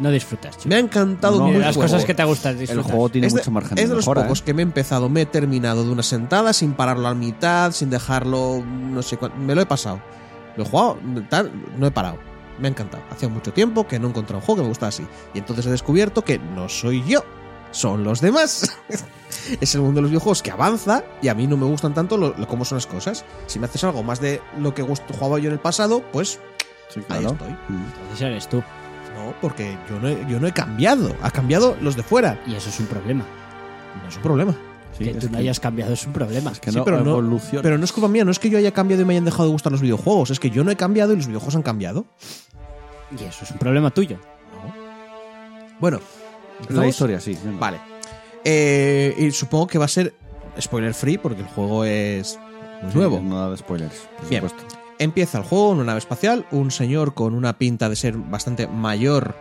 S3: No disfrutas, chico.
S2: Me ha encantado
S1: No,
S2: mucho.
S3: Ni de
S1: el
S3: las
S1: juego.
S3: cosas que te gustan
S1: El
S3: disfrutas.
S1: juego tiene
S2: Es de-
S1: mucho margen
S2: Es de los
S1: mejora,
S2: pocos
S1: ¿eh?
S2: que me he empezado, me he terminado de una sentada, sin pararlo a la mitad, sin dejarlo, no sé cuánto. Me lo he pasado. Lo he jugado, tal, no he parado. Me ha encantado. Hacía mucho tiempo que no encontraba un juego que me gustaba así. Y entonces he descubierto que no soy yo, son los demás. es el mundo de los videojuegos que avanza y a mí no me gustan tanto lo, lo- cómo son las cosas. Si me haces algo más de lo que gust- jugaba yo en el pasado, pues
S1: Sí,
S2: ahí
S1: claro.
S2: estoy.
S1: Mm.
S3: Entonces eres tú.
S2: No, porque yo no he, yo no he cambiado. Ha cambiado los de fuera.
S3: Y eso es un problema.
S2: No es un problema.
S1: Sí,
S3: que
S1: es
S3: tú no
S1: que-
S3: hayas cambiado es un problema.
S1: es que
S2: Sí,
S1: no
S2: pero no-
S1: evoluciona.
S2: Pero no es culpa mía, no es que yo haya cambiado y me hayan dejado de gustar los videojuegos, es que yo no he cambiado y los videojuegos han cambiado.
S3: Y eso es un problema tuyo.
S2: Bueno,
S1: La
S2: ¿empezamos?
S1: historia, sí. venga.
S2: Vale. Eh, y supongo que va a ser spoiler free porque el juego es
S1: Sí,
S2: Eh, nuevo.
S1: No da de spoilers, por
S2: Bien.
S1: supuesto.
S2: Empieza el juego en una nave espacial, un señor con una pinta de ser bastante mayor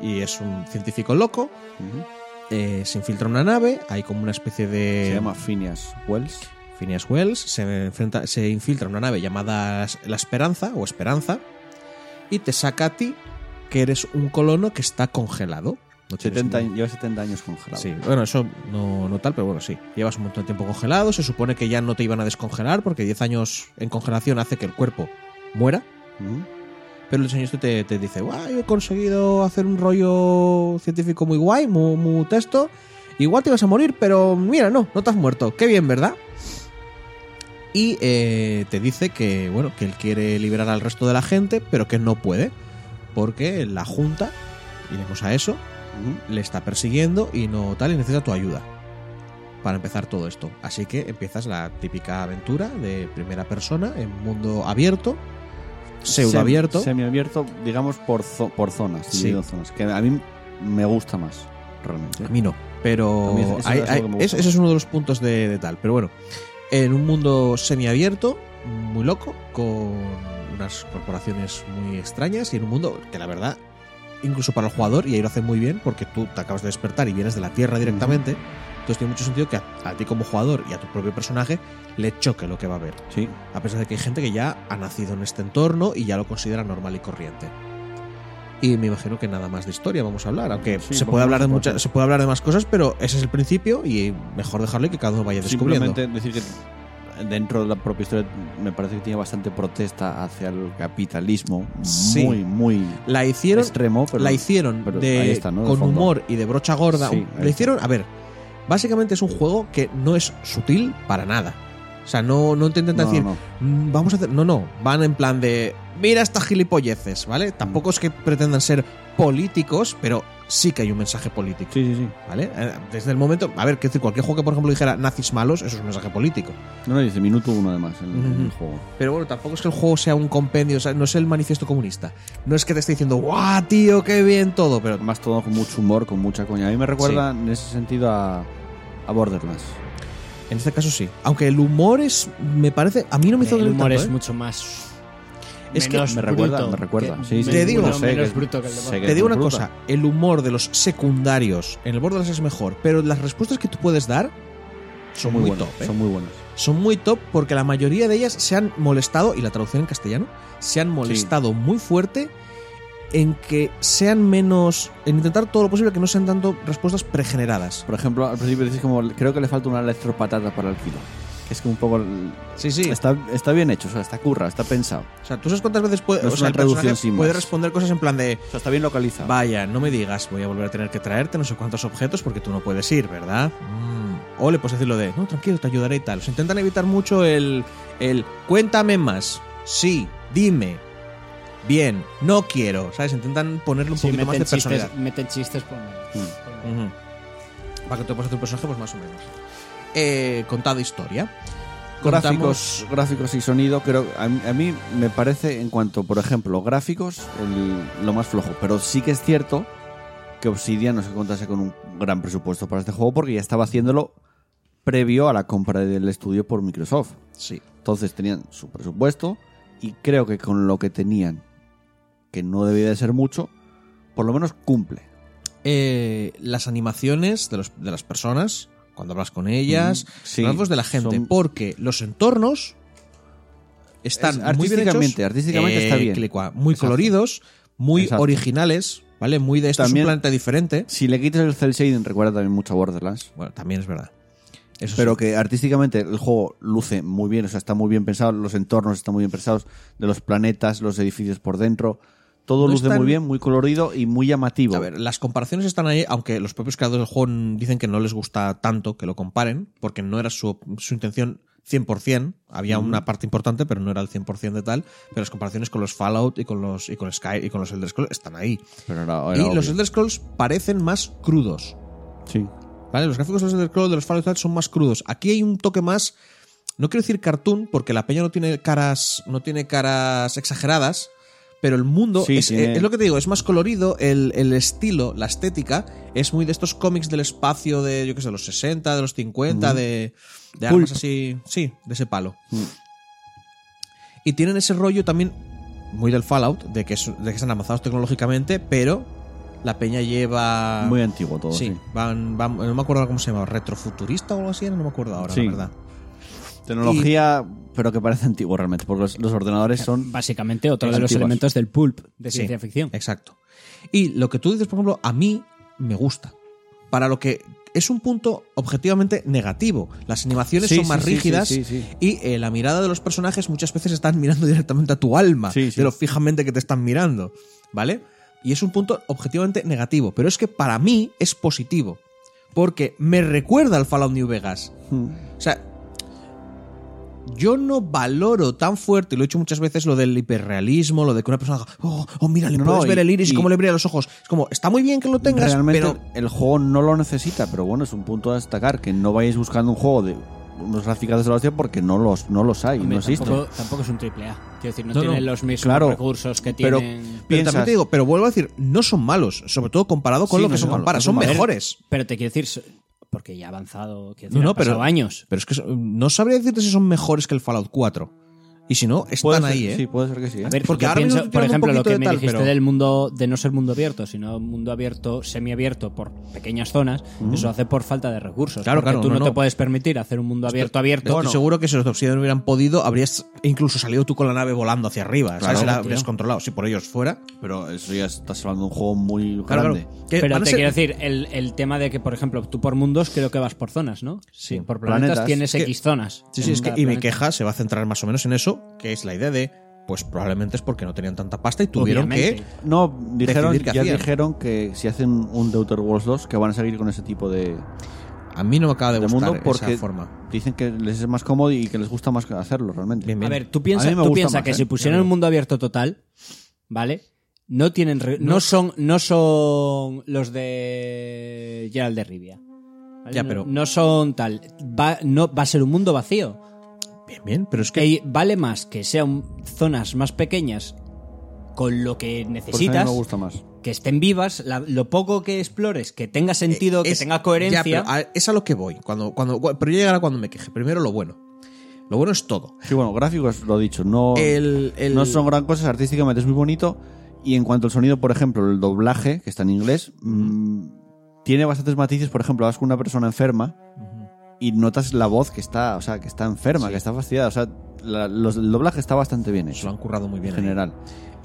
S2: y es un científico loco.
S1: Ujú.
S2: eh, se infiltra en una nave, hay como una especie de...
S1: Se llama Phineas Wells.
S2: Phineas Wells se, enfrenta, se infiltra en una nave llamada La Esperanza o Esperanza y te saca a ti que eres un colono que está congelado. No tienes
S1: 70,
S2: ni-
S1: años- lleva 70 años congelado.
S2: Sí, bueno, eso no, no tal, pero bueno, sí. Llevas un montón de tiempo congelado, se supone que ya no te iban a descongelar porque 10 años en congelación hace que el cuerpo muera.
S1: Ujú.
S2: Pero el señor este te, te dice, guau, yo he conseguido hacer un rollo científico muy guay, muy, muy texto. Igual te ibas a morir, pero mira, no, no te has muerto. Qué bien, ¿verdad? Y eh, te dice que, bueno, que él quiere liberar al resto de la gente, pero que no puede. Porque la Junta, iremos a eso,
S1: Ujú.
S2: le está persiguiendo y no tal, y necesita tu ayuda para empezar todo esto. Así que empiezas la típica aventura de primera persona en mundo abierto, pseudoabierto.
S1: Sem- Semiabierto, digamos, por, zo- por zonas.
S2: Sí.
S1: dividido en zonas. Que a mí me gusta más. realmente.
S2: A mí no. Pero
S1: A mí eso- eso
S2: hay-
S1: es
S2: hay-
S1: algo que me gusta
S2: es- ese es uno de los puntos de, de tal. Pero bueno, en un mundo semiabierto, muy loco, con unas corporaciones muy extrañas y en un mundo que la verdad, incluso para el jugador, y ahí lo hacen muy bien, porque tú te acabas de despertar y vienes de la Tierra directamente, entonces tiene mucho sentido que a, a ti como jugador y a tu propio personaje le choque lo que va a ver.
S1: Sí.
S2: A pesar de que hay gente que ya ha nacido en este entorno y ya lo considera normal y corriente. Y me imagino que nada más de historia vamos a hablar, aunque
S1: Sí,
S2: se
S1: poco
S2: puede hablar de
S1: más
S2: muchas,
S1: importante.
S2: se puede hablar de más cosas, pero ese es el principio y mejor dejarlo y que cada uno vaya descubriendo.
S1: Simplemente decir que dentro de la propia historia me parece que tiene bastante protesta hacia el capitalismo.
S2: Sí.
S1: Muy, muy
S2: La hicieron,
S1: extremo, pero.
S2: la hicieron
S1: pero
S2: de-
S1: ahí está, ¿no? De
S2: con
S1: fondo.
S2: humor y de brocha gorda.
S1: Sí,
S2: Un-
S1: ahí
S2: la
S1: está.
S2: hicieron, a ver, básicamente es un juego que no es sutil para nada. O sea, no, no te intenta
S1: No,
S2: decir,
S1: no.
S2: "Mm, vamos a hacer. No, no. Van en plan de. Mira estas gilipolleces, ¿vale?
S1: Mm.
S2: Tampoco es que pretendan ser políticos, pero sí que hay un mensaje político.
S1: Sí, sí, sí.
S2: ¿Vale? Eh, Desde el momento. A ver, que decir, cualquier juego que, por ejemplo, dijera nazis malos, eso es un mensaje político.
S1: No, no, dice minuto uno además en, en el
S2: Ujú.
S1: juego.
S2: Pero bueno, tampoco es que el juego sea un compendio, o sea, no es el manifiesto comunista. No es que te esté diciendo, ¡guau, tío, qué bien todo! Pero
S1: Además, todo con mucho humor, con mucha coña. A mí me recuerda en ese sentido a, a Borderlands.
S2: en este caso sí. Aunque el humor es. Me parece. A mí no me hizo
S3: el
S2: doler
S3: humor
S2: tanto,
S3: es
S2: ¿eh?
S3: mucho más.
S2: Es que
S3: menos
S1: me recuerda,
S3: bruto
S1: me recuerda.
S3: que-
S1: Sí, sí,
S3: menos-
S2: Te digo-
S3: menos,
S1: no sé,
S3: menos
S1: que-
S3: bruto que el de
S1: sé
S3: Borderlands.
S1: que-
S2: Te digo una
S1: bruta.
S2: cosa, el humor de los secundarios en el Borderlands es mejor, pero las respuestas que tú puedes dar son muy,
S1: buenos.
S2: top. ¿eh?
S1: Son muy buenos.
S2: son muy top porque la mayoría de ellas se han molestado, y la traducción en castellano, se han molestado muy fuerte en que sean menos. en intentar todo lo posible que no sean tanto respuestas pregeneradas.
S1: Por ejemplo, al principio dices como, creo que le falta una electropatata para el kilo. Que es que un poco... el-
S2: Sí, sí.
S1: Está, está bien hecho, o sea, está curra, está pensado.
S2: O sea, tú sabes cuántas veces puede.
S1: No
S2: o
S1: es
S2: sea,
S1: una
S2: el personaje
S1: traducción sin
S2: puede
S1: más.
S2: responder cosas en plan de.
S1: O sea, está bien
S3: Ah.
S1: localizado.
S2: Vaya, no me digas, voy a volver a tener que traerte no sé cuántos objetos porque tú no puedes ir, ¿verdad? Mm. O le puedes decir lo de, no, tranquilo, te ayudaré y tal. O sea, intentan evitar mucho el, el, cuéntame más, sí, dime, bien, no quiero, ¿sabes? Intentan ponerle un
S3: Sí,
S2: poquito más de
S3: meten,
S2: personalidad.
S3: chistes, meten chistes por medio. Por medio.
S2: Ujú. Para que tú puedas hacer un personaje, pues más o menos. Eh, contada historia.
S1: gráficos, gráficos y sonido, creo a, mí- a mí me parece en cuanto, por ejemplo, gráficos, el- lo más flojo. Pero sí que es cierto que Obsidian no se contase con un gran presupuesto para este juego porque ya estaba haciéndolo previo a la compra del estudio por Microsoft.
S2: Sí.
S1: Entonces tenían su presupuesto y creo que con lo que tenían, que no debía de ser mucho, por lo menos cumple.
S2: eh, las animaciones de, los- de las personas, cuando hablas con ellas,
S1: Mm, sí.
S2: los rasgos de la gente,
S1: Son-
S2: porque los entornos
S1: Es-
S2: están muy bien
S1: artísticamente,
S2: hechos, eh,
S1: artísticamente está bien.
S2: clicua, muy
S1: Exacto.
S2: coloridos, muy
S1: Exacto.
S2: originales, ¿vale? Muy de esto es
S1: También-
S2: un planeta diferente.
S1: Si le quitas el cel shading recuerda también mucho a Borderlands.
S2: Bueno, también es verdad. Eso
S1: pero
S2: sí.
S1: que artísticamente el juego luce muy bien, o sea, está muy bien pensado, los entornos están muy bien pensados, de los planetas, los edificios por dentro, todo
S2: No
S1: luce
S2: están-
S1: muy bien, muy colorido y muy llamativo.
S2: A ver, las comparaciones están ahí, aunque los propios creadores del juego n- dicen que no les gusta tanto que lo comparen, porque no era su, su intención 100%, había una parte importante, pero no era el 100% de tal, pero las comparaciones con los Fallout y con los y con Sky y con los Elder Scrolls están ahí.
S1: pero era- era
S2: y los
S1: obvio.
S2: Elder Scrolls parecen más crudos,
S1: Sí.
S2: ¿vale? Los gráficos de los Elder Scrolls de los Fallout y tal son más crudos. Aquí hay un toque más no quiero decir cartoon porque la peña no tiene caras no tiene caras exageradas pero el mundo
S1: Sí,
S2: es,
S1: tiene-
S2: es lo que te digo es más colorido el, el estilo la estética es muy de estos cómics del espacio de yo qué sé de los 60 de los 50 de, de armas así sí de ese palo
S1: Mm.
S2: y tienen ese rollo también muy del Fallout de que, es- de que están avanzados tecnológicamente pero la peña lleva
S1: Muy antiguo todo,
S2: Ah. sí,
S1: sí.
S2: van, van- no me acuerdo cómo se llama retrofuturista o algo así no me acuerdo ahora
S1: Sí.
S2: la verdad
S1: Tecnología, pero que parece antiguo realmente, porque los, los ordenadores son...
S3: Básicamente, otro de los
S1: Antiguas.
S3: elementos del pulp de
S2: Mm. Sí,
S3: ciencia ficción.
S2: Exacto. Y lo que tú dices, por ejemplo, a mí me gusta. Para lo que es un punto objetivamente negativo. Las animaciones
S1: Sí,
S2: son
S1: sí,
S2: más
S1: sí,
S2: rígidas
S1: sí, sí, sí.
S2: y eh, la mirada de los personajes muchas veces están mirando directamente a tu alma,
S1: Sí, sí.
S2: de lo fijamente que te están mirando, ¿vale? Y es un punto objetivamente negativo, pero es que para mí es positivo, porque me recuerda al Fallout New Vegas. O sea, yo no valoro tan fuerte, y lo he hecho muchas veces, lo del hiperrealismo, lo de que una persona haga, oh, oh, mira, le
S1: No,
S2: puedes
S1: no,
S2: ver
S1: y-
S2: el iris y,
S1: y-
S2: cómo le brilla los ojos. Es como, está muy bien que lo tengas,
S1: Realmente
S2: pero
S1: el juego no lo necesita, pero bueno, es un punto a destacar, que no vayáis buscando un juego de unos graficados de la hostia porque no los, no los hay,
S3: Hombre,
S1: no existen.
S3: tampoco, tampoco es un triple A. Quiero decir, no,
S2: No, no.
S3: tienen los mismos
S1: Claro,
S3: recursos que
S1: pero-
S3: tienen.
S2: Pero
S1: piensas-
S2: también te digo, pero vuelvo a decir, no son malos, sobre todo comparado con
S1: Sí,
S2: lo que
S1: no
S2: se
S1: son malos,
S2: compara,
S1: no
S2: son
S1: son malos.
S2: mejores.
S3: Pero te quiero decir, so- porque ya ha avanzado, quiero
S2: No,
S3: decir,
S2: no,
S3: han pasado
S2: pero-
S3: años.
S2: Pero es que so- no sabría decirte si son mejores que el Fallout 4. Y si no,
S1: Puede
S2: están
S1: ser-
S2: ahí, ¿eh?
S1: Sí, puede ser que sí. ¿eh?
S3: A ver,
S2: Porque
S3: yo
S2: ahora mismo
S3: pienso,
S2: estoy
S3: por
S2: tirando un
S3: ejemplo, lo
S2: poquito
S3: que
S2: de
S3: me
S2: tal,
S3: dijiste
S2: pero-
S3: del mundo, de no ser mundo abierto, sino mundo abierto, semiabierto por pequeñas zonas, eso hace por falta de recursos.
S2: Claro,
S3: porque
S2: claro,
S3: tú no,
S2: no,
S3: te
S2: no.
S3: puedes permitir hacer un mundo abierto,
S2: Estoy
S3: abierto.
S2: seguro que si los de Obsidian hubieran podido, habrías incluso salido tú con la nave volando hacia arriba. ¿sabes?
S1: Claro,
S2: Si la
S1: tío.
S2: habrías controlado. Si por ellos fuera.
S1: Pero eso ya estás hablando de un juego muy
S2: Claro,
S1: grande.
S2: claro. Que
S3: Pero
S2: van a
S3: te
S2: ser-
S3: quiero decir, el, el tema de que, por ejemplo, tú por mundos creo que vas por zonas, ¿no? Sí. Por planetas,
S1: Planetas.
S3: tienes
S2: Es que-
S3: X zonas.
S2: Sí,
S3: en
S2: sí, es que,
S3: cada
S2: y mi
S3: planeta.
S2: queja se va a centrar más o menos en eso, que es la idea de, pues probablemente es porque no tenían tanta pasta y tuvieron
S3: Obviamente.
S2: que...
S1: No, dijeron,
S2: Decidir qué
S1: ya
S2: hacían.
S1: dijeron que si hacen un The Outer Worlds 2 que van a seguir con ese tipo de,
S2: A mí no me acaba de
S1: de
S2: gustar
S1: mundo porque
S2: esa forma.
S1: dicen que les es más cómodo y que les gusta más hacerlo realmente.
S2: Bien, bien.
S3: A ver, tú
S1: A
S3: piensas
S1: mí me
S3: tú
S1: gusta
S3: piensa
S1: más,
S3: que
S1: ¿eh?
S3: si pusieran un mundo abierto total, ¿vale? No tienen re- no. son no son los de Gerald de Rivia. ¿vale?
S2: Ya,
S3: No-
S2: pero-
S3: no, son tal, va no va a ser un mundo vacío.
S2: Bien, bien, pero es que...
S3: Que vale más que sean zonas más pequeñas con lo que
S1: Por eso Pues a mí
S3: necesitas,
S1: me gusta más.
S3: que estén vivas, la- lo poco que explores, que tenga sentido, que
S2: eh, es-
S3: tenga coherencia.
S2: ya, pero a- es a lo que voy. Cuando, cuando, pero yo llegará cuando me queje. Primero lo bueno. Lo bueno es todo.
S1: Sí, bueno, gráficos lo he dicho, no,
S2: El- el-
S1: no son gran cosa, artísticamente es muy bonito. Y en cuanto al sonido, por ejemplo, el doblaje, que está en inglés, mm, tiene bastantes matices. Por ejemplo, vas con una persona enferma y notas la voz que está, o sea, que está enferma, que está fastidiada. O sea, la- los- el doblaje está bastante bien
S2: Se lo
S1: hecho,
S2: han currado muy bien.
S1: en
S2: ahí.
S1: general.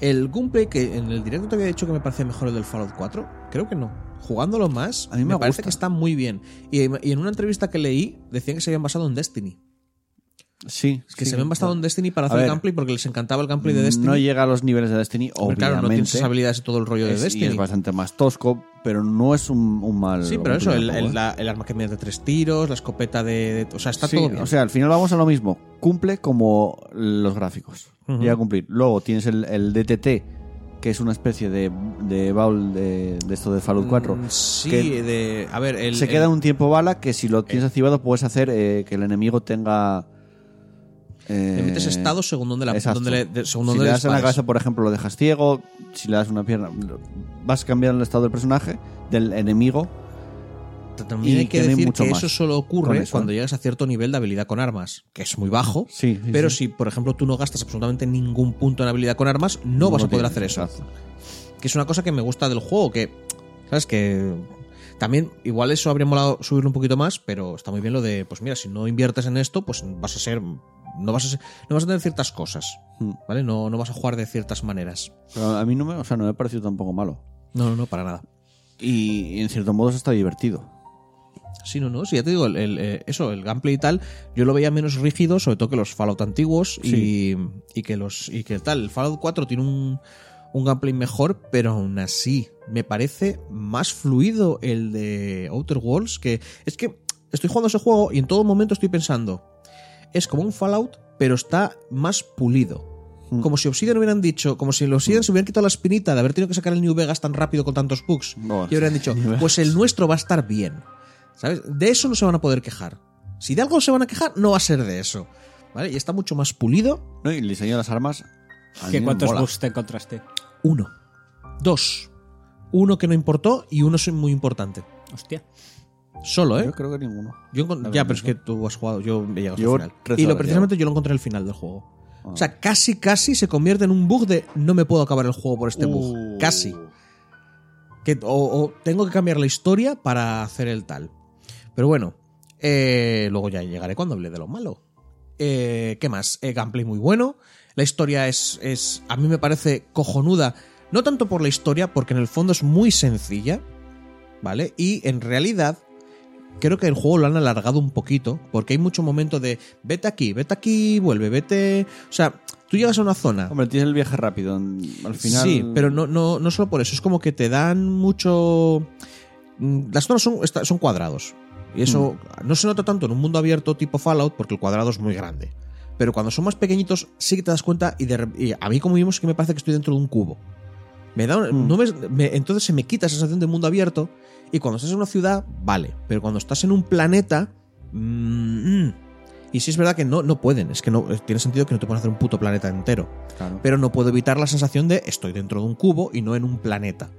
S2: El gameplay que en el directo te había dicho que me parecía mejor el del Fallout 4, creo que no. Jugándolo más,
S1: A mí me gusta.
S2: parece que está muy bien. Y, y en una entrevista que leí, decían que se habían basado en Destiny.
S1: Sí,
S2: Es que
S1: sí,
S2: se habían basado en Destiny para
S1: A
S2: hacer el
S1: ver,
S2: gameplay porque les encantaba el gameplay de Destiny.
S1: No llega a los niveles de Destiny,
S2: Pero
S1: obviamente.
S2: claro, no tienes esas habilidades y todo el rollo de
S1: es, y
S2: Destiny.
S1: es bastante más tosco, pero no es un, un mal.
S2: Sí,
S1: un
S2: pero eso,
S1: primer
S2: el,
S1: juego,
S2: el-
S1: ¿eh?
S2: la- el arma que mide de tres tiros, la escopeta de. de- o sea, está
S1: Sí,
S2: todo bien.
S1: O sea, al final vamos a lo mismo. Cumple como los gráficos.
S2: Ujú.
S1: Llega a cumplir. Luego tienes el, el DTT, que es una especie de, de baúl de, de esto de Fallout 4.
S2: Mm, Sí,
S1: que
S2: de. A ver, el.
S1: se
S2: el-
S1: queda un tiempo bala que si lo tienes activado puedes hacer eh, que el enemigo tenga. eh,
S2: Le metes estado según donde, la,
S1: Exacto.
S2: donde le, de- según
S1: si
S2: donde
S1: le das en la
S2: dispares.
S1: cabeza, por ejemplo, lo dejas ciego. Si le das una pierna, lo- vas cambiando el estado del personaje, del enemigo.
S2: También
S1: y
S2: hay que
S1: tiene
S2: decir
S1: mucho
S2: que
S1: más
S2: eso solo
S1: con
S2: ocurre
S1: eso,
S2: cuando
S1: ¿eh?
S2: llegas a cierto nivel de habilidad con armas, que es muy bajo.
S1: Sí, sí,
S2: pero
S1: sí.
S2: si, por ejemplo, tú no gastas absolutamente ningún punto en habilidad con armas, no, vas a
S1: lo
S2: poder
S1: tienes,
S2: hacer eso.
S1: exacto.
S2: Que es una cosa que me gusta del juego, que. ¿Sabes? Que. También, igual eso habría molado subirlo un poquito más, pero está muy bien lo de, pues mira, si no inviertes en esto, pues vas a ser. No vas a, ser- no vas a tener ciertas cosas,
S1: Mm.
S2: ¿vale? No, no vas a jugar de ciertas maneras.
S1: Pero a mí no me, o sea, no me ha parecido tampoco malo.
S2: No, no, no, para nada.
S1: Y en cierto modo eso está divertido.
S2: Sí, no, no, sí, ya te digo, el, el, eh, eso, el gameplay y tal, yo lo veía menos rígido, sobre todo que los Fallout antiguos y- y, que los y que tal. El Fallout 4 tiene un, un gameplay mejor, pero aún así me parece más fluido el de Outer Worlds que es que estoy jugando ese juego y en todo momento estoy pensando, es como un Fallout, pero está más pulido.
S1: Mm.
S2: Como si Obsidian hubieran dicho, como si los Obsidian se hubieran quitado la espinita de haber tenido que sacar el New Vegas tan rápido con tantos bugs.
S1: No,
S2: y hubieran dicho,
S1: New Vegas.
S2: pues el nuestro va a estar bien. ¿Sabes? De eso no se van a poder quejar. Si de algo se van a quejar, no va a ser de eso. ¿Vale? Y está mucho más pulido.
S1: No, y el diseño de las armas. a mí
S3: ¿Qué
S1: me
S3: cuántos
S1: mola.
S3: bugs te encontraste?
S2: Uno. Dos. Uno que no importó y uno es muy importante.
S3: Hostia.
S2: Solo, ¿eh?
S1: Yo creo que ninguno.
S2: Yo encon-
S1: La
S2: ya,
S1: verdad,
S2: pero es que tú has jugado, yo he llegado
S1: Yo
S2: al final.
S1: tres
S2: Y lo
S1: horas
S2: precisamente yo lo encontré al final del juego.
S1: Ah.
S2: O sea, casi, casi se convierte en un bug de no me puedo acabar el juego por este
S1: Uh.
S2: bug. Casi. Que, o, o tengo que cambiar la historia para hacer el tal. Pero bueno, eh, luego ya llegaré cuando hable de lo malo. Eh, ¿Qué más? Eh, gameplay muy bueno. La historia es, es, a mí me parece cojonuda. No tanto por la historia, porque en el fondo es muy sencilla. ¿Vale? Y en realidad, creo que el juego lo han alargado un poquito, porque hay mucho momento de vete aquí, vete aquí, vuelve, vete. O sea, tú llegas a una zona.
S1: Hombre, tienes el viaje rápido. en- Al final.
S2: Sí, pero no, no, no solo por eso. Es como que te dan mucho. Mm, Las zonas son, esta- son cuadrados. Y eso
S1: Mm.
S2: no se nota tanto en un mundo abierto tipo Fallout porque el cuadrado es muy grande. Pero cuando son más pequeñitos, sí que te das cuenta. Y, de re- y a mí, como vimos, que me parece que estoy dentro de un cubo. Me da un-
S1: Mm.
S2: no me- me- entonces se me quita esa sensación de mundo abierto. Y cuando estás en una ciudad, vale. Pero cuando estás en un planeta. mm, mm, Y sí es verdad que no, no pueden, es que no eh, tiene sentido que no te pueden hacer un puto planeta entero.
S1: Claro.
S2: Pero no puedo evitar la sensación de estoy dentro de un cubo y no en un planeta.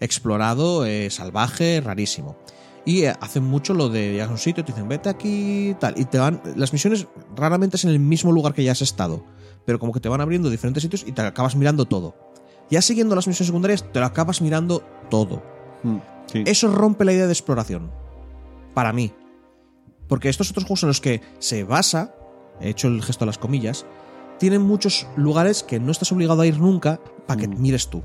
S2: Explorado, eh, salvaje, rarísimo. Y eh, hacen mucho lo de llegas a un sitio, te dicen vete aquí, tal. Y te van. Las misiones raramente es en el mismo lugar que ya has estado. Pero como que te van abriendo diferentes sitios y te acabas mirando todo. Ya siguiendo las misiones secundarias, te lo acabas mirando todo.
S1: Mm, sí.
S2: Eso rompe la idea de exploración. Para mí. Porque estos otros juegos en los que se basa, he hecho el gesto de las comillas, tienen muchos lugares que no estás obligado a ir nunca para
S1: Mm.
S2: que mires tú.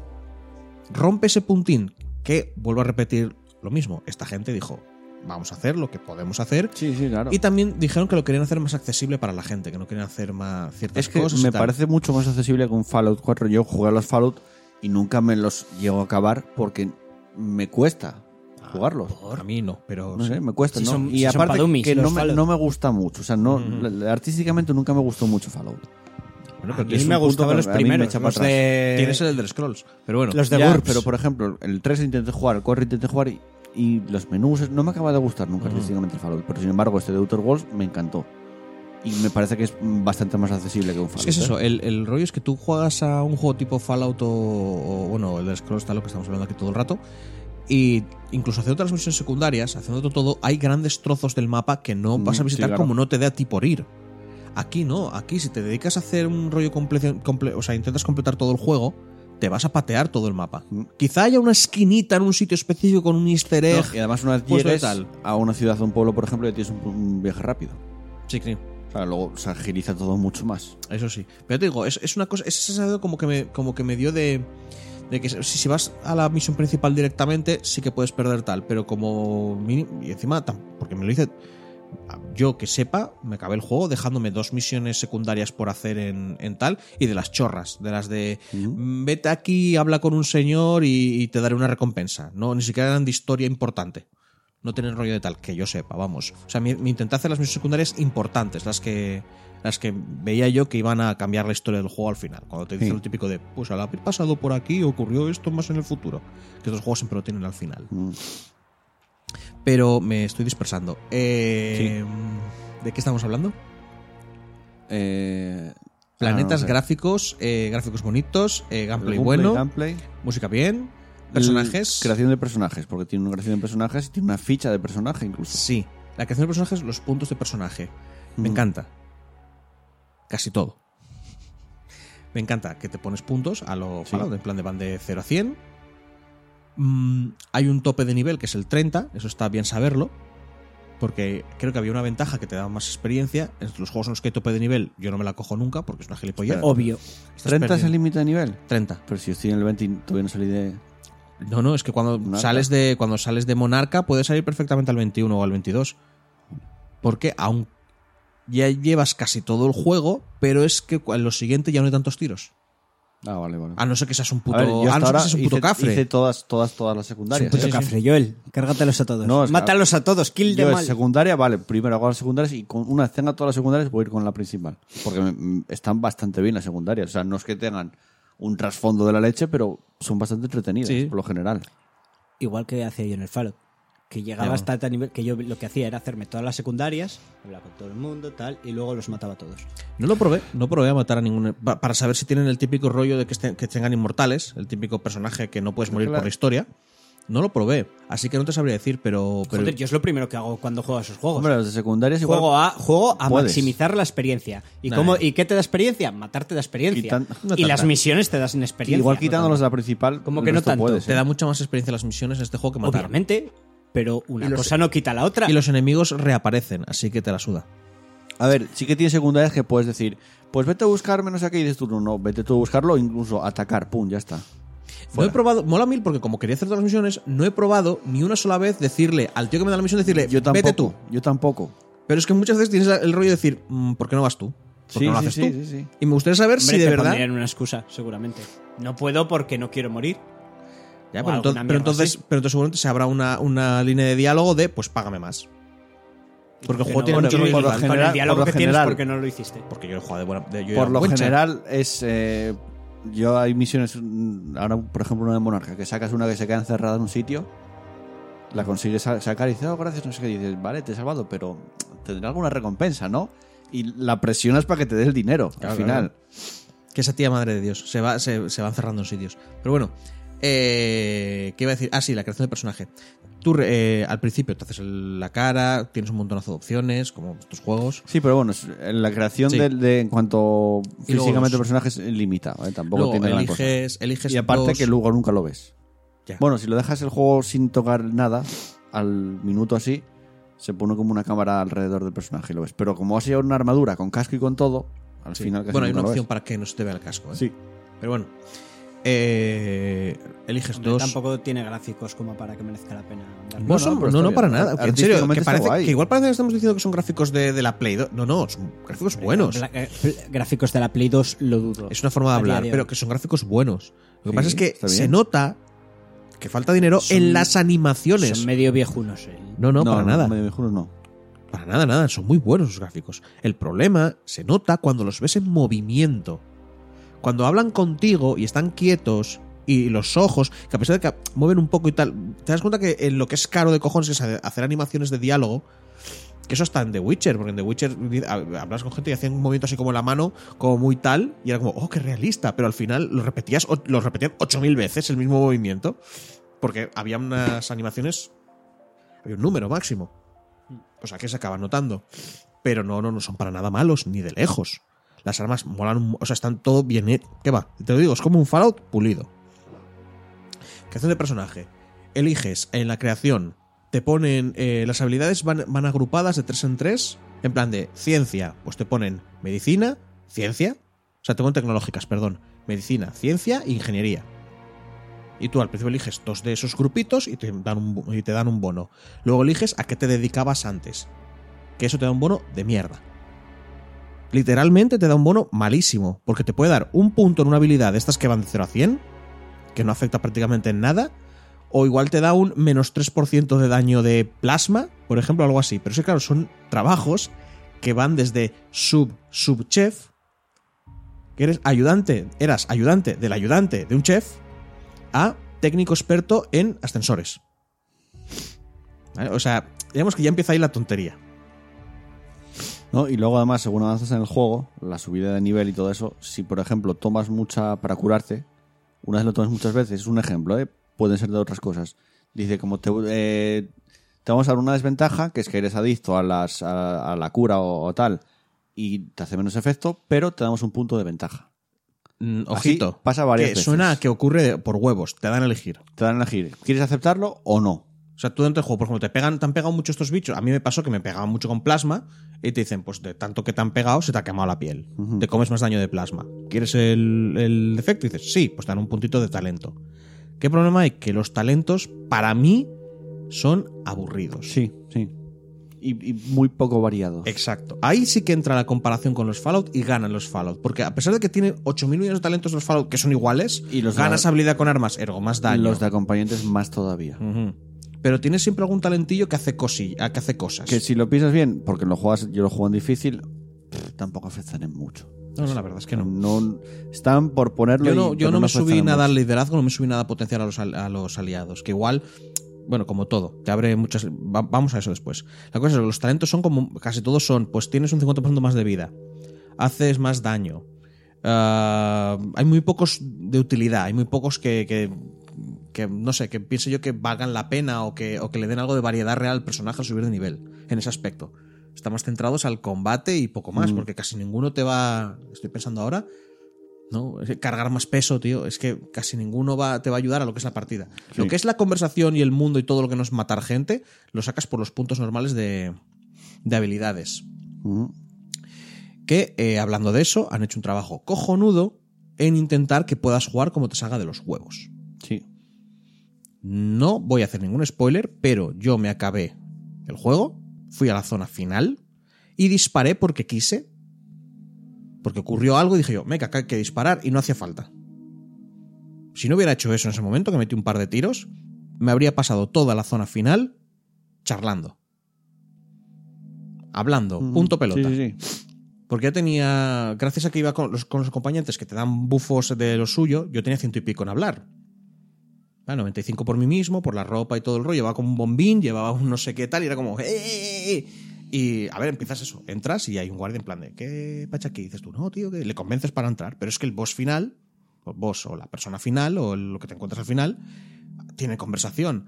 S2: Rompe ese puntín que, vuelvo a repetir lo mismo, esta gente dijo, vamos a hacer lo que podemos hacer.
S1: sí, sí, claro.
S2: Y también dijeron que lo querían hacer más accesible para la gente, que no querían hacer más ciertas
S1: Es que
S2: cosas. y
S1: me
S2: tal.
S1: parece mucho más accesible que un Fallout 4. Yo jugué a los Fallout y nunca me los llego a acabar porque me cuesta jugarlos.
S2: A mí no, pero
S1: No
S2: sí.
S1: sé, me cuesta,
S3: Ah, pues, Si
S1: ¿no?
S3: son-
S1: y
S3: si son
S1: aparte
S3: padumis,
S1: que no
S3: los
S1: me,
S3: Fallout. Mm-hmm.
S1: no me gusta mucho. O sea, no, la- artísticamente nunca me gustó mucho Fallout.
S2: Bueno,
S3: A
S2: pero
S3: mí
S2: tienes
S3: me
S2: un punto
S3: gustaban
S2: que
S3: los
S2: a mí me
S3: primeros,
S2: echa
S3: los
S2: para atrás.
S3: de-
S2: Tienes el Elder Scrolls, pero bueno.
S3: Los de
S1: Ya,
S3: GURPS.
S1: Pero, por ejemplo, el 3 intenté jugar, el 4 intenté jugar y, y los menús no me acaba de gustar nunca
S3: Mm.
S1: artísticamente el Fallout. Pero sin embargo, este de Outer Worlds me encantó. Y me parece que es bastante más accesible que un
S2: Es
S1: Fallout.
S2: que Pues es
S1: ¿eh?
S2: eso, el, el rollo es que tú juegas a un juego tipo Fallout o, o, bueno, el Scrolls, tal, lo que estamos hablando aquí todo el rato, y incluso haciendo otras misiones secundarias, haciendo todo, hay grandes trozos del mapa que no
S1: Mm,
S2: vas a
S1: sí,
S2: visitar
S1: claro.
S2: como no te dé a ti por ir. Aquí no, aquí si te dedicas a hacer un rollo completo, o sea, intentas completar todo el juego, te vas a patear todo el mapa.
S1: Mm.
S2: Quizá haya una esquinita en un sitio específico con un easter
S1: No,
S2: egg.
S1: y además una vez
S2: Pues
S1: llegues
S2: total.
S1: a una ciudad o un pueblo, por ejemplo, ya tienes un, un viaje rápido.
S2: Sí, sí.
S1: O sea, luego se agiliza todo mucho más.
S2: Eso sí. Pero te digo, es, es una cosa, ese sensación como que me, como que me dio de, de que si, si vas a la misión principal directamente, sí que puedes perder tal, pero como mínimo, y encima, tam- porque me lo hice, yo que sepa, me acabé el juego dejándome dos misiones secundarias por hacer en, en tal, y de las chorras, de las de "Mm, vete aquí, habla con un señor y, y te daré una recompensa. No, ni siquiera eran de historia importante. No tener rollo de tal, que yo sepa, vamos. O sea, me, me intenté hacer las misiones secundarias importantes, las que las que veía yo que iban a cambiar la historia del juego al final. Cuando te dicen
S1: Sí.
S2: lo típico de, pues al haber pasado por aquí ocurrió esto más en el futuro. Que estos juegos siempre lo tienen al final.
S1: Mm.
S2: Pero me estoy dispersando. Eh, ¿De qué estamos hablando?
S1: Eh,
S2: Planetas,
S1: ah, no sé.
S2: gráficos, eh, gráficos bonitos, eh, gameplay
S1: Gameplay,
S2: bueno,
S1: gameplay.
S2: música bien, personajes.
S1: L- Creación de personajes, porque tiene una creación de personajes y tiene una ficha de personaje incluso. Mm.
S2: Sí, la creación de personajes, los puntos de personaje. Me
S1: Ujú.
S2: encanta. Casi todo. Me encanta que te pones puntos a lo
S1: Sí.
S2: Fallout, en plan de van de 0 a 100. Mm, hay un tope de nivel que es el 30, eso está bien saberlo. Porque creo que había una ventaja que te daba más experiencia. En los juegos en los que hay tope de nivel, yo no me la cojo nunca porque es una gilipollez.
S1: Espera.
S3: Obvio.
S2: Estás
S1: 30 es el
S2: perdiendo.
S1: límite de nivel.
S2: 30.
S1: Pero si estoy en el 20 y todavía no salí de.
S2: No, no, es que cuando
S1: Monarca.
S2: sales de cuando sales de Monarca puedes salir perfectamente al 21 o al 22. Porque aún ya llevas casi todo el juego, pero es que cu- en lo siguiente ya no hay tantos tiros.
S1: Ah, vale, vale.
S2: A no ser que seas un puto,
S1: A ver, yo
S2: a
S1: hasta
S2: no ser
S1: ahora
S2: que seas un puto
S1: hice,
S2: cafre.
S1: hice todas, todas, todas las secundarias.
S3: Puto
S1: ¿eh?
S3: cafre, Joel. Cárgatelos a todos.
S1: No, es que-
S3: Mátalos a todos. Kill
S1: Yo
S3: them
S1: en
S3: all.
S1: secundaria, vale, primero hago las secundarias y con una escena todas las secundarias voy a ir con la principal. Porque me- m- están bastante bien las secundarias. O sea, no es que tengan un trasfondo de la leche, pero son bastante entretenidas
S2: Sí.
S1: por lo general.
S3: Igual que hacía yo en el Fallout. Que llegaba
S2: Ya, bueno.
S3: hasta tal nivel que yo lo que hacía era hacerme todas las secundarias, hablaba con todo el mundo, tal, y luego los mataba a todos.
S2: No lo probé, no probé a matar a ningún pa- para saber si tienen el típico rollo de que, estén- que tengan inmortales, el típico personaje que no puedes morir
S1: claro.
S2: por la historia. No lo probé, así que no te sabría decir, pero, pero
S3: Joder, yo es lo primero que hago cuando juego a esos juegos.
S1: Hombre, las de secundarias igual.
S3: juego a, juego a
S1: Puedes.
S3: maximizar la experiencia. ¿Y,
S2: Nah.
S3: cómo, ¿Y qué te da experiencia? Matarte da experiencia.
S1: Quitan- no
S3: y las
S2: tanta.
S3: misiones te das en experiencia.
S1: igual
S3: No
S1: quitándolas de la
S3: tanto.
S1: principal.
S3: Como
S1: el
S3: que no
S1: resto
S3: tanto.
S1: puedes,
S2: te
S1: ¿eh?
S2: da mucha más experiencia las misiones en este juego que matar.
S3: Obviamente, pero una
S2: Y los-
S3: cosa no quita la otra.
S2: Y los enemigos reaparecen, así que te la suda.
S1: A ver, sí que tiene secundarias que puedes decir, pues vete a buscarme, no sé qué, y dices tú, no, no, vete tú a buscarlo, incluso atacar, pum, ya está.
S2: No he probado, mola mil porque como quería hacer todas las misiones, no he probado ni una sola vez decirle al tío que me da la misión, decirle,
S1: Yo tampoco.
S2: Eh, vete tú.
S1: Yo tampoco.
S2: Pero es que muchas veces tienes el rollo de decir, "Mm, ¿por qué no vas tú? ¿Por qué
S1: Sí,
S2: no lo
S1: sí,
S2: haces
S1: sí,
S2: tú?
S1: sí, sí.
S2: Y me gustaría saber
S3: Hombre,
S2: si de
S3: te
S2: verdad.
S3: pondrían una excusa, seguramente. No puedo porque no quiero morir.
S2: Ya, pero,
S3: o alguna
S2: entonces, pero,
S3: mierda
S2: entonces,
S3: así.
S2: pero entonces seguramente se habrá una, una línea de diálogo de, pues págame más. Porque el juego
S3: Que
S2: tiene
S3: no,
S2: mucho
S3: bueno,
S2: rollo
S3: por lo
S2: de-
S3: general- el diálogo
S1: por lo
S3: que tienes
S1: general-
S3: porque no lo hiciste.
S2: Porque yo he jugado de buena. de- yo era
S1: Por lo
S2: buen chat.
S1: general es... eh, yo hay misiones, mm, ahora por ejemplo una de Monarca, que sacas una que se queda encerrada en un sitio, la consigues sa- sacar y dices, oh, gracias, no sé qué, y dices, vale, te he salvado, pero tendrá alguna recompensa, ¿no? y la presionas para que te dé el dinero
S2: Claro,
S1: al final.
S2: Que esa tía madre de Dios. Se, va, se, se van cerrando en sitios. Pero bueno, eh, ¿qué iba a decir? Ah, sí, la creación del personaje. Tú eh, al principio te haces el- la cara, tienes un montonazo de opciones, como estos juegos.
S1: Sí, pero bueno, es- en la creación
S2: Sí.
S1: de, de- en cuanto
S2: Y luego
S1: físicamente
S2: los-
S1: el personaje es limitado, ¿eh? tampoco
S2: Luego
S1: tiene gran cosa.
S2: eliges, eliges
S1: Y aparte
S2: dos-
S1: que luego nunca lo ves.
S2: Ya.
S1: Bueno, si lo dejas el juego sin tocar nada, al minuto así, se pone como una cámara alrededor del personaje y lo ves. Pero como vas a llevar una armadura con casco y con todo, al
S2: Sí.
S1: final casi
S2: Bueno, hay
S1: nunca
S2: una
S1: lo
S2: opción
S1: ves.
S2: para que no se te vea el casco. ¿eh?
S1: Sí.
S2: Pero bueno. Eh, eliges
S6: Hombre,
S2: dos.
S6: Tampoco tiene gráficos como para que merezca la pena. andar.
S2: No,
S1: No,
S2: son-
S1: no, pero está
S2: no, no,
S1: bien.
S2: para nada. Que en serio,
S1: Artísticamente
S2: que,
S1: está
S2: parece-
S1: guay.
S2: que igual parece que estamos diciendo que son gráficos de, de la Play 2. No, no, son gráficos buenos.
S6: Bla- eh, pl- Gráficos de la Play 2 lo dudo.
S2: Es una forma de
S6: A día
S2: hablar,
S6: de
S2: pero
S6: hoy.
S2: que son gráficos buenos. Lo que
S1: Sí,
S2: pasa es que
S1: está
S2: se
S1: bien.
S2: nota que falta dinero
S6: Son-
S2: en las animaciones.
S6: Son medio viejunos. eh.
S2: No, no, para nada.
S1: Me, me juro no.
S2: Para nada, nada. Son muy buenos los gráficos. El problema se nota cuando los ves en movimiento. Cuando hablan contigo y están quietos y los ojos, que a pesar de que mueven un poco y tal, te das cuenta que en lo que es caro de cojones es hacer animaciones de diálogo. Que eso está en The Witcher, porque en The Witcher ha- hablas con gente y hacían un movimiento así como la mano, como muy tal, y era como, oh, qué realista, pero al final lo repetías, o- lo repetían 8000 veces el mismo movimiento, porque había unas animaciones, había un número máximo. O sea, que pues se acaban notando. Pero no, no, no son para nada malos, ni de lejos. Las armas molan, un- o sea, están todo bien. he- ¿Qué va? Te lo digo, es como un Fallout pulido. Creación de personaje. Eliges en la creación, te ponen. eh, las habilidades van, van agrupadas de tres en tres. En plan de ciencia, pues te ponen medicina, ciencia. O sea, te ponen tecnológicas, perdón. Medicina, ciencia e ingeniería. Y tú al principio eliges dos de esos grupitos y te dan un, bu- y te dan un bono. Luego eliges a qué te dedicabas antes. Que eso te da un bono de mierda. Literalmente te da un bono malísimo. Porque te puede dar un punto en una habilidad de estas que van de 0 a 100. Que no afecta prácticamente en nada. O igual te da un menos 3% de daño de plasma. Por ejemplo, algo así. Pero sí, claro, son trabajos que van desde sub, subchef. Que eres ayudante. Eras ayudante del ayudante de un chef a técnico experto en ascensores. ¿Vale? O sea, digamos que ya empieza ahí la tontería.
S1: ¿No? Y luego además, según avanzas en el juego, la subida de nivel y todo eso, si por ejemplo tomas mucha para curarte, una vez lo tomas muchas veces, es un ejemplo, ¿eh? pueden ser de otras cosas. Dice, como te, eh, te vamos a dar una desventaja, que es que eres adicto a, las, a, a la cura o, o tal, y te hace menos efecto, pero te damos un punto de ventaja.
S2: Mm,
S1: Así
S2: ojito.
S1: pasa varias
S2: que
S1: veces.
S2: Suena a que ocurre de- por huevos, te dan a elegir.
S1: Te dan a elegir, ¿quieres aceptarlo o no?
S2: O sea, tú dentro del juego, por ejemplo, te pegan, te han pegado mucho estos bichos. A mí me pasó que me pegaban mucho con plasma y te dicen, pues de tanto que te han pegado, se te ha quemado la piel. Te comes más daño de plasma. ¿Quieres el, el defecto? Y dices, sí, pues te dan un puntito de talento. ¿Qué problema hay? Que los talentos, para mí, son aburridos.
S1: Sí, sí. Y, y muy poco variado.
S2: Exacto. Ahí sí que entra la comparación con los Fallout y ganan los Fallout. Porque a pesar de que tiene 8.000 millones de talentos los Fallout que son iguales,
S1: Y los de-
S2: ganas habilidad con armas, ergo más daño.
S1: Los de acompañantes más todavía.
S2: Ujú. Pero tienes siempre algún talentillo que hace, cosilla, que hace cosas.
S1: Que si lo piensas bien, porque lo juegas, yo lo juego en difícil, pff, tampoco afectan en mucho.
S2: No, no, la verdad es que no.
S1: No están por ponerlo.
S2: Yo
S1: y-
S2: no, yo
S1: pero
S2: no me
S1: afectan
S2: subí
S1: en
S2: nada al
S1: mucho.
S2: liderazgo, no me subí nada a potenciar a los, al- a los aliados. Que igual, bueno, como todo, te abre muchas. va- vamos a eso después. La cosa es que los talentos son como. casi todos son, pues tienes un 50% más de vida, haces más daño. Ah, hay muy pocos de utilidad, hay muy pocos que. que- que, no sé, que piense yo que valgan la pena o que, o que le den algo de variedad real al personaje al subir de nivel, en ese aspecto. Estamos centrados al combate y poco más, porque casi ninguno te va, estoy pensando ahora, ¿no? Es que Cargar más peso, tío. Es que casi ninguno va, te va a ayudar a lo que es la partida. Lo que es la conversación y el mundo y todo lo que no es matar gente, lo sacas por los puntos normales de, de habilidades.
S1: Ujú.
S2: Que, eh, hablando de eso, han hecho un trabajo cojonudo en intentar que puedas jugar como te salga de los huevos.
S1: Sí.
S2: No voy a hacer ningún spoiler, pero yo me acabé el juego, fui a la zona final y disparé porque quise. Porque ocurrió algo y dije yo, me acá hay que disparar y no hacía falta. Si no hubiera hecho eso en ese momento, que metí un par de tiros, me habría pasado toda la zona final charlando. Hablando,
S1: Ujú.
S2: punto pelota.
S1: Mm, Sí, sí, sí.
S2: Porque yo tenía, gracias a que iba con los, con los acompañantes que te dan bufos de lo suyo, yo tenía ciento y pico en hablar. Ah, 95 por mí mismo, por la ropa y todo el rollo. Llevaba como un bombín, llevaba un no sé qué tal, y era como, ¡eh! eh, eh, eh! Y, a ver, empiezas eso. Entras y hay un guardia en plan de, ¿qué pacha aquí? Y dices tú, no, tío, que le convences para entrar. Pero es que el boss final, o boss o la persona final, o el- lo que te encuentras al final, tiene conversación.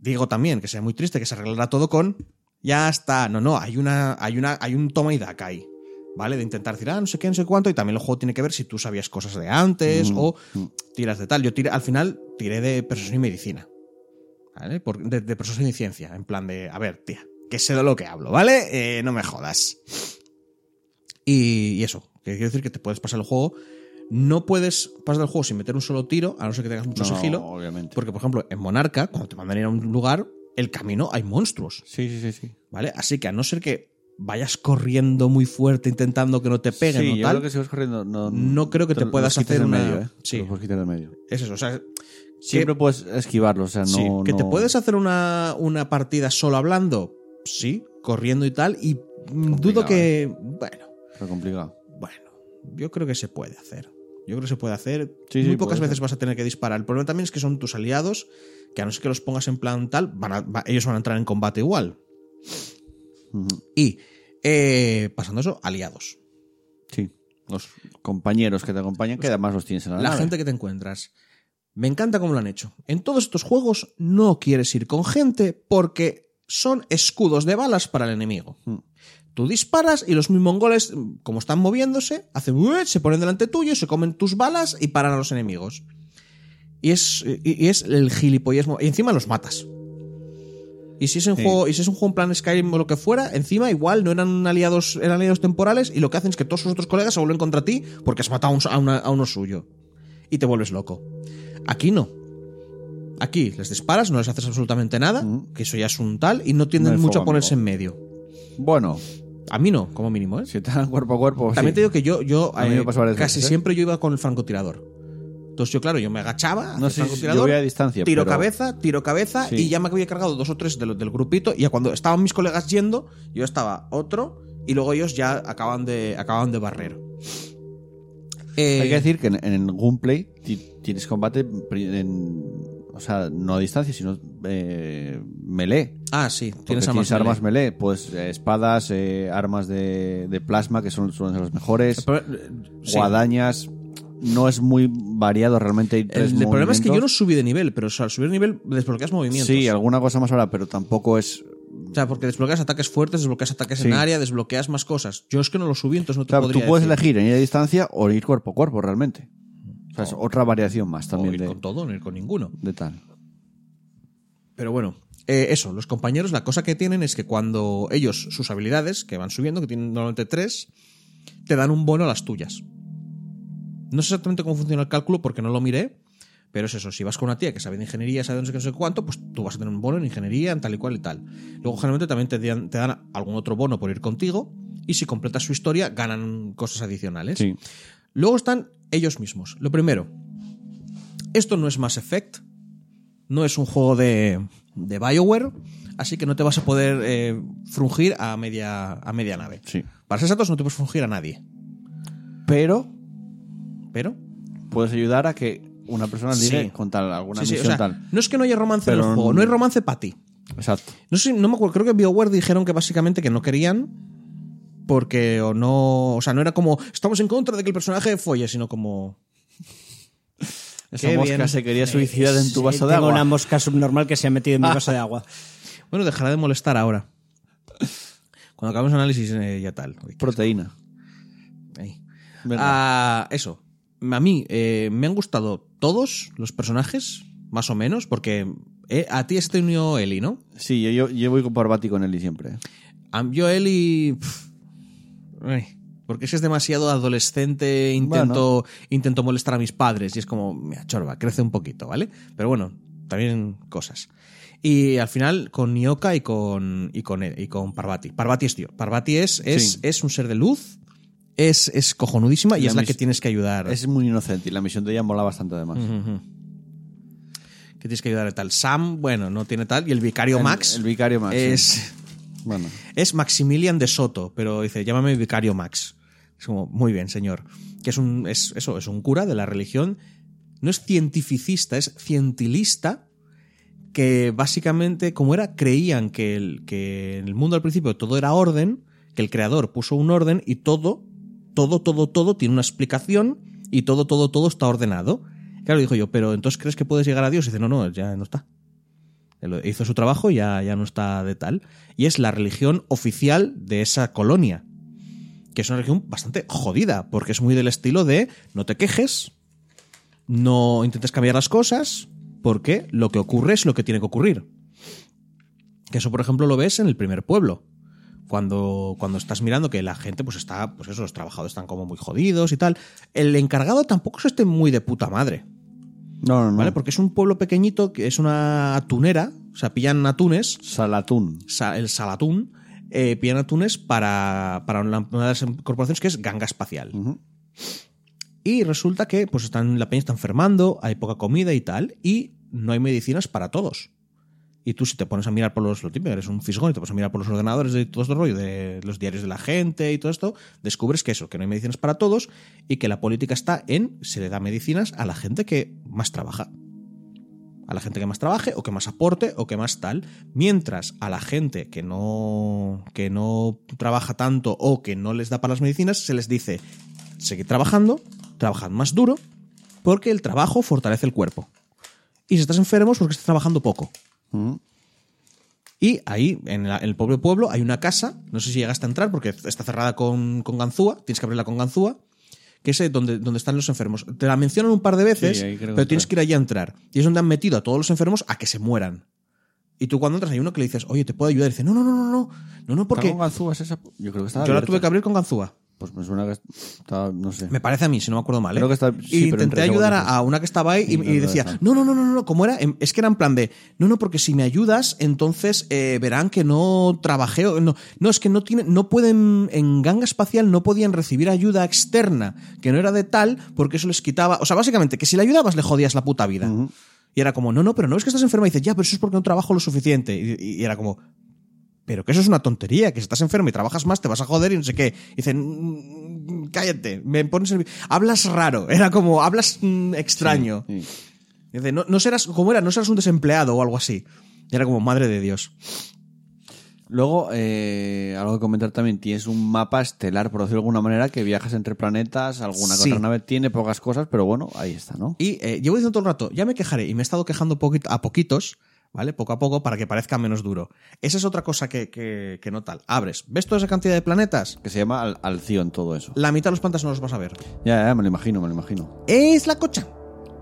S2: Digo también que sea muy triste que se arreglará todo con, ya está. No, no, hay, una, hay, una, hay un toma y daca ahí. ¿Vale? De intentar decir, ah, no sé qué, no sé cuánto. Y también el juego tiene que ver si tú sabías cosas de antes o tiras de tal. Yo tiré, al final tiré de persuasión y medicina. ¿Vale? Por- de, de persuasión y ciencia. En plan de, a ver, tía, que sé de lo que hablo, ¿vale? Eh, no me jodas. Y, y eso, que quiero decir que te puedes pasar el juego. No puedes pasar el juego sin meter un solo tiro, a no ser que tengas mucho
S1: No,
S2: sigilo.
S1: obviamente.
S2: Porque, por ejemplo, en Monarca, cuando te mandan a ir a un lugar, el camino hay monstruos.
S7: Sí, sí, sí. sí.
S2: ¿Vale? Así que a no ser que vayas corriendo muy fuerte intentando que no te peguen
S1: sí,
S2: o
S1: yo
S2: tal.
S1: creo que si vas corriendo no,
S2: no creo que te
S1: los
S2: puedas
S1: quites
S2: hacer
S1: de
S2: una-
S1: medio, ¿eh?
S2: Sí.
S1: Los puedes quitar de medio.
S2: Es eso, o sea,
S1: Siempre
S2: que-
S1: puedes esquivarlo, o sea, no
S2: sí, que te
S1: no-
S2: puedes hacer una, una partida solo hablando, sí, corriendo y tal, y mm, dudo que.
S1: ¿eh?
S2: Bueno,
S1: Pero complicado.
S2: bueno, yo creo que se puede hacer. Yo creo que se puede hacer.
S1: Sí,
S2: Muy
S1: sí,
S2: pocas
S1: puede
S2: veces vas a tener que disparar. El problema también es que son tus aliados, que a no ser que los pongas en plan tal, van a- va- ellos van a entrar en combate igual.
S1: Ujú.
S2: Y eh, pasando eso, aliados.
S1: Sí. Los compañeros que te acompañan, que además los tienes en la,
S2: la
S1: nave.
S2: gente que te encuentras. Me encanta cómo lo han hecho. En todos estos juegos no quieres ir con gente porque son escudos de balas para el enemigo.
S1: Hmm.
S2: Tú disparas y los mongoles, como están moviéndose, hacen "Ué", se ponen delante tuyo, se comen tus balas y paran a los enemigos. Y es, y, y es el gilipollesmo. Y encima los matas. Y si, es un
S1: Sí.
S2: juego, y si es un juego en plan Skyrim o lo que fuera, encima igual no eran aliados, eran aliados temporales y lo que hacen es que todos sus otros colegas se vuelven contra ti porque has matado a, un- a una- a uno suyo. Y te vuelves loco. Aquí no. Aquí les disparas, no les haces absolutamente nada,
S1: Mm.
S2: que eso ya es un tal, y no
S1: No
S2: tienden
S1: hay
S2: mucho
S1: fuego
S2: a ponerse en
S1: amigo.
S2: medio.
S1: Bueno,
S2: A mí no, como mínimo, ¿eh?
S1: si te dan cuerpo a cuerpo.
S2: También
S1: pues sí.
S2: te digo que yo, yo
S1: A mí
S2: eh,
S1: me pasó varias
S2: casi
S1: veces, ¿eh?
S2: siempre yo iba con el francotirador. Entonces yo, claro, yo me agachaba, hacía
S1: No
S2: el
S1: sé si- yo
S2: francotirador,
S1: voy a distancia.
S2: tiro
S1: pero-
S2: cabeza, tiro cabeza,
S1: Sí.
S2: y ya me había cargado dos o tres de los del grupito, y ya cuando estaban mis colegas yendo, yo estaba otro, y luego ellos ya acaban de, acaban de barrer. Eh,
S1: Hay que decir que en, en el Gunplay ti- tienes combate pri- en. O sea, no a distancia, sino eh, melee.
S2: ah, sí,
S1: Porque
S2: tienes armas. melee.
S1: melee. Pues eh, espadas, eh, armas de, de plasma, que son, suelen ser las mejores.
S2: Pero, eh, sí.
S1: Guadañas. No es muy variado realmente. hay
S2: El,
S1: tres
S2: el problema es que yo no
S1: movimientos.
S2: subí de nivel, pero o sea, al subir de nivel desbloqueas movimientos.
S1: Sí, alguna cosa más ahora, pero tampoco es.
S2: O sea, porque desbloqueas ataques fuertes, desbloqueas ataques
S1: Sí.
S2: en área, desbloqueas más cosas. Yo es que no lo subí, entonces no te
S1: Claro, tú
S2: podría
S1: puedes
S2: decir.
S1: elegir en ir a distancia o ir cuerpo a cuerpo realmente. O sea, es otra variación más
S2: Oh. O
S1: también
S2: ir
S1: de,
S2: con todo, no ir con ninguno.
S1: de tal.
S2: Pero bueno, eh, eso, los compañeros, la cosa que tienen es que cuando ellos, sus habilidades, que van subiendo, que tienen normalmente tres, te dan un bono a las tuyas. No sé exactamente cómo funciona el cálculo porque no lo miré, pero es eso, si vas con una tía que sabe de ingeniería, sabe de no sé qué, no sé cuánto, pues tú vas a tener un bono en ingeniería, en tal y cual y tal. Luego generalmente también te dan, te dan algún otro bono por ir contigo y si completas su historia ganan cosas adicionales.
S1: Sí.
S2: Luego están ellos mismos. Lo primero, esto no es Mass Effect, no es un juego de, de Bioware, así que no te vas a poder eh, frungir a media, a media nave.
S1: Sí.
S2: Para ser exactos, no te puedes frungir a nadie,
S1: Pero
S2: pero...
S1: puedes ayudar a que una persona ligue
S2: Sí.
S1: con tal, alguna
S2: Sí, sí, o
S1: misión
S2: sea,
S1: tal.
S2: no es que no haya romance en
S1: Pero
S2: el juego,
S1: no-
S2: no hay romance para ti.
S1: Exacto.
S2: No sé, no me acuerdo, creo que BioWare dijeron que básicamente que no querían porque o no, o sea, no era como estamos en contra de que el personaje folle, sino como
S1: Esa
S2: Qué
S1: mosca
S2: bien. Eh,
S1: se quería suicidar en tu vaso de
S6: Tengo
S1: agua.
S6: una mosca subnormal que se ha metido en mi vaso de agua.
S2: bueno, dejará de molestar ahora. Cuando acabemos el análisis eh, ya tal. Uy,
S1: Proteína.
S2: ahí.
S1: Venga.
S2: Ah, eso. A mí eh, me han gustado todos los personajes, más o menos, porque eh, a ti este unió Eli, ¿no?
S1: Sí, yo, yo, yo voy con Parvati con Eli siempre. eh.
S2: A- Yo Eli... pf, ay, porque ese es demasiado adolescente, intento, intento molestar a mis padres y es como, mira, chorba, crece un poquito, ¿vale? Pero bueno, también cosas. Y al final con Nioka y con, y con, y con Parvati. Parvati es tío. Parvati es, es,
S1: Sí.
S2: es un ser de luz, es, es cojonudísima y
S1: La
S2: es la que
S1: mis-
S2: tienes que ayudar.
S1: Es muy inocente y la misión de ella mola bastante además.
S2: Ujú. Que tienes que ayudar a tal. Sam, bueno, no tiene tal. Y el vicario
S1: El-
S2: Max.
S1: el vicario Max,
S2: Es,
S1: Bueno,
S2: es Maximilian de Soto, pero dice, llámame vicario Max. Es como, muy bien, señor. Que es un, es, eso, es un cura de la religión. No es cientificista, es cientilista que básicamente, como era, creían que, el, que en el mundo al principio todo era orden, que el creador puso un orden y todo, todo, todo, todo tiene una explicación y todo, todo, todo está ordenado. Claro, dijo yo, pero entonces crees que puedes llegar a Dios? Y dice, no, no, ya no está. Él hizo su trabajo y ya, ya no está de tal. Y es la religión oficial de esa colonia. Que es una religión bastante jodida, porque es muy del estilo de no te quejes, no intentes cambiar las cosas, porque lo que ocurre es lo que tiene que ocurrir. Que eso, por ejemplo, lo ves en el primer pueblo. Cuando, cuando estás mirando que la gente, pues está, pues eso, los trabajadores están como muy jodidos y tal. El encargado tampoco es este muy de puta madre.
S1: No, no, no.
S2: ¿Vale? Porque es un pueblo pequeñito que es una atunera, o sea, pillan atunes,
S1: Salatún.
S2: sa- el Salatún, eh, pillan atunes para, para una, una de las corporaciones que es Ganga Espacial. Y resulta que pues están, la peña está enfermando, hay poca comida y tal, y no hay medicinas para todos. Y tú si te pones a mirar por los, lo típico, eres un fisgón y te pones a mirar por los ordenadores de todo este rollo, de los diarios de la gente y todo esto, descubres que eso, que no hay medicinas para todos y que la política está en se le da medicinas a la gente que más trabaja. A la gente que más trabaje o que más aporte o que más tal, mientras a la gente que no, que no trabaja tanto o que no les da para las medicinas, se les dice, seguid trabajando, trabajad más duro, porque el trabajo fortalece el cuerpo. Y si estás enfermo es porque estás trabajando poco.
S7: Mm.
S2: Y ahí, en, la- en el pobre pueblo, hay una casa, no sé si llegaste a entrar porque está cerrada con, con ganzúa, tienes que abrirla con ganzúa, que es eh, donde, donde están los enfermos. Te la mencionan un par de veces,
S7: Sí, ahí creo que
S2: pero tienes
S7: entré.
S2: que ir allí a entrar. Y es donde han metido a todos los enfermos a que se mueran. Y tú cuando entras hay uno que le dices, oye, ¿te puedo ayudar? Y dice, no, no, no, no, no, no, no, porque
S1: ¿Está con ganzúas esa? Yo creo que estaba
S2: yo la
S1: abierta.
S2: tuve que abrir con ganzúa.
S1: Pues me suena que estaba, no sé.
S2: Me parece a mí, si no me acuerdo mal. ¿eh?
S1: Creo que está- sí,
S2: y
S1: pero
S2: intenté
S1: entre
S2: ayudar a,
S1: segundos.
S2: a una que estaba ahí y,
S1: Sí,
S2: y
S1: no, no,
S2: decía,
S1: no.
S2: no, no, no, no, no, ¿cómo era? Em, Es que era en plan de, no, no, porque si me ayudas, entonces eh, verán que no trabajé. o- No, no, es que no tienen, no pueden, en ganga espacial no podían recibir ayuda externa, que no era de tal, porque eso les quitaba. O sea, básicamente, que si le ayudabas le jodías la puta vida. Y era como, no, no, pero no es que estás enferma. Y dice, ya, pero eso es porque no trabajo lo suficiente. Y- y- y era como, pero que eso es una tontería, que si estás enfermo y trabajas más te vas a joder y no sé qué. Y dicen, "Mm, cállate, me pones el... Hablas raro, era como, hablas mm, extraño.
S1: Sí.
S2: Y Dice, no, no serás, como era, no serás un desempleado o algo así. Y era como, madre de Dios.
S1: Luego, eh, algo que comentar también, tienes un mapa estelar, por decirlo de alguna manera, que viajas entre planetas, alguna que
S2: Sí.
S1: otra nave tiene pocas cosas, pero bueno, ahí está, ¿no?
S2: Y eh, llevo diciendo todo el rato, ya me quejaré, y me he estado quejando poquito- a poquitos, ¿vale? Poco a poco, para que parezca menos duro. Esa es otra cosa que, que, que no tal. Abres, ¿ves toda esa cantidad de planetas?
S1: Que se llama al Alción todo eso.
S2: La mitad de los planetas no los vas a ver.
S1: Ya, ya, me lo imagino, me lo imagino.
S2: Es la cocha.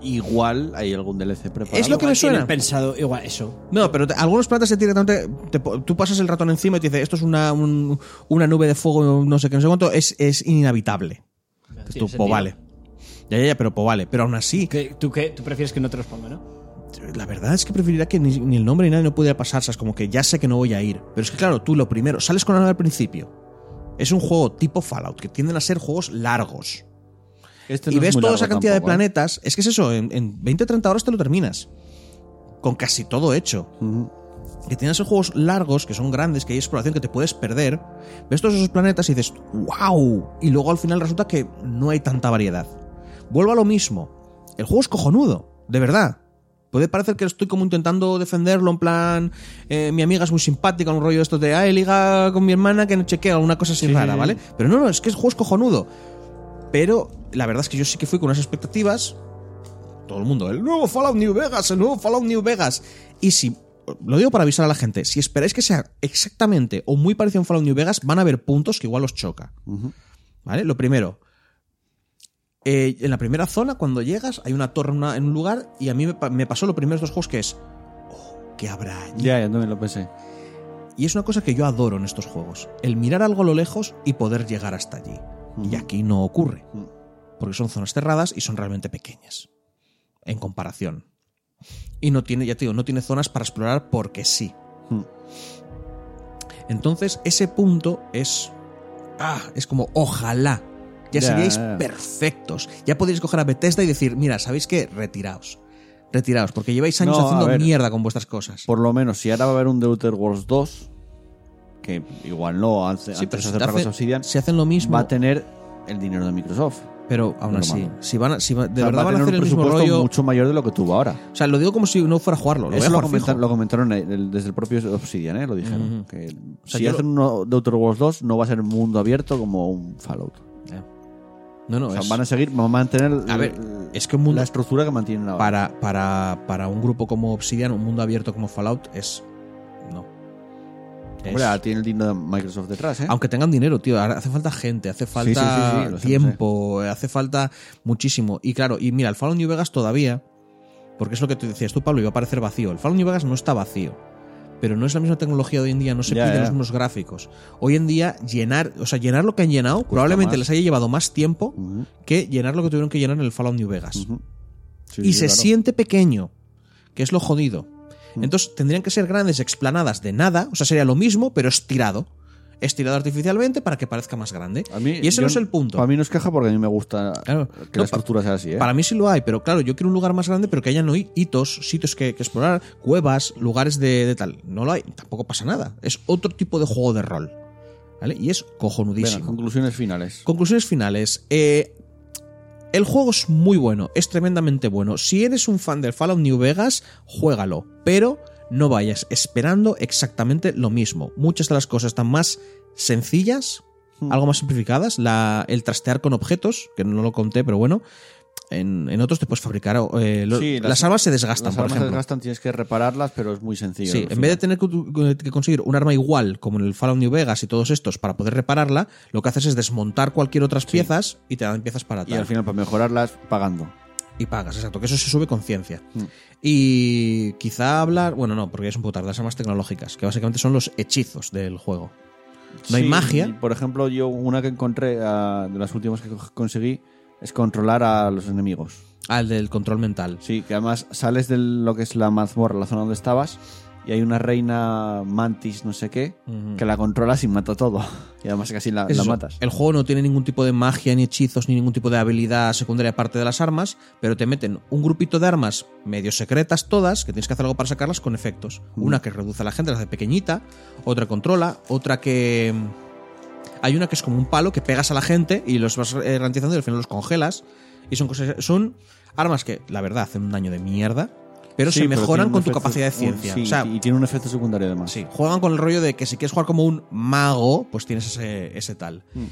S1: Igual hay algún DLC preparado.
S2: Es lo que me
S6: Tienen
S2: suena.
S6: pensado igual eso.
S2: No, pero te- algunos planetas directamente te po- tú pasas el ratón encima y te dice esto es una, un- una nube de fuego, no sé qué, no sé cuánto, es, es inhabitable. Entonces tú, po,
S3: sentido.
S2: vale. Ya, ya, ya, pero po, vale. Pero aún así,
S6: Que- ¿Tú, qué? ¿Tú prefieres que no te los ponga, no?
S2: la verdad es que preferiría que ni, ni el nombre ni nadie no pudiera pasarse. Es como que ya sé que no voy a ir. Pero es que claro, tú lo primero, sales con la nave al principio. Es un juego tipo Fallout, que tienden a ser juegos largos.
S1: Este
S2: y
S1: no es
S2: ves
S1: muy
S2: toda
S1: largo
S2: esa cantidad
S1: tampoco,
S2: de
S1: ¿eh?
S2: planetas. Es que es eso, en, en 20 o 30 horas te lo terminas. Con casi todo hecho.
S1: Ujú.
S2: que tienen esos juegos largos, que son grandes, que hay exploración que te puedes perder, ves todos esos planetas y dices, wow, y luego al final resulta que no hay tanta variedad. Vuelvo a lo mismo, el juego es cojonudo, de verdad. Puede parecer que estoy como intentando defenderlo, en plan, eh, mi amiga es muy simpática, un rollo de esto de, ay, liga con mi hermana que no chequea, una cosa así rara, ¿vale? Pero no, no, es que el juego es cojonudo. Pero la verdad es que yo sí que fui con unas expectativas, todo el mundo, el nuevo Fallout New Vegas, el nuevo Fallout New Vegas. Y si, lo digo para avisar a la gente, si esperáis que sea exactamente o muy parecido a un Fallout New Vegas, van a haber puntos que igual os choca. ¿Vale? Lo primero, eh, en la primera zona, cuando llegas, hay una torre en una- en un lugar y a mí me, pa- me pasó lo primero de estos juegos que es, oh, ¿qué habrá allí?
S1: Ya, ya también lo pensé.
S2: Y es una cosa que yo adoro en estos juegos, el mirar algo a lo lejos y poder llegar hasta allí. Y aquí no ocurre,
S1: Ujú.
S2: porque son zonas cerradas y son realmente pequeñas, en comparación. Y no tiene, ya te digo, no tiene zonas para explorar porque sí.
S1: Mm.
S2: Entonces, ese punto es... Ah, es como, ojalá. Ya
S1: Ya,
S2: seríais
S1: ya, ya.
S2: perfectos. Ya podéis coger a Bethesda y decir, mira, ¿sabéis qué? Retiraos. Retiraos, porque lleváis años
S1: No, a
S2: haciendo
S1: ver.
S2: mierda con vuestras cosas.
S1: Por lo menos, si ahora va a haber un The Outer Worlds 2, que igual no, antes,
S2: Sí,
S1: antes
S2: pero
S1: de
S2: si
S1: hacer
S2: te
S1: para
S2: hace-
S1: Obsidian,
S2: si hacen lo mismo...
S1: va a tener el dinero de Microsoft.
S2: Pero aún
S1: Normal.
S2: así, si van, a- si va- de
S1: O sea,
S2: verdad
S1: va a
S2: van a
S1: tener
S2: hacer el
S1: un
S2: mismo
S1: presupuesto
S2: rollo.
S1: mucho mayor de lo que tuvo ahora.
S2: O sea, lo digo como si no fuera a jugarlo. Lo voy a
S1: Eso lo,
S2: jugar fijo.
S1: comentan- lo comentaron el- el- desde el propio Obsidian, ¿eh? lo dijeron. que
S2: sea,
S1: si
S2: yo
S1: hacen uno de Outer Worlds 2, no va a ser mundo abierto como un Fallout.
S2: No, no,
S1: O sea,
S2: es-
S1: van a seguir, van a mantener
S2: Pues A ver,
S1: el-
S2: es que un mundo-
S1: la estructura que mantienen ahora.
S2: para, para, para un grupo como Obsidian, un mundo abierto como Fallout, es. No. Es-
S1: Hombre, ahora tiene el dinero de Microsoft detrás, ¿eh?
S2: Aunque tengan dinero, tío, ahora hace falta gente, hace falta
S1: sí, sí, sí, lo sé,
S2: tiempo, hace falta muchísimo. Y claro, y mira, el Fallout New Vegas todavía, porque es lo que te decías tú, Pablo, iba a parecer vacío. El Fallout New Vegas no está vacío, pero no es la misma tecnología de hoy en día, no se
S1: Ya,
S2: piden
S1: ya.
S2: los mismos gráficos. Hoy en día, llenar, o sea, llenar lo que han llenado probablemente
S1: más.
S2: les haya llevado más tiempo
S1: Ujú,
S2: que llenar lo que tuvieron que llenar en el Fallout New Vegas
S1: ujú. Sí,
S2: y
S1: sí,
S2: se
S1: claro. Mm.
S2: siente pequeño, que es lo jodido. Entonces tendrían que ser grandes explanadas de nada, o sea, sería lo mismo, pero estirado. Estirado artificialmente para que parezca más grande.
S1: A mí-
S2: y ese
S1: yo-
S2: no es el punto.
S1: Para mí no es queja porque a mí me gusta
S2: Claro.
S1: que
S2: No,
S1: la estructura sea así, ¿eh?
S2: Para mí sí lo hay, pero claro, yo quiero un lugar más grande, pero que hayan hi- hitos, sitios que, que explorar, cuevas, lugares de, de tal. No lo hay, tampoco pasa nada. Es otro tipo de juego de rol. ¿Vale? Y es
S1: Venga,
S2: cojonudísimo.
S1: conclusiones finales.
S2: Conclusiones finales. Eh, el juego es muy bueno, es tremendamente bueno. Si eres un fan del Fallout New Vegas, juégalo, pero no vayas esperando exactamente lo mismo. Muchas de las cosas están más sencillas,
S1: Hmm.
S2: algo más simplificadas. La- el trastear con objetos, que no lo conté, pero bueno. En, en otros te puedes fabricar. eh, lo-
S1: Sí,
S2: las, armas se desgastan,
S1: las
S2: por
S1: armas se
S2: ejemplo.
S1: desgastan, tienes que repararlas, pero es muy sencillo.
S2: Sí,
S1: al
S2: en
S1: final.
S2: vez de tener que tu- que conseguir un arma igual, como en el Fallout New Vegas y todos estos, para poder repararla, lo que haces es desmontar cualquier otras piezas y te dan piezas para
S1: Y
S2: tal.
S1: al final, para mejorarlas, pagando.
S2: Y pagas, exacto, que eso se sube con ciencia.
S1: Mm.
S2: Y quizá hablar, bueno, no, porque es un poco tarde, las armas tecnológicas, que básicamente son los hechizos del juego. No hay
S1: Sí,
S2: magia.
S1: y, Por ejemplo, yo una que encontré, ah, de las últimas que co- conseguí, es controlar a los enemigos.
S2: al Ah, del control mental.
S1: Sí, que además sales de lo que es la mazmorra, la zona donde estabas, y hay una reina mantis, no sé qué, que la controlas y mata todo. Y además casi la,
S2: Es
S1: la
S2: eso,
S1: matas.
S2: El juego no tiene ningún tipo de magia, ni hechizos, ni ningún tipo de habilidad secundaria aparte de las armas, pero te meten un grupito de armas medio secretas todas, que tienes que hacer algo para sacarlas con efectos.
S1: Mm.
S2: Una que reduce a la gente, la hace pequeñita, otra controla, otra que... mm, Hay una que es como un palo que pegas a la gente y los vas eh, ralentizando y al final los congelas. Y son cosas... Son armas que, la verdad, hacen un daño de mierda, pero
S1: Sí,
S2: se
S1: pero tiene
S2: mejoran
S1: un
S2: con tu
S1: efecto-
S2: capacidad de
S1: un-
S2: ciencia.
S1: sí,
S2: o sea,
S1: y tiene un efecto secundario además.
S2: Sí, juegan con el rollo de que si quieres jugar como un mago, pues tienes ese, ese tal.
S1: Mm.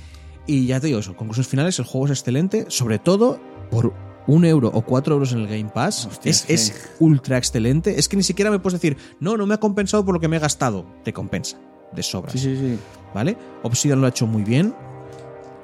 S2: Y ya te digo eso, conclusiones finales, el juego es excelente, sobre todo por un euro o cuatro euros en el Game Pass.
S1: Hostia,
S2: es,
S1: sí.
S2: es ultra excelente. Es que ni siquiera me puedes decir, no, no me ha compensado por lo que me he gastado. Te compensa, de sobra.
S1: Sí, sí, sí.
S2: ¿vale? Obsidian lo ha hecho muy bien.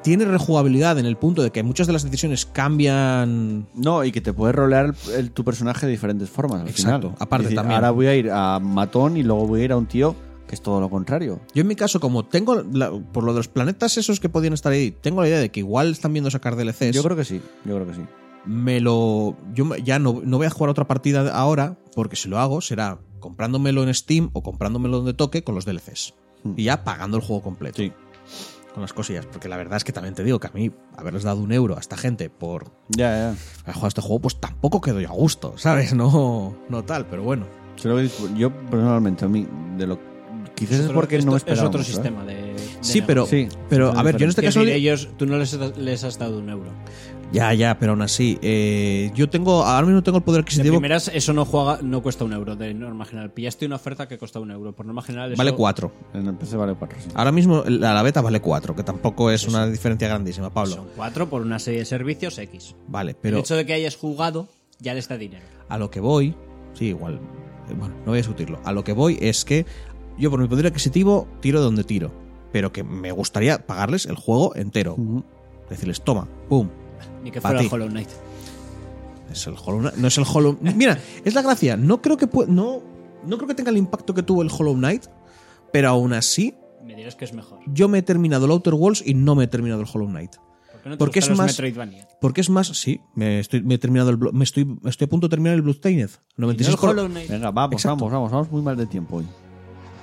S2: Tiene rejugabilidad en el punto de que muchas de las decisiones cambian
S1: No, y que te puedes rolear el- el- tu personaje de diferentes formas. Al
S2: Exacto,
S1: final.
S2: aparte
S1: Es
S2: también.
S1: Ahora voy a ir a matón y luego voy a ir a un tío que es todo lo contrario.
S2: Yo en mi caso, como tengo, la- por lo de los planetas esos que podían estar ahí, tengo la idea de que igual están viendo sacar DLCs.
S1: Yo creo que sí, yo creo que sí.
S2: me lo. Yo me- ya no, no voy a jugar otra partida ahora, porque si lo hago será comprándomelo en Steam o comprándomelo donde toque con los DLCs. Y ya pagando el juego completo. Con las cosillas. Porque la verdad es que también te digo que a mí haberles dado un euro a esta gente por
S1: Ya, ya.
S2: haber jugado este juego, pues tampoco quedo yo a gusto, ¿sabes? No, no tal, pero bueno.
S1: Creo que dispu- yo personalmente a mí de lo quizás es
S6: Pero
S1: porque
S6: esto
S1: no
S6: es
S1: esperaba
S6: otro
S1: mucho, ¿eh?
S6: sistema de, de
S2: Sí,
S6: negocio.
S2: pero,
S1: Sí,
S2: pero a ver, yo en este
S6: Quiero
S2: caso.
S6: decir, ellos, tú no les, has- les has dado un euro.
S2: Ya, ya, pero aún así. eh, yo tengo. Ahora mismo tengo el
S6: De
S2: poder adquisitivo.
S6: primeras, eso no juega, no cuesta un euro de norma general. Pillaste una oferta que cuesta un euro. Por norma general, eso-
S2: Vale 4.
S1: En el PC vale 4, sí.
S2: Ahora mismo la, la beta vale 4, que tampoco es una diferencia grandísima, Pablo.
S6: Son cuatro por una serie de servicios X.
S2: Vale, pero
S6: El hecho de que hayas jugado ya les da dinero.
S2: a lo que voy, sí, igual, eh, bueno, no voy a discutirlo. A lo que voy es que yo por mi poder adquisitivo tiro de donde tiro, pero que me gustaría pagarles el juego entero. Decirles, toma, pum.
S6: Ni que
S2: Pa'
S6: fuera
S2: ti.
S6: Hollow Knight.
S2: Es el Hollow Knight- No es el Hollow Mira, es la gracia. No creo que pue- no, no creo que tenga el impacto que tuvo el Hollow Knight, pero aún así,
S6: Me dirás que es mejor.
S2: yo me he terminado el Outer Worlds y no me he terminado el Hollow Knight.
S6: ¿Por qué no te
S2: Porque
S6: gustan los
S2: es más-
S6: Metroidvania?
S2: Porque es más, sí, me estoy, me he terminado el, Blo- me estoy, estoy a punto de terminar el Bloodstained.
S6: ¿Y no
S2: 96
S6: el
S2: por- Eh,
S6: Hollow Knight?
S1: Venga, vamos,
S2: Exacto.
S1: vamos, vamos, vamos muy mal de tiempo hoy.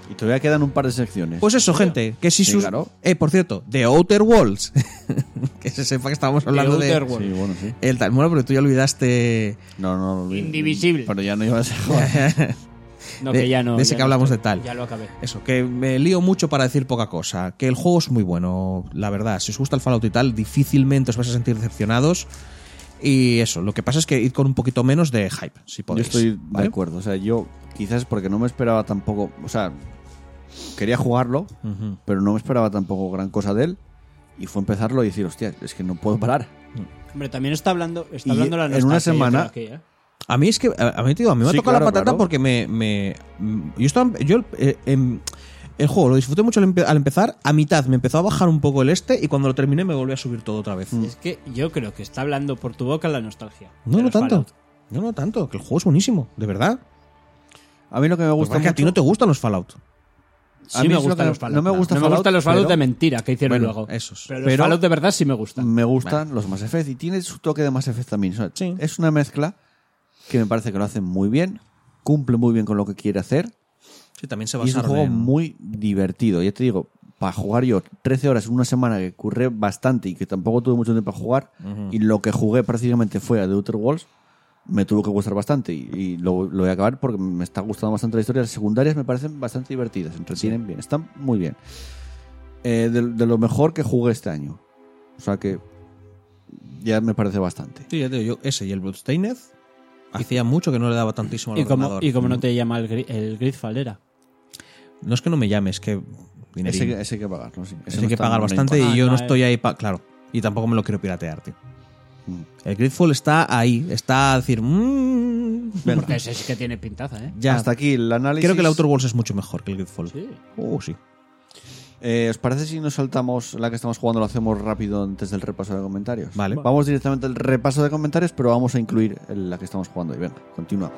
S1: Y todavía quedan un par de secciones.
S2: Pues eso, gente, que si
S1: Sí,
S2: sus...
S1: claro.
S2: Eh, por cierto, de Outer Worlds. que se sepa que estábamos hablando
S6: The Outer
S2: de...
S6: Worlds.
S1: Sí, bueno, sí.
S2: El tal, bueno, pero tú ya olvidaste...
S1: No, no, no.
S6: Indivisible.
S1: Pero ya no ibas a joder.
S3: No,
S2: de,
S3: que ya no,
S2: de ese
S3: ya
S2: que
S3: no
S2: hablamos
S3: estoy.
S2: de tal.
S3: Ya lo acabé.
S2: Eso, que me lío mucho para decir poca cosa. Que el juego es muy bueno, la verdad. Si os gusta el Fallout y tal, difícilmente os vais a sentir decepcionados. Y eso, lo que pasa es que id con un poquito menos de hype, si
S1: Yo
S2: podéis.
S1: estoy
S2: Pues, ¿vale?
S1: de acuerdo. O sea, yo quizás porque no me esperaba tampoco. O sea, quería jugarlo, pero no me esperaba tampoco gran cosa de él. Y fue empezarlo y decir, hostia, es que no puedo parar.
S6: Hombre, también está hablando, está
S1: Y
S6: hablando la
S1: en
S6: nostalgia,
S1: una
S6: yo creo,
S1: semana-
S6: aquí, ¿eh?
S2: A mí es que, a a mí, tío, a mí me
S1: Sí,
S2: ha tocado
S1: claro,
S2: la patata
S1: claro.
S2: porque me. me- mm, yo estaba. Yo, eh, em, el juego lo disfruté mucho al, empe- al empezar. A mitad me empezó a bajar un poco el este y cuando lo terminé me volvió a subir todo otra
S1: Mm.
S2: vez.
S6: Es que yo creo que está hablando por tu boca la nostalgia.
S2: Mm. No,
S6: de
S2: no
S6: los
S2: tanto.
S6: Fallout.
S2: No, no tanto. Que el juego es buenísimo, de verdad.
S1: A mí lo que me
S2: Lo que
S1: gusta
S2: pasa es que a ti no
S1: mucho-
S2: te gustan los Fallout.
S1: A
S6: Sí
S1: mí
S6: me
S1: es lo que
S6: gustan
S1: no-
S6: los Fallout.
S1: no me gusta
S6: no me
S1: Fallout,
S6: gustan los Fallout de
S1: pero-
S6: mentira que hicieron
S2: Bueno,
S6: luego.
S2: esos. Mm,
S6: Pero,
S1: Pero-
S6: los Fallout de verdad sí me gustan.
S1: me gustan los Mass Effect y tiene su toque de Mass Effect también. O sea,
S2: Sí.
S1: Es una mezcla que me parece que lo hacen muy bien, cumple muy bien con lo que quiere hacer
S2: Sí, también se
S1: y es un juego muy divertido. Ya te digo, para jugar yo 13 horas en una semana que curré bastante y que tampoco tuve mucho tiempo para jugar y lo que jugué prácticamente fue a The Outer Worlds, me tuvo que gustar bastante y, y lo, lo voy a acabar porque me está gustando bastante la historia. Las secundarias me parecen bastante divertidas, entretienen bien, están muy bien. Eh, de, de lo mejor que jugué este año. O sea que ya me parece bastante.
S2: Sí, ya te digo, yo ese y el Bloodstained
S1: Ah.
S2: hacía mucho que no le daba tantísimo al
S6: Y como,
S2: ordenador.
S6: y como no te llama el, gri- el Gridfall, era.
S2: No es que no me llames, que dinerín.
S1: Ese, que- ese hay que pagar, no sé. Ese
S2: Ese
S1: no
S2: hay que
S1: está
S2: pagar
S1: en
S2: bastante
S1: Game Pass.
S2: y yo
S6: Ah,
S2: no
S6: ya,
S2: estoy ahí para... Claro. Y tampoco me lo quiero piratear, tío.
S1: Mm.
S2: El Gridfall está ahí. Está a decir... mm,
S1: Venga,
S6: Porque ese sí que tiene pintaza, ¿eh?
S2: ya.
S1: Hasta aquí el análisis.
S2: Creo que el Outer Worlds es mucho mejor que el Gridfall.
S6: Sí.
S2: Oh, sí.
S1: Eh, ¿Os parece si nos saltamos la que estamos jugando? Lo hacemos rápido antes del repaso de comentarios.
S2: Vale.
S1: Vamos directamente al repaso de comentarios, pero vamos a incluir el- la que estamos jugando. Y venga, continuamos.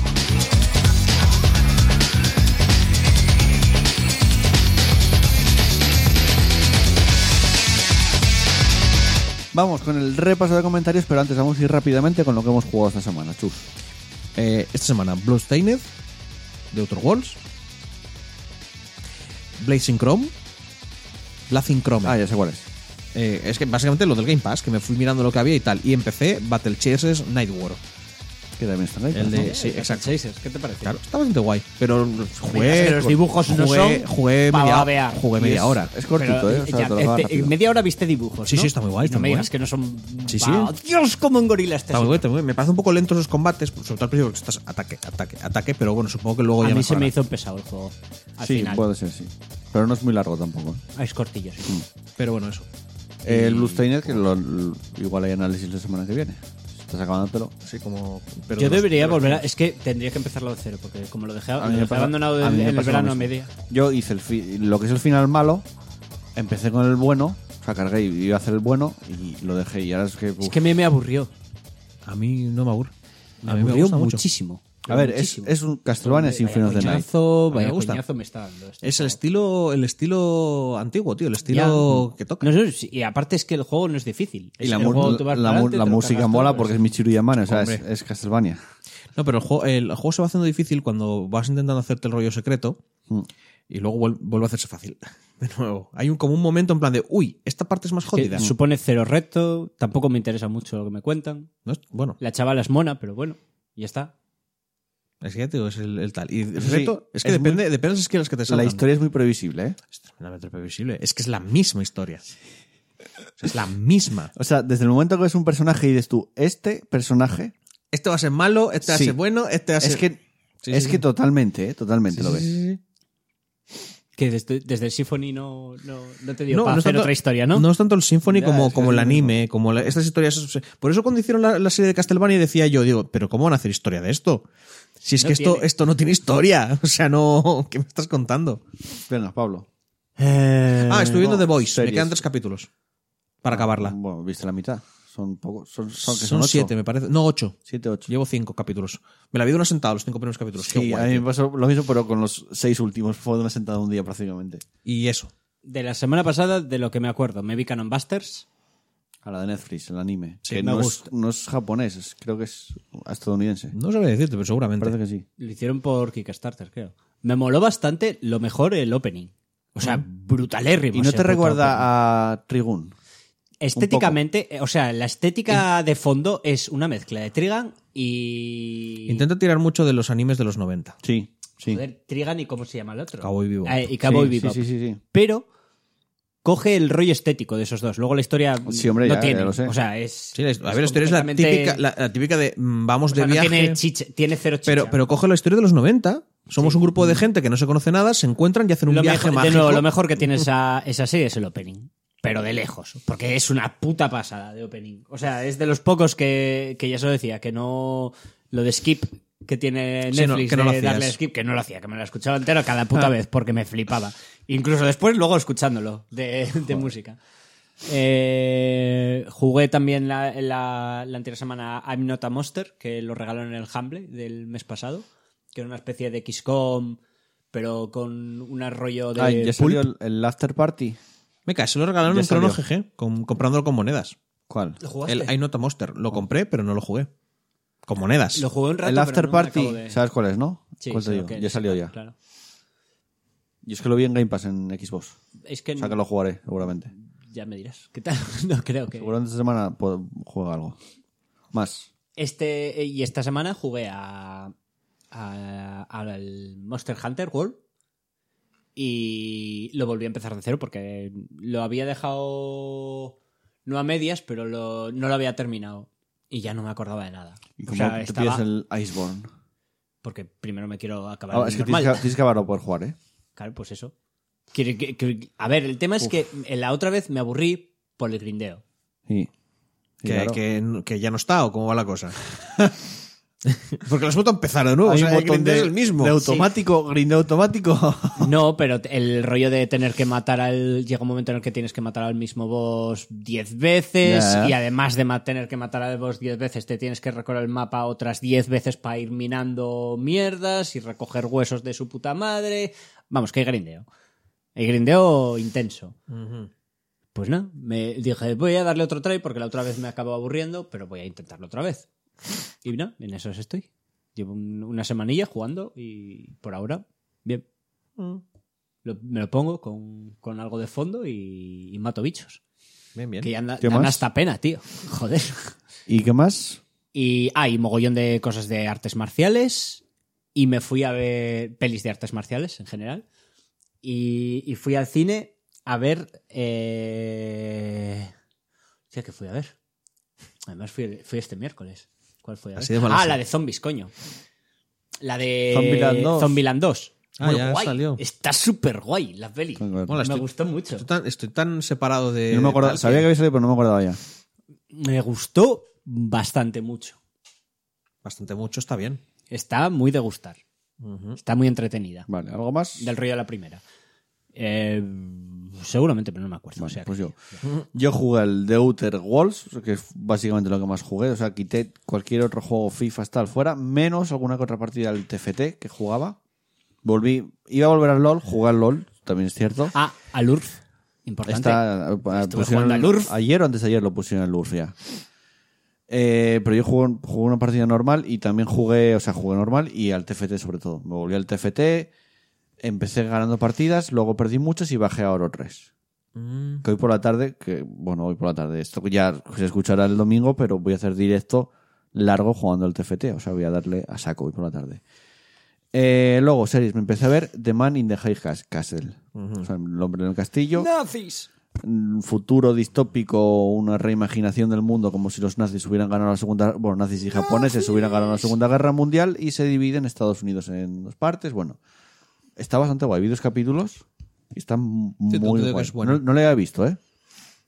S1: Vamos con el repaso de comentarios, pero antes vamos a ir rápidamente con lo que hemos jugado esta semana, chus.
S2: Eh, esta semana, Bloodstained, de Outer Worlds, Blazing Chrome, Blazing Chrome.
S1: Ah, ya sé cuál es.
S2: Eh, es que básicamente lo del Game Pass, que me fui mirando lo que había y tal, y empecé Battle Chasers Night War.
S1: Que también está en Game
S2: El
S1: Pass,
S2: de-
S1: ¿no?
S2: sí, exacto.
S6: Chasers, ¿qué te parece?
S2: Claro, está bastante guay, pero
S6: Venga,
S2: jugué...
S6: es que los dibujos no
S2: jugué,
S6: son
S2: jugué
S6: pa'
S2: media,
S6: babear.
S2: jugué
S1: Y
S2: media
S1: es-
S2: hora.
S1: Es cortito,
S6: Pero,
S1: ¿eh? O sea,
S6: ya,
S1: te lo
S6: eh,
S1: acabas
S6: te-
S1: rápido.
S6: en media hora viste dibujos.
S2: Sí,
S6: ¿no?
S2: sí, está muy
S6: Y
S2: guay, está
S6: no me
S2: muy
S6: digas
S2: guay.
S6: que no son.
S2: Sí, sí.
S6: Wow, Dios, como en gorila este
S2: Está muy
S6: señor.
S2: guay, está muy guay. Me parecen un poco lentos los combates, sobre todo al principio porque estás ataque, ataque, ataque, pero bueno, supongo que luego
S6: A
S2: ya
S6: mí se me
S2: mejorará.
S6: hizo pesado el juego. Al
S1: Sí,
S6: final.
S1: puede Mm, ser, sí. Pero no es muy largo tampoco.
S6: Ah, Es cortillo, sí.
S2: Pero bueno, eso.
S1: Eh, El Bloodstained, que lo- lo- igual hay análisis la semana que viene. Estás acabándotelo.
S2: Sí, como... pero
S6: Yo
S2: de los-
S6: debería
S2: de los
S6: volver a. Es que tendría que empezarlo de cero, porque como lo dejé,
S1: A
S6: lo
S1: mí me
S6: dejé
S1: pasa-
S6: abandonado
S1: a
S6: en,
S1: mí me
S6: en el
S1: pasa lo
S6: verano a
S1: mismo.
S6: media.
S1: Yo hice el fi- lo que es el final malo, empecé con el bueno, o sea, cargué y iba a hacer el bueno y lo dejé. Y ahora es que. uf.
S6: Es que me, me aburrió.
S2: A mí no me aburre.
S6: Me
S2: a mí me
S6: aburrió
S2: gusta mucho.
S6: muchísimo.
S1: a ver, es,
S6: Muchísimo. Eh,
S1: es un Castlevania Symphony of the Night.
S6: Coñazo,
S2: A mí me
S6: vaya
S2: gusta.
S6: coñazo me está dando este
S2: Es el
S6: juego.
S2: estilo, el estilo antiguo, tío, el estilo
S6: Ya.
S2: que toca.
S6: No sé, y aparte es que el juego no es difícil.
S1: Y
S6: Es
S1: la,
S6: el
S1: mu-
S6: juego, tú vas
S1: la
S6: para
S1: mu-
S6: adelante,
S1: la
S6: te lo
S1: música
S6: cargas
S1: mola
S6: todo,
S1: porque es Michiru Yamane, o sea, es,
S2: Hombre.
S1: es Castlevania.
S2: No, pero el juego, el juego se va haciendo difícil cuando vas intentando hacerte el rollo secreto
S1: Mm.
S2: y luego vuel- vuelve a hacerse fácil. De nuevo, hay un, como un momento en plan de, uy, esta parte es más
S6: que
S2: jodida.
S6: supone cero reto, tampoco me interesa mucho lo que me cuentan.
S2: No es- bueno,
S6: La chavala es mona, pero bueno, ya está.
S2: es que ya te digo, es el, el tal. Y el
S1: Sí,
S2: reto es que
S1: es
S2: depende, depende de las skills que te
S1: La
S2: salgan.
S1: historia es muy previsible, ¿eh?
S2: es tremendamente previsible. Es que es la misma historia. O sea, es la misma.
S1: O sea, desde el momento que ves un personaje y dices tú, este personaje.
S2: Este va a ser malo, este va
S1: Sí.
S2: a ser bueno, este va a ser.
S1: Es que,
S2: Sí,
S1: es
S2: sí,
S1: que
S2: sí.
S1: totalmente, ¿eh? Totalmente
S2: Sí,
S1: lo
S2: sí,
S1: ves.
S2: sí, sí.
S8: Que desde, desde el Symphony no, no, no te dio
S2: No,
S8: para
S2: no es
S8: hacer
S2: tanto-
S8: otra historia, ¿no?
S2: es tanto el Symphony
S1: Ya,
S2: como,
S1: es que
S2: como
S1: es
S2: el
S1: lo
S2: anime, como la- estas historias. Por eso cuando hicieron la, la serie de Castlevania decía yo, digo, pero ¿cómo van a hacer historia de esto? Si es
S8: No
S2: que esto,
S8: tiene.
S2: esto no tiene historia. O sea, no. ¿Qué me estás contando?
S1: Venga, Pablo.
S3: Eh,
S2: ah, estoy viendo
S1: Eh, no,
S2: The Voice.
S1: series.
S2: Me quedan tres capítulos para acabarla.
S1: Bueno, viste la mitad. Son pocos. Son, son, que
S2: Son,
S1: son ocho.
S2: siete, me parece. No, ocho.
S1: Siete, ocho.
S2: Llevo cinco capítulos. Me la vi de una sentada, los cinco primeros capítulos. Qué
S1: Sí,
S2: guay,
S1: a mí
S2: tío.
S1: me pasó lo mismo, pero con los seis últimos. Fue de una sentada un día prácticamente.
S2: Y eso.
S3: De la semana pasada, de lo que me acuerdo, me vi Cannon Busters.
S1: A la de Netflix, el anime.
S2: Sí,
S1: que
S2: me
S1: no
S2: gusta.
S1: Es, no es japonés, es- creo que es estadounidense.
S2: No sabría decirte, pero seguramente.
S1: Parece que sí.
S3: Lo hicieron por Kickstarter, creo. Me moló bastante, lo mejor, el opening. O sea, brutalérrimo.
S1: ¿Y no te
S3: ese puto opening.
S1: recuerda a Trigun?
S3: Estéticamente, eh, o sea, la estética de fondo es una mezcla de Trigan y.
S2: Intenta tirar mucho de los animes de los 90.
S1: Sí, sí.
S3: Joder, Trigan y cómo se llama el otro.
S2: Cowboy Bebop.
S3: Ah, y Cowboy
S1: sí,
S3: Bebop.
S1: sí, sí, sí.
S3: Pero coge el rollo estético de esos dos. Luego la historia
S1: Oh, Sí, hombre,
S3: no
S1: ya-
S3: tiene.
S1: ya lo sé.
S3: O sea, es.
S2: Sí, la- a
S3: es
S2: ver, la historia es la
S3: completamente-
S2: típica, la, la típica de mm, vamos
S3: o sea,
S2: de viaje.
S3: No tiene, chicha, tiene cero chicha.
S2: Pero, pero coge la historia de los 90. Somos un
S1: Mm.
S2: grupo de gente que no se conoce nada, se encuentran y hacen un
S3: Lo
S2: viaje
S3: mejor-
S2: mágico.
S3: De nuevo, lo mejor que tiene esa, esa serie es el opening. Pero de lejos. Porque es una puta pasada de opening. O sea, es de los pocos que, que ya se lo decía, que no. Lo de skip que tiene Netflix,
S2: Sí, no, que no lo
S3: de
S2: hacías. Ah.
S3: darle skip, que no lo hacía, que me lo escuchaba entero cada puta vez porque me flipaba. Incluso después, luego escuchándolo de, de música. Eh, jugué también la, la- la anterior semana I'm Not a Monster, que lo regalaron en el Humble del mes pasado, que era una especie de XCOM, pero con un arroyo de.
S1: Ah, ya
S3: pulp.
S1: salió el, el After Party.
S2: Me cae, se lo regalaron
S1: Ya
S2: en Trono
S1: salió.
S2: GG, con- comprándolo con monedas.
S1: ¿Cuál?
S3: ¿Lo jugaste?
S2: El I Not a Monster. Lo compré, pero no lo jugué. Con monedas.
S3: Lo jugué un rato.
S1: el
S3: pero
S1: After
S3: no me
S1: Party,
S3: acabo de-
S1: ¿sabes cuál es, no?
S3: Sí,
S1: ¿Cuál te
S3: sí,
S1: digo?
S3: ok,
S1: Ya salió ya.
S3: claro.
S1: Y es que lo vi en Game Pass en Xbox.
S3: Es que
S1: O sea que lo jugaré, seguramente.
S3: ya me dirás. ¿Qué tal? No creo que.
S1: Seguramente esta semana puedo- juega algo. Más.
S3: Este, y esta semana jugué a, a- al Monster Hunter World y lo volví a empezar de cero porque lo había dejado no a medias, pero lo- no lo había terminado y ya no me acordaba de nada.
S1: Y
S3: O
S1: como
S3: sea,
S1: te
S3: estaba-
S1: pides el Iceborne.
S3: Porque primero me quiero acabar
S1: Ah,
S3: el
S1: es que
S3: normal.
S1: tienes, que tienes que acabarlo por jugar, ¿eh?
S3: Claro, pues eso. Quiere- que- que- a ver, el tema es que en la otra vez me aburrí por el grindeo.
S1: Sí. Sí,
S2: que,
S1: claro.
S2: que- que ya no está, o cómo va la cosa. Porque los puedo empezar de nuevo.
S1: Hay
S2: o sea,
S1: un
S2: el
S1: botón
S2: grindeo
S1: de,
S2: es el mismo.
S1: de automático, grindeo automático.
S3: No, pero t- el rollo de tener que matar al. Llega un momento en el que tienes que matar al mismo boss 10 veces.
S1: Ya.
S3: Y además de ma- tener que matar al boss 10 veces, te tienes que recorrer el mapa otras 10 veces para ir minando mierdas y recoger huesos de su puta madre. Vamos, que hay grindeo. Hay grindeo intenso. Pues no, me dije, voy a darle otro try porque la otra vez me acabo aburriendo, pero voy a intentarlo otra vez. Y no, en eso estoy. Llevo un- una semanilla jugando y por ahora, bien. Lo- me lo pongo con, con algo de fondo y, y mato bichos.
S2: Bien, bien.
S3: Que ya anda-
S1: ¿Qué
S3: dan
S1: más?
S3: hasta pena, tío. Joder.
S1: ¿Y qué más?
S3: Y hay mogollón de cosas de artes marciales. Y me fui a ver pelis de artes marciales en general. Y, y fui al cine a ver. Eh... hostia, ¿qué fui a ver? Además, fui, fui este miércoles. ¿Cuál fue?
S2: Así de mala
S3: ah,
S2: soy.
S3: la de zombies, coño. La de
S1: Zombieland 2.
S3: Zombieland 2.
S2: Ah,
S3: Muy
S2: ya
S3: guay.
S2: salió.
S3: Está súper guay la peli.
S1: Tengo que
S2: Mola,
S1: ver.
S3: me
S2: estoy-
S3: gustó mucho.
S2: Estoy tan, estoy tan separado de.
S1: No me acuerdo,
S2: de-
S1: sabía que había salido, pero no me acordaba ya.
S3: Me gustó bastante mucho.
S2: Bastante mucho, está bien.
S3: Está muy de gustar. Está muy entretenida.
S1: Vale, ¿algo más?
S3: Del rollo de la primera. Eh, seguramente, pero no me acuerdo.
S1: Vale,
S3: o sea,
S1: pues
S3: que-
S1: yo. Yo jugué el The Outer Walls, que es básicamente lo que más jugué. O sea, quité cualquier otro juego FIFA tal fuera, menos alguna que otra partida del TFT que jugaba. Volví, iba a volver al LOL, jugué al LOL, también es cierto.
S3: Ah, al URF. Importante.
S1: Está, ah,
S3: Estuve
S1: pusieron-
S3: jugando al URF.
S1: Ayer o antes de ayer lo pusieron al URF ya. Eh, pero yo jugué, jugué una partida normal y también jugué, o sea, jugué normal y al TFT sobre todo. Me volví al TFT, empecé ganando partidas, luego perdí muchas y bajé a oro 3.
S3: Mm.
S1: Que hoy por la tarde, que bueno, hoy por la tarde, esto ya se escuchará el domingo, pero voy a hacer directo largo jugando al TFT, o sea, voy a darle a saco hoy por la tarde. Eh, luego, series, me empecé a ver The Man in the High Cas- Castle, o sea, el hombre en el castillo
S3: ¡Nazis!
S1: un futuro distópico, una reimaginación del mundo, como si los nazis hubieran ganado la segunda, bueno, nazis y japoneses hubieran ganado la segunda guerra mundial y se divide en Estados Unidos en dos partes. Bueno, está bastante guay. Vi dos capítulos Y está m- muy
S2: Sí, te digo
S1: guay.
S2: que es bueno.
S1: No, no la había visto, ¿eh?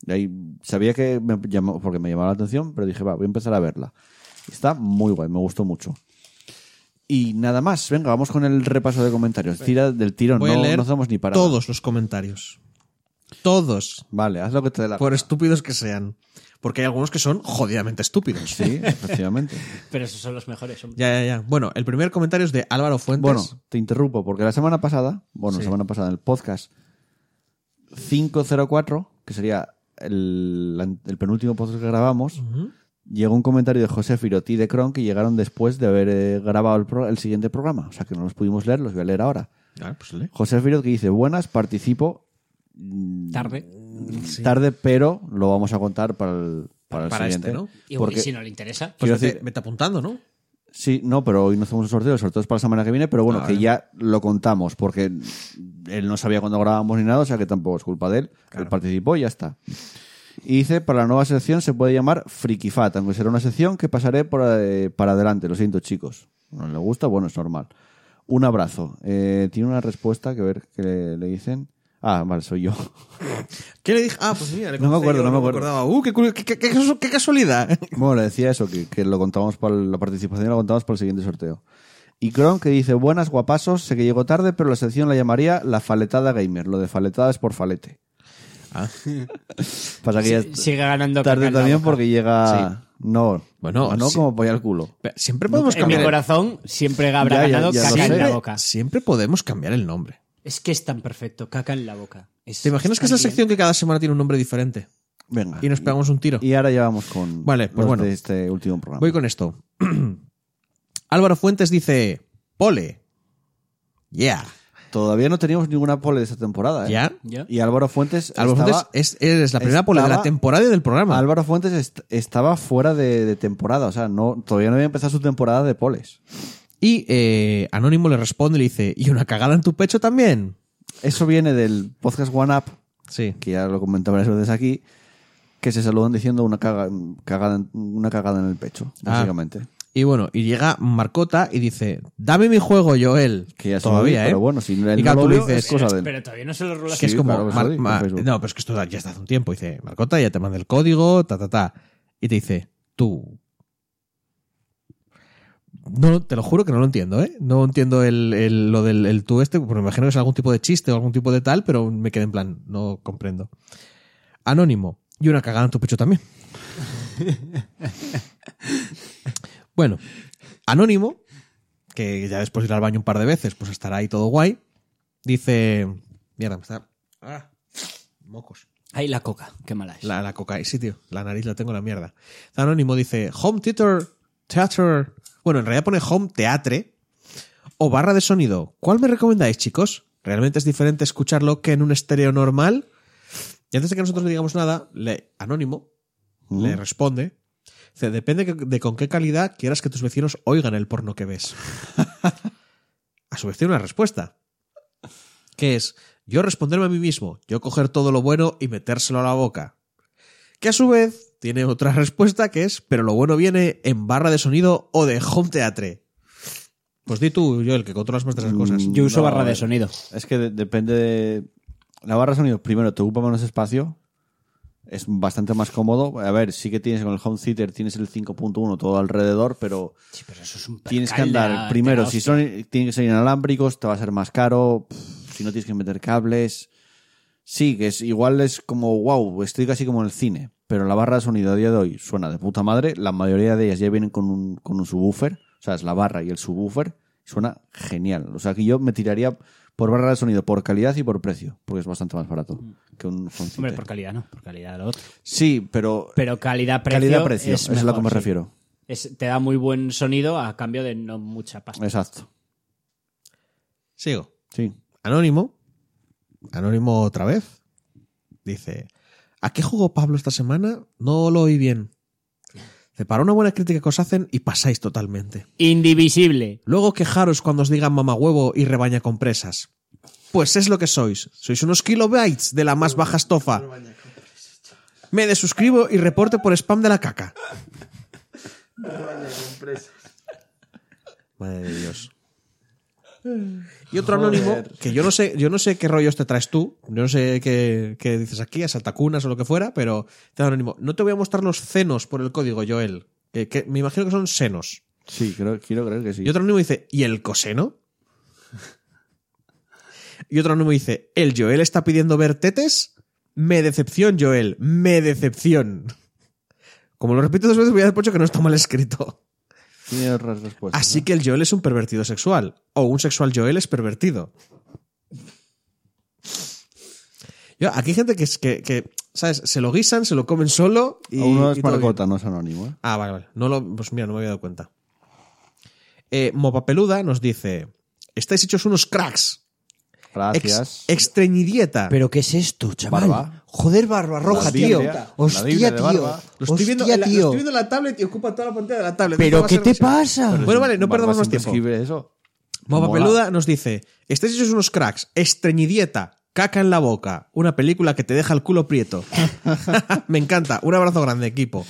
S1: Y ahí sabía que me llamó, porque me llamaba la atención, pero dije, va, voy a empezar a verla. Está muy guay, me gustó mucho. Y nada más, venga, vamos con el repaso de comentarios. Tira del tirón,
S2: Voy
S1: no,
S2: a leer
S1: no hacemos ni para
S2: todos los comentarios. Todos.
S1: Vale, haz lo que te dé la
S2: Por
S1: gana.
S2: estúpidos que sean. Porque hay algunos que son jodidamente estúpidos.
S1: Sí, efectivamente.
S6: Pero esos son los mejores. hombre.
S2: Ya, ya, ya. Bueno, el primer comentario es de Álvaro Fuentes.
S1: Bueno, te interrumpo, porque la semana pasada, bueno, la semana pasada en el podcast 504, que sería el, la- el penúltimo podcast que grabamos, llegó un comentario de José Firoti y de Kron que llegaron después de haber eh, grabado el, pro- el siguiente programa. O sea que no los pudimos leer, los voy a leer ahora.
S2: Ah, pues lee.
S1: José Firot que dice, buenas, participo Mm,
S6: Tarde.
S1: tarde, pero lo vamos a contar para el, para el
S2: Para este,
S1: siguiente.
S2: ¿no?
S6: Y,
S1: Porque-
S6: y si no le interesa.
S2: Pues
S1: Quiero
S2: vete,
S1: decir-
S2: vete apuntando, ¿no?
S1: Sí, no, pero hoy no hacemos el sorteo, el sorteo es para la semana que viene, pero bueno,
S2: Ah,
S1: que
S2: vale.
S1: ya lo contamos, porque él no sabía cuándo grabábamos ni nada, o sea que tampoco es culpa de él, él participó y ya está. Y dice, para la nueva sección se puede llamar Friki Fat, aunque será una sección que pasaré por, eh, para adelante, lo siento chicos. No le gusta, bueno, es normal. Un abrazo. Eh, Tiene una respuesta que ver que le, le dicen. Ah, vale, soy yo.
S2: ¿Qué le dije? Ah, pues mira, le
S1: No me
S2: contesté
S1: acuerdo,
S2: yo,
S1: no me acuerdo.
S2: acordaba. Uh, qué, curio- qué- qué- qué- qué casualidad.
S1: Bueno, le decía eso, que, que lo contamos para la participación, lo contamos para el siguiente sorteo. Y Kron que dice, buenas guapasos, sé que llegó tarde, pero la sección la llamaría la faletada gamer. Lo de faletada es por falete.
S2: Ah.
S1: Pasa que ya
S6: pues Si-
S1: es
S6: sigue ganando caca
S1: tarde
S6: en la
S1: también
S6: boca.
S1: porque llega... No,
S2: Bueno,
S1: no
S2: sí.
S1: como polla al culo.
S2: Pero Siempre podemos
S6: En mi
S2: cambiar. el-
S6: corazón siempre habrá
S1: Ya, ya,
S6: ganado
S1: ya lo
S6: caca en la
S1: sé.
S6: boca.
S2: Siempre podemos cambiar el nombre.
S6: Es que es tan perfecto, caca en la boca. Es-
S2: ¿Te imaginas que
S6: es
S2: esa
S6: tan
S2: sección que cada semana tiene un nombre diferente?
S1: Venga.
S2: Ah, Y nos pegamos un tiro.
S1: Y ahora ya vamos con
S2: Vale, pues
S1: los
S2: bueno.
S1: de este último programa.
S2: Voy con esto. Álvaro Fuentes dice: Pole. Yeah.
S1: Todavía no teníamos ninguna pole de esta temporada. ¿eh?
S2: ¿Ya?
S6: bien. ¿Ya?
S1: Y Álvaro Fuentes...
S2: Álvaro
S1: estaba-
S2: Fuentes es, eres la primera
S1: estaba-
S2: pole de la temporada y del programa.
S1: Álvaro Fuentes est- estaba fuera de, de temporada, o sea, no, todavía no había empezado su temporada de poles.
S2: Y eh, Anónimo le responde y le dice: ¿Y una cagada en tu pecho también?
S1: Eso viene del podcast One Up,
S2: Sí.
S1: que ya lo comenté varias veces aquí, que se saludan diciendo una, caga- cagada, en- una cagada en el pecho,
S2: Ah.
S1: básicamente.
S2: Y bueno, y llega Marcota y dice: Dame mi juego, Joel.
S1: Que ya se lo
S2: todavía,
S1: vi,
S2: ¿eh?
S1: pero bueno, si él
S2: Y
S1: no
S2: claro,
S1: lo
S2: tú
S1: vio,
S2: dices-
S1: es cosa de él.
S6: Pero todavía no se lo rula
S2: que es
S1: Sí,
S2: como.
S1: claro que
S2: Mar-
S1: lo digo en
S2: ma-
S1: Facebook.
S2: no, pero es que esto ya está hace un tiempo. Dice: Marcota, ya te manda el código, ta, ta, ta. Y te dice: Tú. No, te lo juro que no lo entiendo, ¿eh? No entiendo el, el- lo del el tú este, porque me imagino que es algún tipo de chiste o algún tipo de tal, pero me quedé en plan, no comprendo. Anónimo. Y una cagada en tu pecho también. bueno, Anónimo, que ya después de ir al baño un par de veces, pues estará ahí todo guay. Dice. Mierda, me está. Ah, mocos.
S6: Ahí la coca, qué mala es.
S2: La, la coca. Sí, tío. La nariz la tengo en la mierda. Anónimo dice: Home Theater. Theater. Bueno, en realidad pone Home Teatre. O barra de sonido. ¿Cuál me recomendáis, chicos? ¿Realmente es diferente escucharlo que en un estéreo normal? Y antes de que nosotros le digamos nada, le, Anónimo
S1: Mm.
S2: le responde. Dice, depende que- de con qué calidad quieras que tus vecinos oigan el porno que ves. a su vez tiene una respuesta. Que es yo responderme a mí mismo, yo coger todo lo bueno y metérselo a la boca. Que a su vez tiene otra respuesta que es, pero lo bueno viene en barra de sonido o de home teatre. Pues di tú, yo, el que controlas más de esas cosas.
S1: Mm.
S6: Yo uso
S1: No, eh,
S6: barra
S1: a
S6: de
S1: ver.
S6: sonido.
S1: Es que de- depende de... La barra de sonido, primero, te ocupa menos espacio, es bastante más cómodo. A ver, sí que tienes con el home theater, tienes el 5.1 todo alrededor, pero...
S6: Sí, pero eso es un
S1: Tienes que
S6: percal de la-
S1: andar.
S6: de
S1: Primero,
S6: la
S1: si
S6: hostia.
S1: son, tienen que ser inalámbricos, te va a ser más caro. Pff, Si no tienes que meter cables. Sí, que es igual es como, wow, estoy casi como en el cine. Pero la barra de sonido a día de hoy suena de puta madre. La mayoría de ellas ya vienen con un, con un subwoofer. O sea, es la barra y el subwoofer. Suena genial. O sea, que yo me tiraría por barra de sonido, por calidad y por precio. Porque es bastante más barato que un
S6: Mm.
S1: home
S6: Hombre,
S1: theater.
S6: por calidad no, por calidad lo otro.
S1: Sí, pero,
S6: Pero calidad-precio
S1: calidad-precio.
S6: es
S1: Es, a lo que me
S6: mejor, sí.
S1: refiero.
S6: Es- te da muy buen sonido a cambio de no mucha pasta.
S1: Exacto.
S2: Sigo.
S1: Sí.
S2: Anónimo, Anónimo otra vez, dice, ¿a qué jugó Pablo esta semana? No lo oí bien. Dice, para una buena crítica que os hacen y pasáis totalmente.
S6: Indivisible.
S2: Luego quejaros cuando os digan mamá huevo y rebaña compresas. Pues es lo que sois. Sois unos kilobytes de la más baja estofa. Me desuscribo y reporte por spam de la caca. Madre de Dios. Y otro anónimo, que yo no sé, yo no sé qué rollos te traes tú, yo no sé qué, qué dices aquí, a saltacunas o lo que fuera, pero te anónimo. No te voy a mostrar los cenos por el código, Joel. Que, que me imagino que son senos.
S1: Sí, creo, quiero creer que sí.
S2: Y otro anónimo dice, ¿y el coseno? Y otro anónimo dice, ¿el Joel está pidiendo ver tetes? Me decepción, Joel, me decepción. Como lo repito dos veces, voy a dar pocho que no está mal escrito.
S1: Tiene otras respuestas.
S2: Así
S1: Pues ¿no?
S2: que el Joel es un pervertido sexual. O un sexual Joel es pervertido. Yo, aquí hay gente que, es- que, que, ¿sabes? Se lo guisan, se lo comen solo y.
S1: A uno es
S2: y todo bien.
S1: marcota, no es anónimo. ¿eh?
S2: Ah, vale, vale. No lo, pues mira, no me había dado cuenta. Eh, Mopapeluda nos dice: Estáis hechos unos cracks. Ex-
S1: Gracias.
S2: extreñidieta.
S6: ¿Pero qué es esto, chaval?
S1: Barba.
S6: Joder, barba roja,
S1: La
S6: tío.
S1: Biblia. La Biblia
S6: Hostia,
S1: de
S6: tío.
S1: barba.
S2: lo, estoy viendo en
S6: Hostia,
S2: la, lo
S6: tío.
S2: estoy viendo en la tablet y ocupa toda la pantalla de la tablet. Esto
S6: ¿Pero
S2: va a
S6: qué
S2: ser
S6: te
S2: demasiado-
S6: pasa?
S2: Bueno, vale, no
S1: Barba
S2: perdamos más
S1: siempre
S2: tiempo.
S1: escribe eso.
S2: Mopa
S1: Mola.
S2: Peluda nos dice: Estáis hechos unos cracks, estreñidieta, caca en la boca, una película que te deja el culo prieto. Me encanta, un abrazo grande, equipo.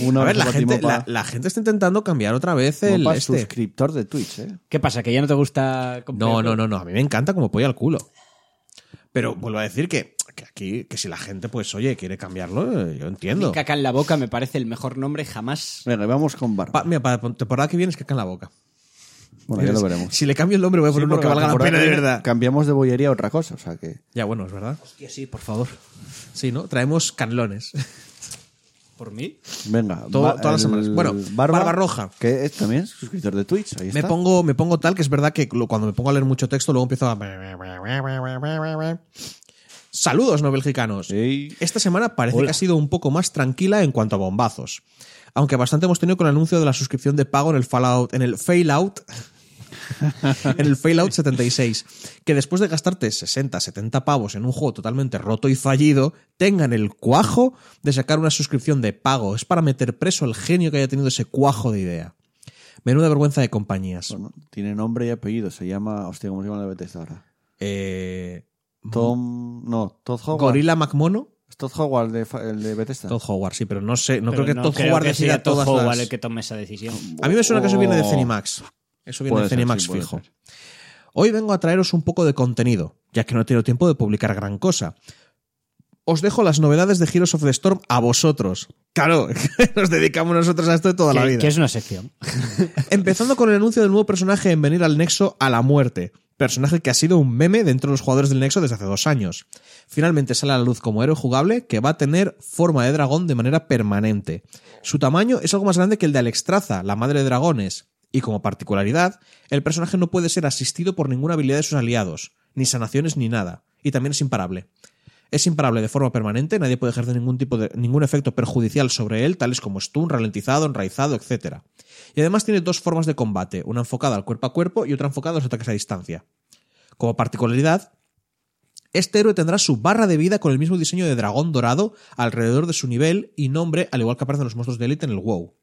S1: Un
S2: a ver,
S1: abrazo
S2: la
S1: para ti,
S2: gente, la,
S1: Mopa.
S2: la gente está intentando cambiar otra vez el
S1: Mopa es
S2: este.
S1: suscriptor de Twitch, ¿eh?
S6: ¿Qué pasa? ¿Que ya no te gusta
S2: No, no, no, no, a mí me encanta como pollo al culo. Pero vuelvo a decir que, que aquí, que si la gente, pues, oye, quiere cambiarlo, eh, yo entiendo.
S6: Caca en la boca me parece el mejor nombre jamás.
S1: Venga, y vamos con Barba.
S2: Pa- mira, para la temporada que viene es caca en la boca.
S1: Bueno, ya lo veremos.
S2: Si le cambio el nombre, voy a
S1: Sí,
S2: poner uno
S1: porque
S2: que
S1: la
S2: valga la
S1: temporada
S2: pena de
S1: que viene
S2: verdad.
S1: Cambiamos de bollería a otra cosa, o sea que.
S2: Ya, bueno, es verdad.
S6: Hostia, sí, por favor.
S2: Sí, ¿no? Traemos canlones.
S6: ¿Por mí?
S1: Venga,
S2: Todo- todas las semanas. Bueno, Barba Roja.
S1: Que es también es suscriptor de Twitch. Ahí
S2: Me
S1: está.
S2: pongo, me pongo tal que es verdad que lo- cuando me pongo a leer mucho texto, luego empiezo a. Saludos, no belgicanos.
S1: Sí.
S2: Esta semana parece que ha sido un poco más tranquila en cuanto a bombazos. Aunque bastante hemos tenido con el anuncio de la suscripción de pago en el Fallout, en el Failout. en el Fallout 76, que después de gastarte 60, 70 pavos en un juego totalmente roto y fallido, tengan el cuajo de sacar una suscripción de pago. Es para meter preso al genio que haya tenido ese cuajo de idea. Menuda vergüenza de compañías.
S1: Bueno, tiene nombre y apellido. Se llama. Hostia, ¿cómo se llama la Bethesda ahora?
S2: Eh,
S1: Tom. No, Todd Howard.
S2: Gorilla McMono.
S1: ¿Es Todd Howard el de, fa- el de Bethesda?
S2: Todd Howard, sí, pero no sé, no
S6: Pero
S2: creo que
S6: no
S2: Todd
S6: creo
S2: Howard
S6: que
S2: decida
S6: sea Todd
S2: todas
S6: Howard
S2: las-
S6: el que tome esa decisión.
S2: A mí me suena que eso viene de
S1: Oh.
S2: Cenimax. Eso viene
S1: Puede
S2: de
S1: ser,
S2: Cenimax
S1: sí, puede
S2: fijo.
S1: ser.
S2: Hoy vengo a traeros un poco de contenido, ya que no he tenido tiempo de publicar gran cosa. Os dejo las novedades de Heroes of the Storm a vosotros. Claro, nos dedicamos nosotros a esto toda la
S6: Que,
S2: vida.
S6: que es una sección.
S2: Empezando con el anuncio del nuevo personaje en venir al Nexo a la muerte. Personaje que ha sido un meme dentro de los jugadores del Nexo desde hace dos años. Finalmente sale a la luz como héroe jugable que va a tener forma de dragón de manera permanente. Su tamaño es algo más grande que el de Alexstrasza, la madre de dragones. Y como particularidad, el personaje no puede ser asistido por ninguna habilidad de sus aliados, ni sanaciones ni nada. Y también es imparable. Es imparable de forma permanente, nadie puede ejercer ningún tipo de ningún efecto perjudicial sobre él, tales como stun, ralentizado, enraizado, etc. Y además tiene dos formas de combate, una enfocada al cuerpo a cuerpo y otra enfocada a los ataques a distancia. Como particularidad, este héroe tendrá su barra de vida con el mismo diseño de dragón dorado alrededor de su nivel y nombre, al igual que aparecen los monstruos de élite en el WoW.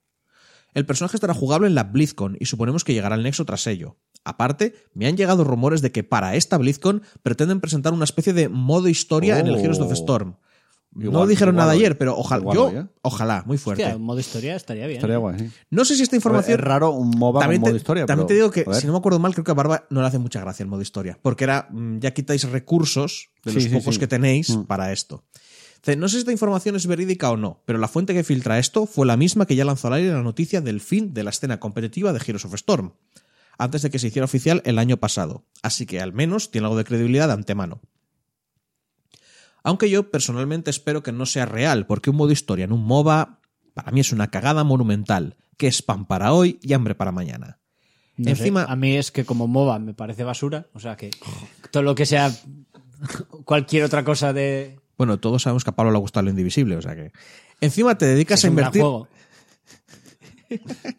S2: El personaje estará jugable en la BlizzCon y suponemos que llegará al Nexo tras ello. Aparte, me han llegado rumores de que para esta BlizzCon pretenden presentar una especie de modo historia en el Heroes of the Storm. no
S1: Oh. Igual-
S2: dijeron
S1: igual
S2: nada
S1: lo-
S2: ayer, pero ojalá,
S1: igual
S2: yo,
S1: lo vi, ¿eh?
S2: ojalá, muy fuerte.
S6: Hostia, en modo historia estaría bien.
S1: Estaría guay, sí.
S2: No sé si esta
S1: Información
S2: información
S1: raro un MOBA
S2: también,
S1: con modo
S2: te,
S1: historia. pero-
S2: también te digo que,
S1: a ver.
S2: si no me acuerdo mal, creo que a Barba no le hace mucha gracia el modo historia, porque era mm, ya quitáis recursos de
S1: Sí,
S2: los
S1: sí,
S2: pocos
S1: sí. Mm.
S2: que tenéis para esto. Dice, No sé si esta información es verídica o no, pero la fuente que filtra esto fue la misma que ya lanzó al aire la noticia del fin de la escena competitiva de Heroes of Storm, antes de que se hiciera oficial el año pasado, así que al menos tiene algo de credibilidad de antemano. Aunque yo personalmente espero que no sea real, porque un modo historia en un MOBA para mí es una cagada monumental, que es pan para hoy y hambre para mañana.
S6: No sé,
S2: Encima-
S6: a mí es que como MOBA me parece basura. O sea que todo lo que sea cualquier otra cosa de.
S2: Bueno, todos sabemos que a Pablo le ha gustado lo indivisible, o sea que. Encima te dedicas
S6: es
S2: a
S6: un gran
S2: invertir.
S6: juego.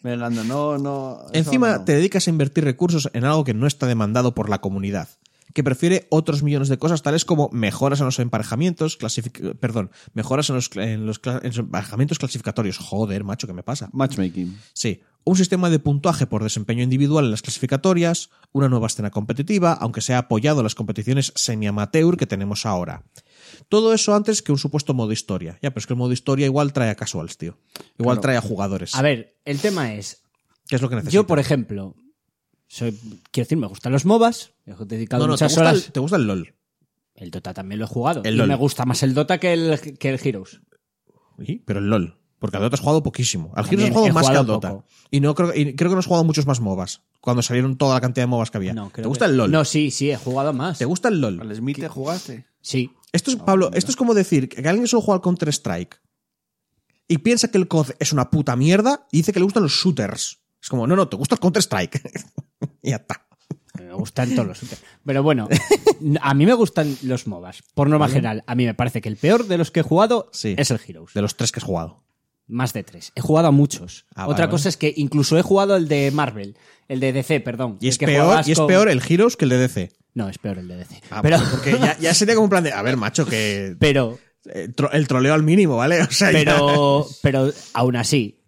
S1: Venga, anda, no, no. eso
S2: Encima
S1: no.
S2: te dedicas a invertir recursos en algo que no está demandado por la comunidad, que prefiere otros millones de cosas tales como mejoras en los emparejamientos, clasific- perdón, mejoras en los, cla- en los cla- en los emparejamientos clasificatorios. Joder, macho, ¿qué me pasa?
S1: Matchmaking.
S2: Sí, un sistema de puntuaje por desempeño individual en las clasificatorias, una nueva escena competitiva, aunque sea apoyado a las competiciones semi-amateur que tenemos ahora. Todo eso antes que un supuesto modo historia. Ya, pero es que el modo historia igual trae a casuals, tío. Igual trae a jugadores.
S6: A ver, el tema es.
S2: ¿Qué es lo que necesitas?
S6: Yo, por ejemplo,
S3: soy, quiero decir, me gustan los MOBAs. He dedicado
S2: No, no, te
S3: muchas
S2: gusta,
S3: horas.
S2: el, te gusta el LOL.
S3: El Dota también lo he jugado.
S2: El
S3: y
S2: LOL.
S3: me gusta más el Dota que el, que el Heroes.
S2: Sí, Pero el LOL. Porque al Dota has jugado poquísimo. Al Heroes
S3: También
S2: has jugado
S3: he
S2: más que
S3: jugado
S2: al Dota.
S3: poco.
S2: Y, no, creo, y creo que no has jugado muchos más MOBAs. Cuando salieron toda la cantidad de MOBAs que había.
S3: No, creo
S2: ¿Te gusta
S3: que-
S2: el LOL?
S3: No, sí, sí, he jugado más.
S2: ¿Te gusta el LOL?
S1: ¿Al Smith te jugaste?
S3: Sí.
S2: Esto es, Pablo,
S3: Ah.
S2: esto es como decir que alguien que solo juega al Counter-Strike y piensa que el COD es una puta mierda y dice que le gustan los shooters. Es como, no, no, te gusta el Counter-Strike. y ya está.
S3: Me gustan todos los shooters. Pero bueno, a mí me gustan los MOBAs. Por norma general, a mí me parece que el peor de los que he jugado
S2: Sí.
S3: es el Heroes.
S2: De los tres que has jugado.
S3: Más de tres. He jugado a muchos.
S2: Ah,
S3: Otra
S2: vale,
S3: cosa
S2: vale.
S3: es que incluso he jugado el de Marvel. El de DC, perdón.
S2: Y
S3: El
S2: es,
S3: que
S2: peor,
S3: jugabas
S2: y es
S3: con-
S2: peor el Heroes que el de DC.
S3: No, es peor el de DC.
S2: Ah,
S3: pero,
S2: vale, Porque ya, ya sería como un plan de, a ver, macho, que
S3: pero,
S2: eh, tro- el troleo al mínimo, ¿vale? O sea, ya-
S3: pero, pero aún así,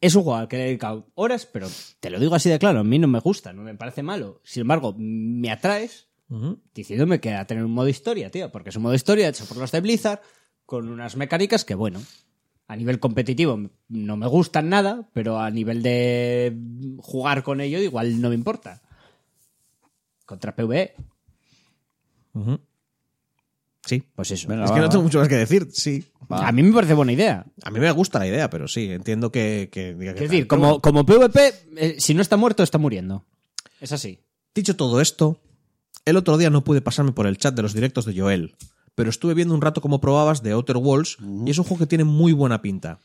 S3: es un juego al que le he dedicado horas, pero te lo digo así de claro, a mí no me gusta, no me parece malo. Sin embargo, me atraes
S2: Ujú.
S3: diciéndome que a tener un modo historia, tío, porque es un modo historia hecho por los de Blizzard con unas mecánicas que, bueno, a nivel competitivo no me gustan nada, pero a nivel de jugar con ello igual no me importa. Contra E, PvE,
S2: Ujú. Sí.
S3: pues eso.
S1: Venga,
S2: Es
S1: va,
S2: que no
S1: va.
S2: tengo mucho más que decir, sí.
S1: va.
S3: a mí me parece buena idea.
S2: A mí me gusta la idea, pero sí, entiendo que... que, diga que
S3: Es
S2: tal. Pero
S3: decir, como,
S2: bueno,
S3: como PvP, eh, si no está muerto, está muriendo. Es así.
S2: Dicho todo esto, el otro día no pude pasarme por el chat de los directos de Joel, pero estuve viendo un rato cómo probabas de Outer Worlds y es un juego que tiene muy buena pinta.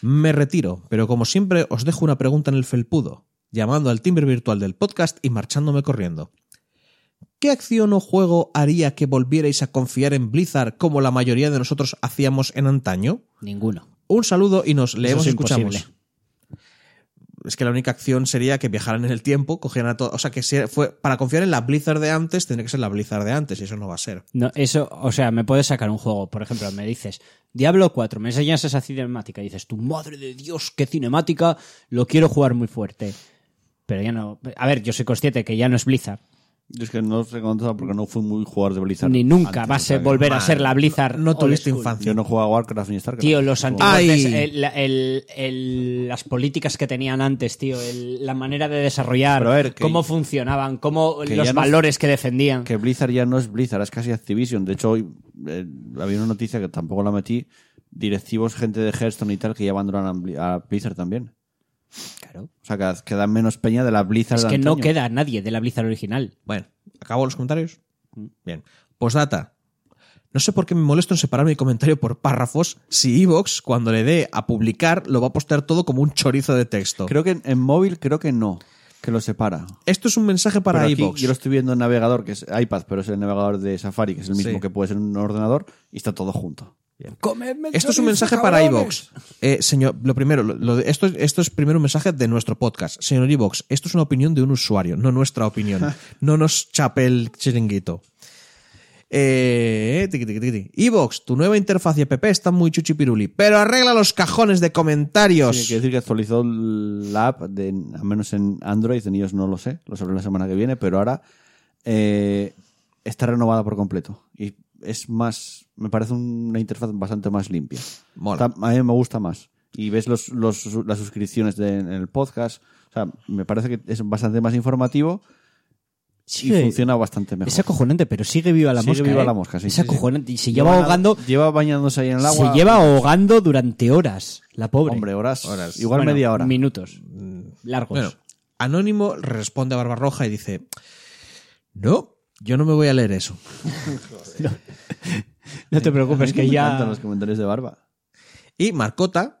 S2: Me retiro, pero como siempre os dejo una pregunta en el felpudo, llamando al timbre virtual del podcast y marchándome corriendo. ¿Qué acción o juego haría que volvierais a confiar en Blizzard como la mayoría de nosotros hacíamos en antaño?
S3: Ninguno.
S2: Un saludo y nos leemos
S3: es
S2: y escuchamos.
S3: imposible.
S2: Es que la única acción sería que viajaran en el tiempo, cogieran a todo. O sea, que si fue, para confiar en la Blizzard de antes, tendría que ser la Blizzard de antes, y eso no va a ser.
S3: No, eso, o sea, me puedes sacar un juego. Por ejemplo, me dices, Diablo 4, me enseñas esa cinemática. Y dices, tu madre de Dios, qué cinemática, lo quiero jugar muy fuerte. Pero ya no. A ver, yo soy consciente que ya no es Blizzard.
S1: Yo es que no os he contado porque no fui muy jugador de Blizzard.
S3: Ni nunca
S1: antes,
S3: va
S1: o
S3: a
S1: sea
S3: ser
S1: que-
S3: volver a ser la Blizzard.
S2: No
S3: old
S2: tuviste
S3: school.
S2: infancia.
S1: Yo no jugaba a Warcraft ni a Starcraft.
S3: Tío, los
S1: antiguos.
S3: antiguos.
S2: Ay.
S3: el- el- el- las políticas que tenían antes, tío. el- la manera de desarrollar.
S1: Pero a ver, que-
S3: cómo funcionaban. Cómo
S1: que ya
S3: los
S1: no-
S3: valores que defendían.
S1: Que Blizzard ya no es Blizzard, es casi Activision. De hecho, hoy eh, había una noticia que tampoco la metí. Directivos, gente de Hearthstone y tal, que ya abandonan a Bli- a Blizzard también.
S3: Claro.
S1: O sea, que quedan menos peña de la Blizzard
S3: Es
S1: de
S3: que no
S1: antaño.
S3: queda nadie de la Blizzard original.
S2: Bueno, acabo los comentarios.
S3: Mm.
S2: Bien. Postdata. No sé por qué me molesto en separar mi comentario por párrafos si Evox, cuando le dé a publicar, lo va a postear todo como un chorizo de texto.
S1: Creo que en, en móvil, creo que no. Que lo separa.
S2: Esto es un mensaje para
S1: Pero aquí
S2: Evox.
S1: Yo lo estoy viendo en navegador, que es iPad, pero es el navegador de Safari, que es el mismo
S2: Sí.
S1: que puede ser en un ordenador, y está todo junto.
S2: Esto es un mensaje para iVox. Eh, señor, lo primero, lo- lo de- esto, esto es primero un mensaje de nuestro podcast. Señor iVox, esto es una opinión de un usuario, no nuestra opinión. No nos chape el chiringuito. Eh, tiqui, tiqui, tiqui. iVox, tu nueva interfaz y app está muy chuchipiruli, pero arregla los cajones de comentarios.
S1: Sí, hay que decir que actualizó la app, de, al menos en Android, en iOS no lo sé, lo sabré la semana que viene, pero ahora eh, está renovada por completo. Y es más, me parece una interfaz bastante más limpia.
S2: Mola.
S1: Está- a mí me gusta más. Y ves los, los- las suscripciones de- en el podcast. O sea, me parece que es bastante más informativo y funciona bastante mejor.
S3: Es acojonante, pero sigue viva la
S1: Sigue
S3: mosca.
S1: viva
S3: ¿eh?
S1: la mosca, sí,
S3: Es
S1: sí,
S3: acojonante. Y se lleva ahogando.
S1: Lleva bañándose ahí en el agua.
S3: Se lleva ahogando durante horas, la pobre.
S1: Hombre, horas.
S2: Horas.
S1: Igual
S3: Bueno,
S1: media hora. Mm.
S3: Minutos. Largos.
S1: pues.
S2: Bueno, Anónimo responde a Barbarroja y dice: No, yo no me voy a leer eso.
S3: no te preocupes, que
S1: Eh, Me
S3: ya.
S1: encantan los comentarios de Barba.
S2: Y Marcota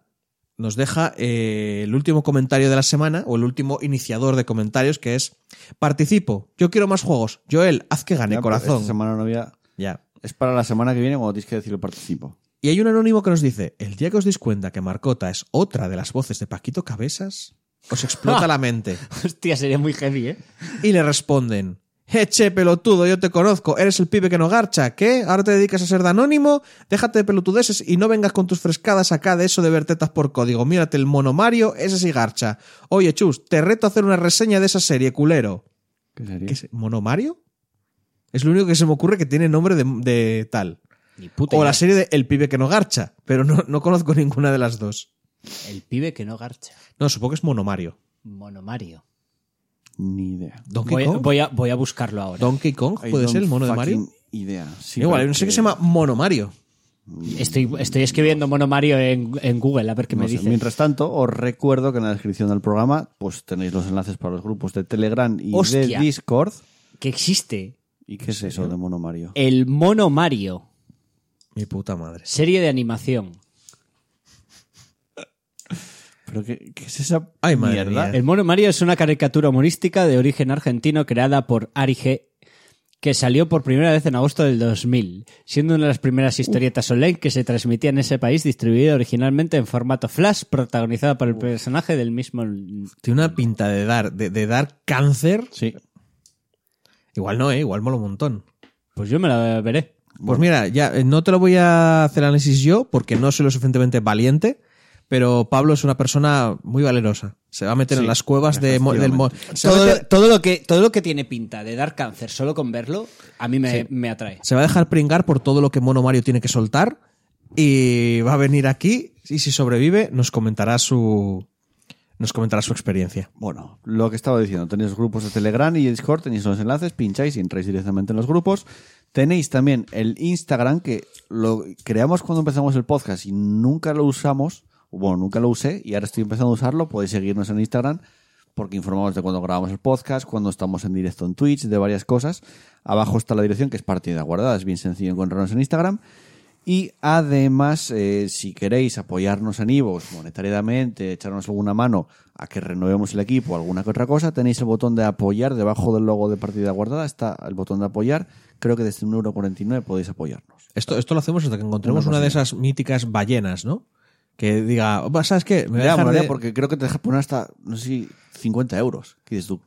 S2: nos deja eh, el último comentario de la semana o el último iniciador de comentarios que es participo, yo quiero más juegos. Joel, haz que gane
S1: Ya, pues, pero
S2: corazón.
S1: Esta semana no había...
S2: Ya.
S1: Es para la semana que viene cuando tienes que decirle participo.
S2: Y hay un anónimo que nos dice, el día que os deis cuenta que Marcota es otra de las voces de Paquito Cabezas, os explota la mente.
S3: Hostia, sería muy heavy, ¿eh?
S2: Y le responden, eche pelotudo, yo te conozco, eres el pibe que no garcha, ¿qué? ¿Ahora te dedicas a ser de anónimo? Déjate de pelotudeses y no vengas con tus frescadas acá de eso de ver tetas por código. Mírate el mono Mario, ese sí garcha. Oye, Chus, te reto a hacer una reseña de esa serie, culero.
S1: ¿Qué sería?
S2: ¿Qué es? ¿Mono Mario? Es lo único que se me ocurre que tiene nombre de, de tal.
S3: Ni puta
S2: O la
S3: idea.
S2: serie de El pibe que no garcha, pero no, no conozco ninguna de las dos.
S3: El pibe que no garcha.
S2: No, supongo que es Mono Mario.
S3: Monomario.
S1: Ni idea.
S2: Donkey
S3: Voy,
S2: Kong.
S3: voy a, voy a buscarlo ahora.
S2: Donkey Kong,
S1: I
S2: puede
S1: don't
S2: ser el mono de
S1: fucking
S2: Mario.
S1: Idea. Sí,
S2: Igual,
S1: pero
S2: hay no sé
S1: que-
S2: que se llama Mono Mario.
S3: Estoy, estoy escribiendo Mono Mario en, en Google, a ver qué
S1: no
S3: me
S1: sé.
S3: dice.
S1: Mientras tanto, os recuerdo que en la descripción del programa pues tenéis los enlaces para los grupos de Telegram y de
S3: Hostia.
S1: Discord.
S3: Que existe
S1: ¿Y qué es eso de Mono Mario?
S3: el Mono Mario,
S2: Mi puta madre.
S3: serie de animación.
S1: ¿Pero qué, qué es esa
S2: Ay, madre
S1: mierda?
S2: mía.
S3: El Mono Mario es una caricatura humorística de origen argentino creada por Ari G, que salió por primera vez en agosto del 2000, siendo una de las primeras historietas online que se transmitía en ese país, distribuida originalmente en formato flash, protagonizada por el personaje del mismo...
S2: Tiene una pinta de dar, de, de dar cáncer.
S1: Sí.
S2: Igual no, ¿eh? Igual mola un montón.
S3: Pues yo me la veré.
S2: Pues mira, ya eh, no te lo voy a hacer análisis yo porque no soy lo suficientemente valiente, pero Pablo es una persona muy valerosa. Se va a meter
S1: Sí,
S2: en las cuevas de mo- del mo-
S1: efectivamente.
S2: se, va a meter-
S3: lo que, todo lo que tiene pinta de dar cáncer solo con verlo, a mí me, me atrae.
S2: se va a dejar pringar por todo lo que Mono Mario tiene que soltar y va a venir aquí y si sobrevive nos comentará su nos comentará su experiencia.
S1: Bueno, lo que estaba diciendo, tenéis grupos de Telegram y Discord, tenéis los enlaces, pincháis y entráis directamente en los grupos. Tenéis también el Instagram que lo creamos cuando empezamos el podcast y nunca lo usamos, bueno, nunca lo usé y ahora estoy empezando a usarlo, podéis seguirnos en Instagram porque informamos de cuando grabamos el podcast, cuando estamos en directo en Twitch, de varias cosas. Abajo está la dirección que es partida guardada, es bien sencillo encontrarnos en Instagram. Y además, eh, si queréis apoyarnos en Ivos monetariamente, echarnos alguna mano a que renovemos el equipo, alguna que otra cosa, tenéis el botón de apoyar debajo del logo de partida guardada, está el botón de apoyar. Creo que desde 1,49€ podéis apoyarnos.
S2: Esto, esto lo hacemos hasta que encontremos una, de esas míticas ballenas, ¿no? Que diga, "Opa, ¿sabes qué? Me voy a
S1: Ya,
S2: dejar
S1: María,
S2: de-
S1: porque creo que te deja poner hasta, no sé si, 50 euros. ¿Qué dices tú?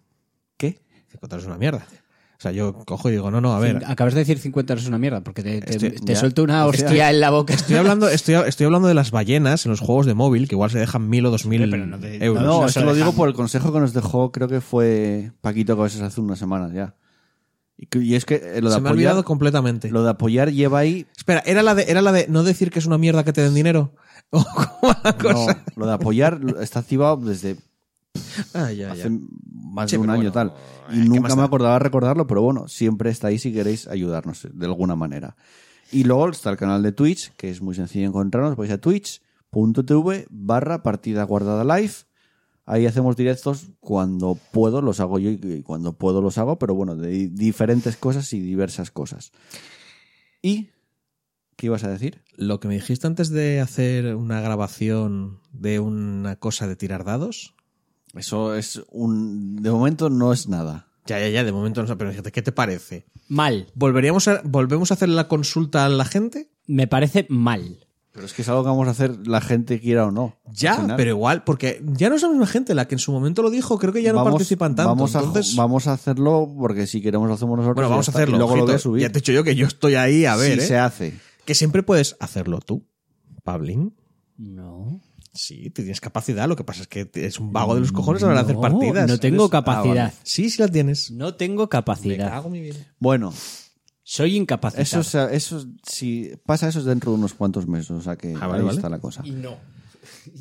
S1: ¿Qué?
S2: Contar es una mierda. O sea, yo cojo y digo, no, no, a ver.
S3: Acabas de decir 50 euros es una mierda, porque te, te-
S2: Estoy-
S3: te
S1: ya.
S3: suelto una
S1: Hostia.
S3: hostia en la boca.
S2: Estoy hablando, estoy, estoy hablando de las ballenas en los juegos de móvil, que igual se dejan mil o dos mil
S3: Pero no te-
S2: euros.
S1: No,
S3: no
S1: eso
S3: se
S1: lo
S3: dejan.
S1: digo por el consejo que nos dejó, creo que fue Paquito Cabezas hace unas semanas ya. Y, que- y es que eh, lo de,
S2: se me ha
S1: apoyar,
S2: olvidado completamente.
S1: lo de apoyar lleva ahí
S2: Espera, ¿era la, de, ¿era la de no decir que es una mierda que te den dinero? ¿O cómo va la cosa?
S1: No, lo de apoyar está activado desde
S2: Ah, ya, ya.
S1: hace más
S2: Sí,
S1: de un
S2: pero
S1: año
S2: bueno,
S1: tal. Y
S2: eh, ¿qué
S1: nunca
S2: más
S1: me
S2: da?
S1: acordaba recordarlo, pero bueno, siempre está ahí si queréis ayudarnos de alguna manera. Y luego está el canal de Twitch, que es muy sencillo encontrarnos. Vais a twitch.tv barra partida guardada live. Ahí hacemos directos cuando puedo, los hago yo y- y cuando puedo los hago, pero bueno, de di- diferentes cosas y diversas cosas. ¿Y qué ibas a decir?
S2: Lo que me dijiste antes de hacer una grabación de una cosa de tirar dados.
S1: Eso es un... De momento no es nada.
S2: Ya, ya, ya, de momento no sé, pero fíjate, ¿qué te parece?
S3: Mal.
S2: ¿Volveríamos a, ¿Volvemos a hacer la consulta a la gente?
S3: Me parece mal.
S1: Pero es que es algo que vamos a hacer la gente quiera o no. Al
S2: Ya,
S1: final,
S2: pero igual, porque ya no es la misma gente la que en su momento lo dijo, creo que ya no participan tanto.
S1: Vamos,
S2: entonces,
S1: a, vamos a hacerlo porque si queremos lo hacemos nosotros.
S2: bueno,
S1: y
S2: vamos
S1: ya
S2: a
S1: está.
S2: hacerlo.
S1: Y luego lo voy a
S2: ojito.
S1: subir.
S2: Ya te he dicho yo que yo estoy ahí, a ver,
S1: Si
S2: ¿eh?
S1: se hace.
S2: que siempre puedes hacerlo tú, Pablín.
S3: No.
S2: Sí, te tienes capacidad, lo que pasa es que te- es un vago de
S1: Mm,
S2: los cojones a la hora de hacer
S3: No,
S2: partidas.
S3: No tengo
S2: Eres-
S3: capacidad.
S2: Ah, vale. Sí, sí la tienes.
S3: No tengo
S2: Me
S3: capacidad.
S2: cago en mi vida.
S1: Bueno,
S3: Soy incapacitado.
S1: eso, es- eso si pasa eso es dentro de unos cuantos meses, o sea que
S2: Ah, vale,
S1: ahí
S2: vale.
S1: está la cosa.
S3: no.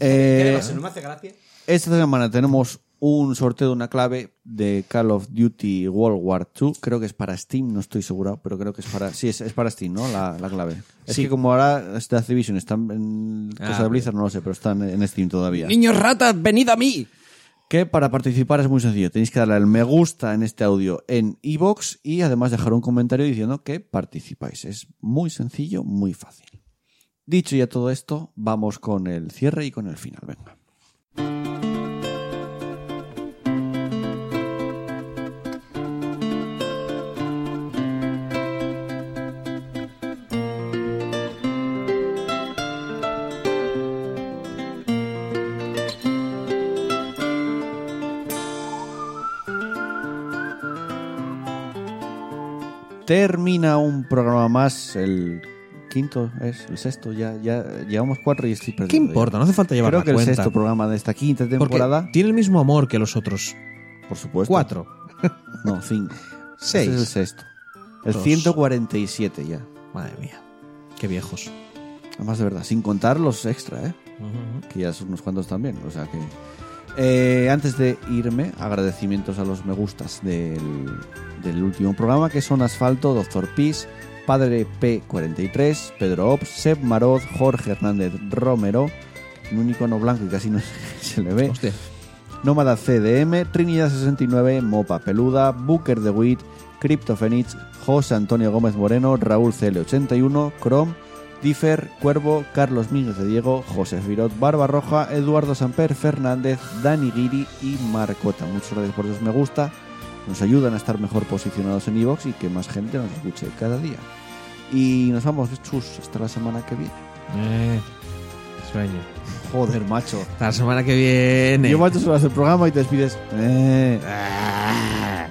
S1: Eh,
S3: no me hace gracia.
S1: Esta semana tenemos un sorteo de una clave de Call of Duty World War II. Creo que es para Steam, no estoy seguro, pero creo que es para. Sí, es, es para Steam, ¿no? La, la clave. Es
S2: Sí.
S1: que como ahora es de Activision, están en cosa
S2: Ah,
S1: de Blizzard, no lo sé, pero están en Steam todavía.
S3: Niños ratas, venid a mí.
S1: que para participar es muy sencillo. Tenéis que darle al me gusta en este audio en iVoox y además dejar un comentario diciendo que participáis. Es muy sencillo, muy fácil. Dicho ya todo esto, vamos con el cierre y con el final. Venga. Termina un programa más, el quinto es, el sexto, ya, ya llevamos cuatro y estoy perdido.
S2: ¿Qué importa? No hace falta llevar
S1: Creo
S2: la
S1: que
S2: cuenta.
S1: el sexto programa de esta quinta
S2: porque
S1: temporada,
S2: tiene el mismo amor que los otros.
S1: por supuesto.
S2: Cuatro,
S1: No, cinco.
S2: seis.
S1: Este es el sexto. El
S2: Dos.
S1: 147 ya.
S2: Madre mía, qué viejos.
S1: Además, de verdad, sin contar los extra, ¿eh? que ya son unos cuantos también. O sea que. Eh, antes de irme, agradecimientos a los me gustas del, del último programa, que son Asfalto, Doctor Pis, Padre P43, Pedro Ops, Seb Marot, Jorge Hernández Romero, un icono blanco y casi no se le ve.
S2: Hostia.
S1: Nómada CDM, Trinidad69, Mopa Peluda, Booker de Wit, Cryptofenix, José Antonio Gómez Moreno, Raúl CL81, Chrome, Differ, Cuervo, Carlos Mínguez de Diego, José Firot, Barba Roja, Eduardo Samper, Fernández, Dani Guiri y Marcota. Muchas gracias por esos me gusta. Nos ayudan a estar mejor posicionados en iVoox y que más gente nos escuche cada día. Y nos vamos, chus, hasta la semana que viene.
S2: Eh, sueño.
S1: Joder, macho.
S2: Hasta la semana que viene.
S1: Llevas dos horas del programa y te despides. Eh. ah.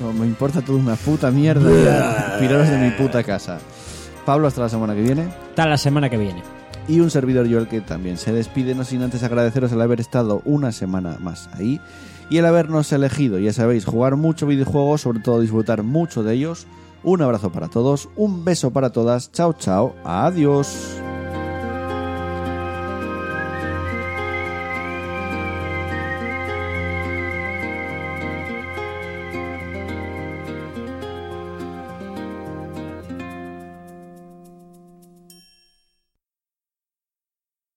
S1: No me importa todo una puta mierda. Piraros de mi puta casa. Pablo, hasta la semana que viene.
S6: Tal la semana que viene.
S1: Y un servidor Joel que también se despide, no sin antes agradeceros el haber estado una semana más ahí y el habernos elegido. Ya sabéis, jugar mucho videojuegos, sobre todo disfrutar mucho de ellos. Un abrazo para todos, un beso para todas. Chao, chao. Adiós.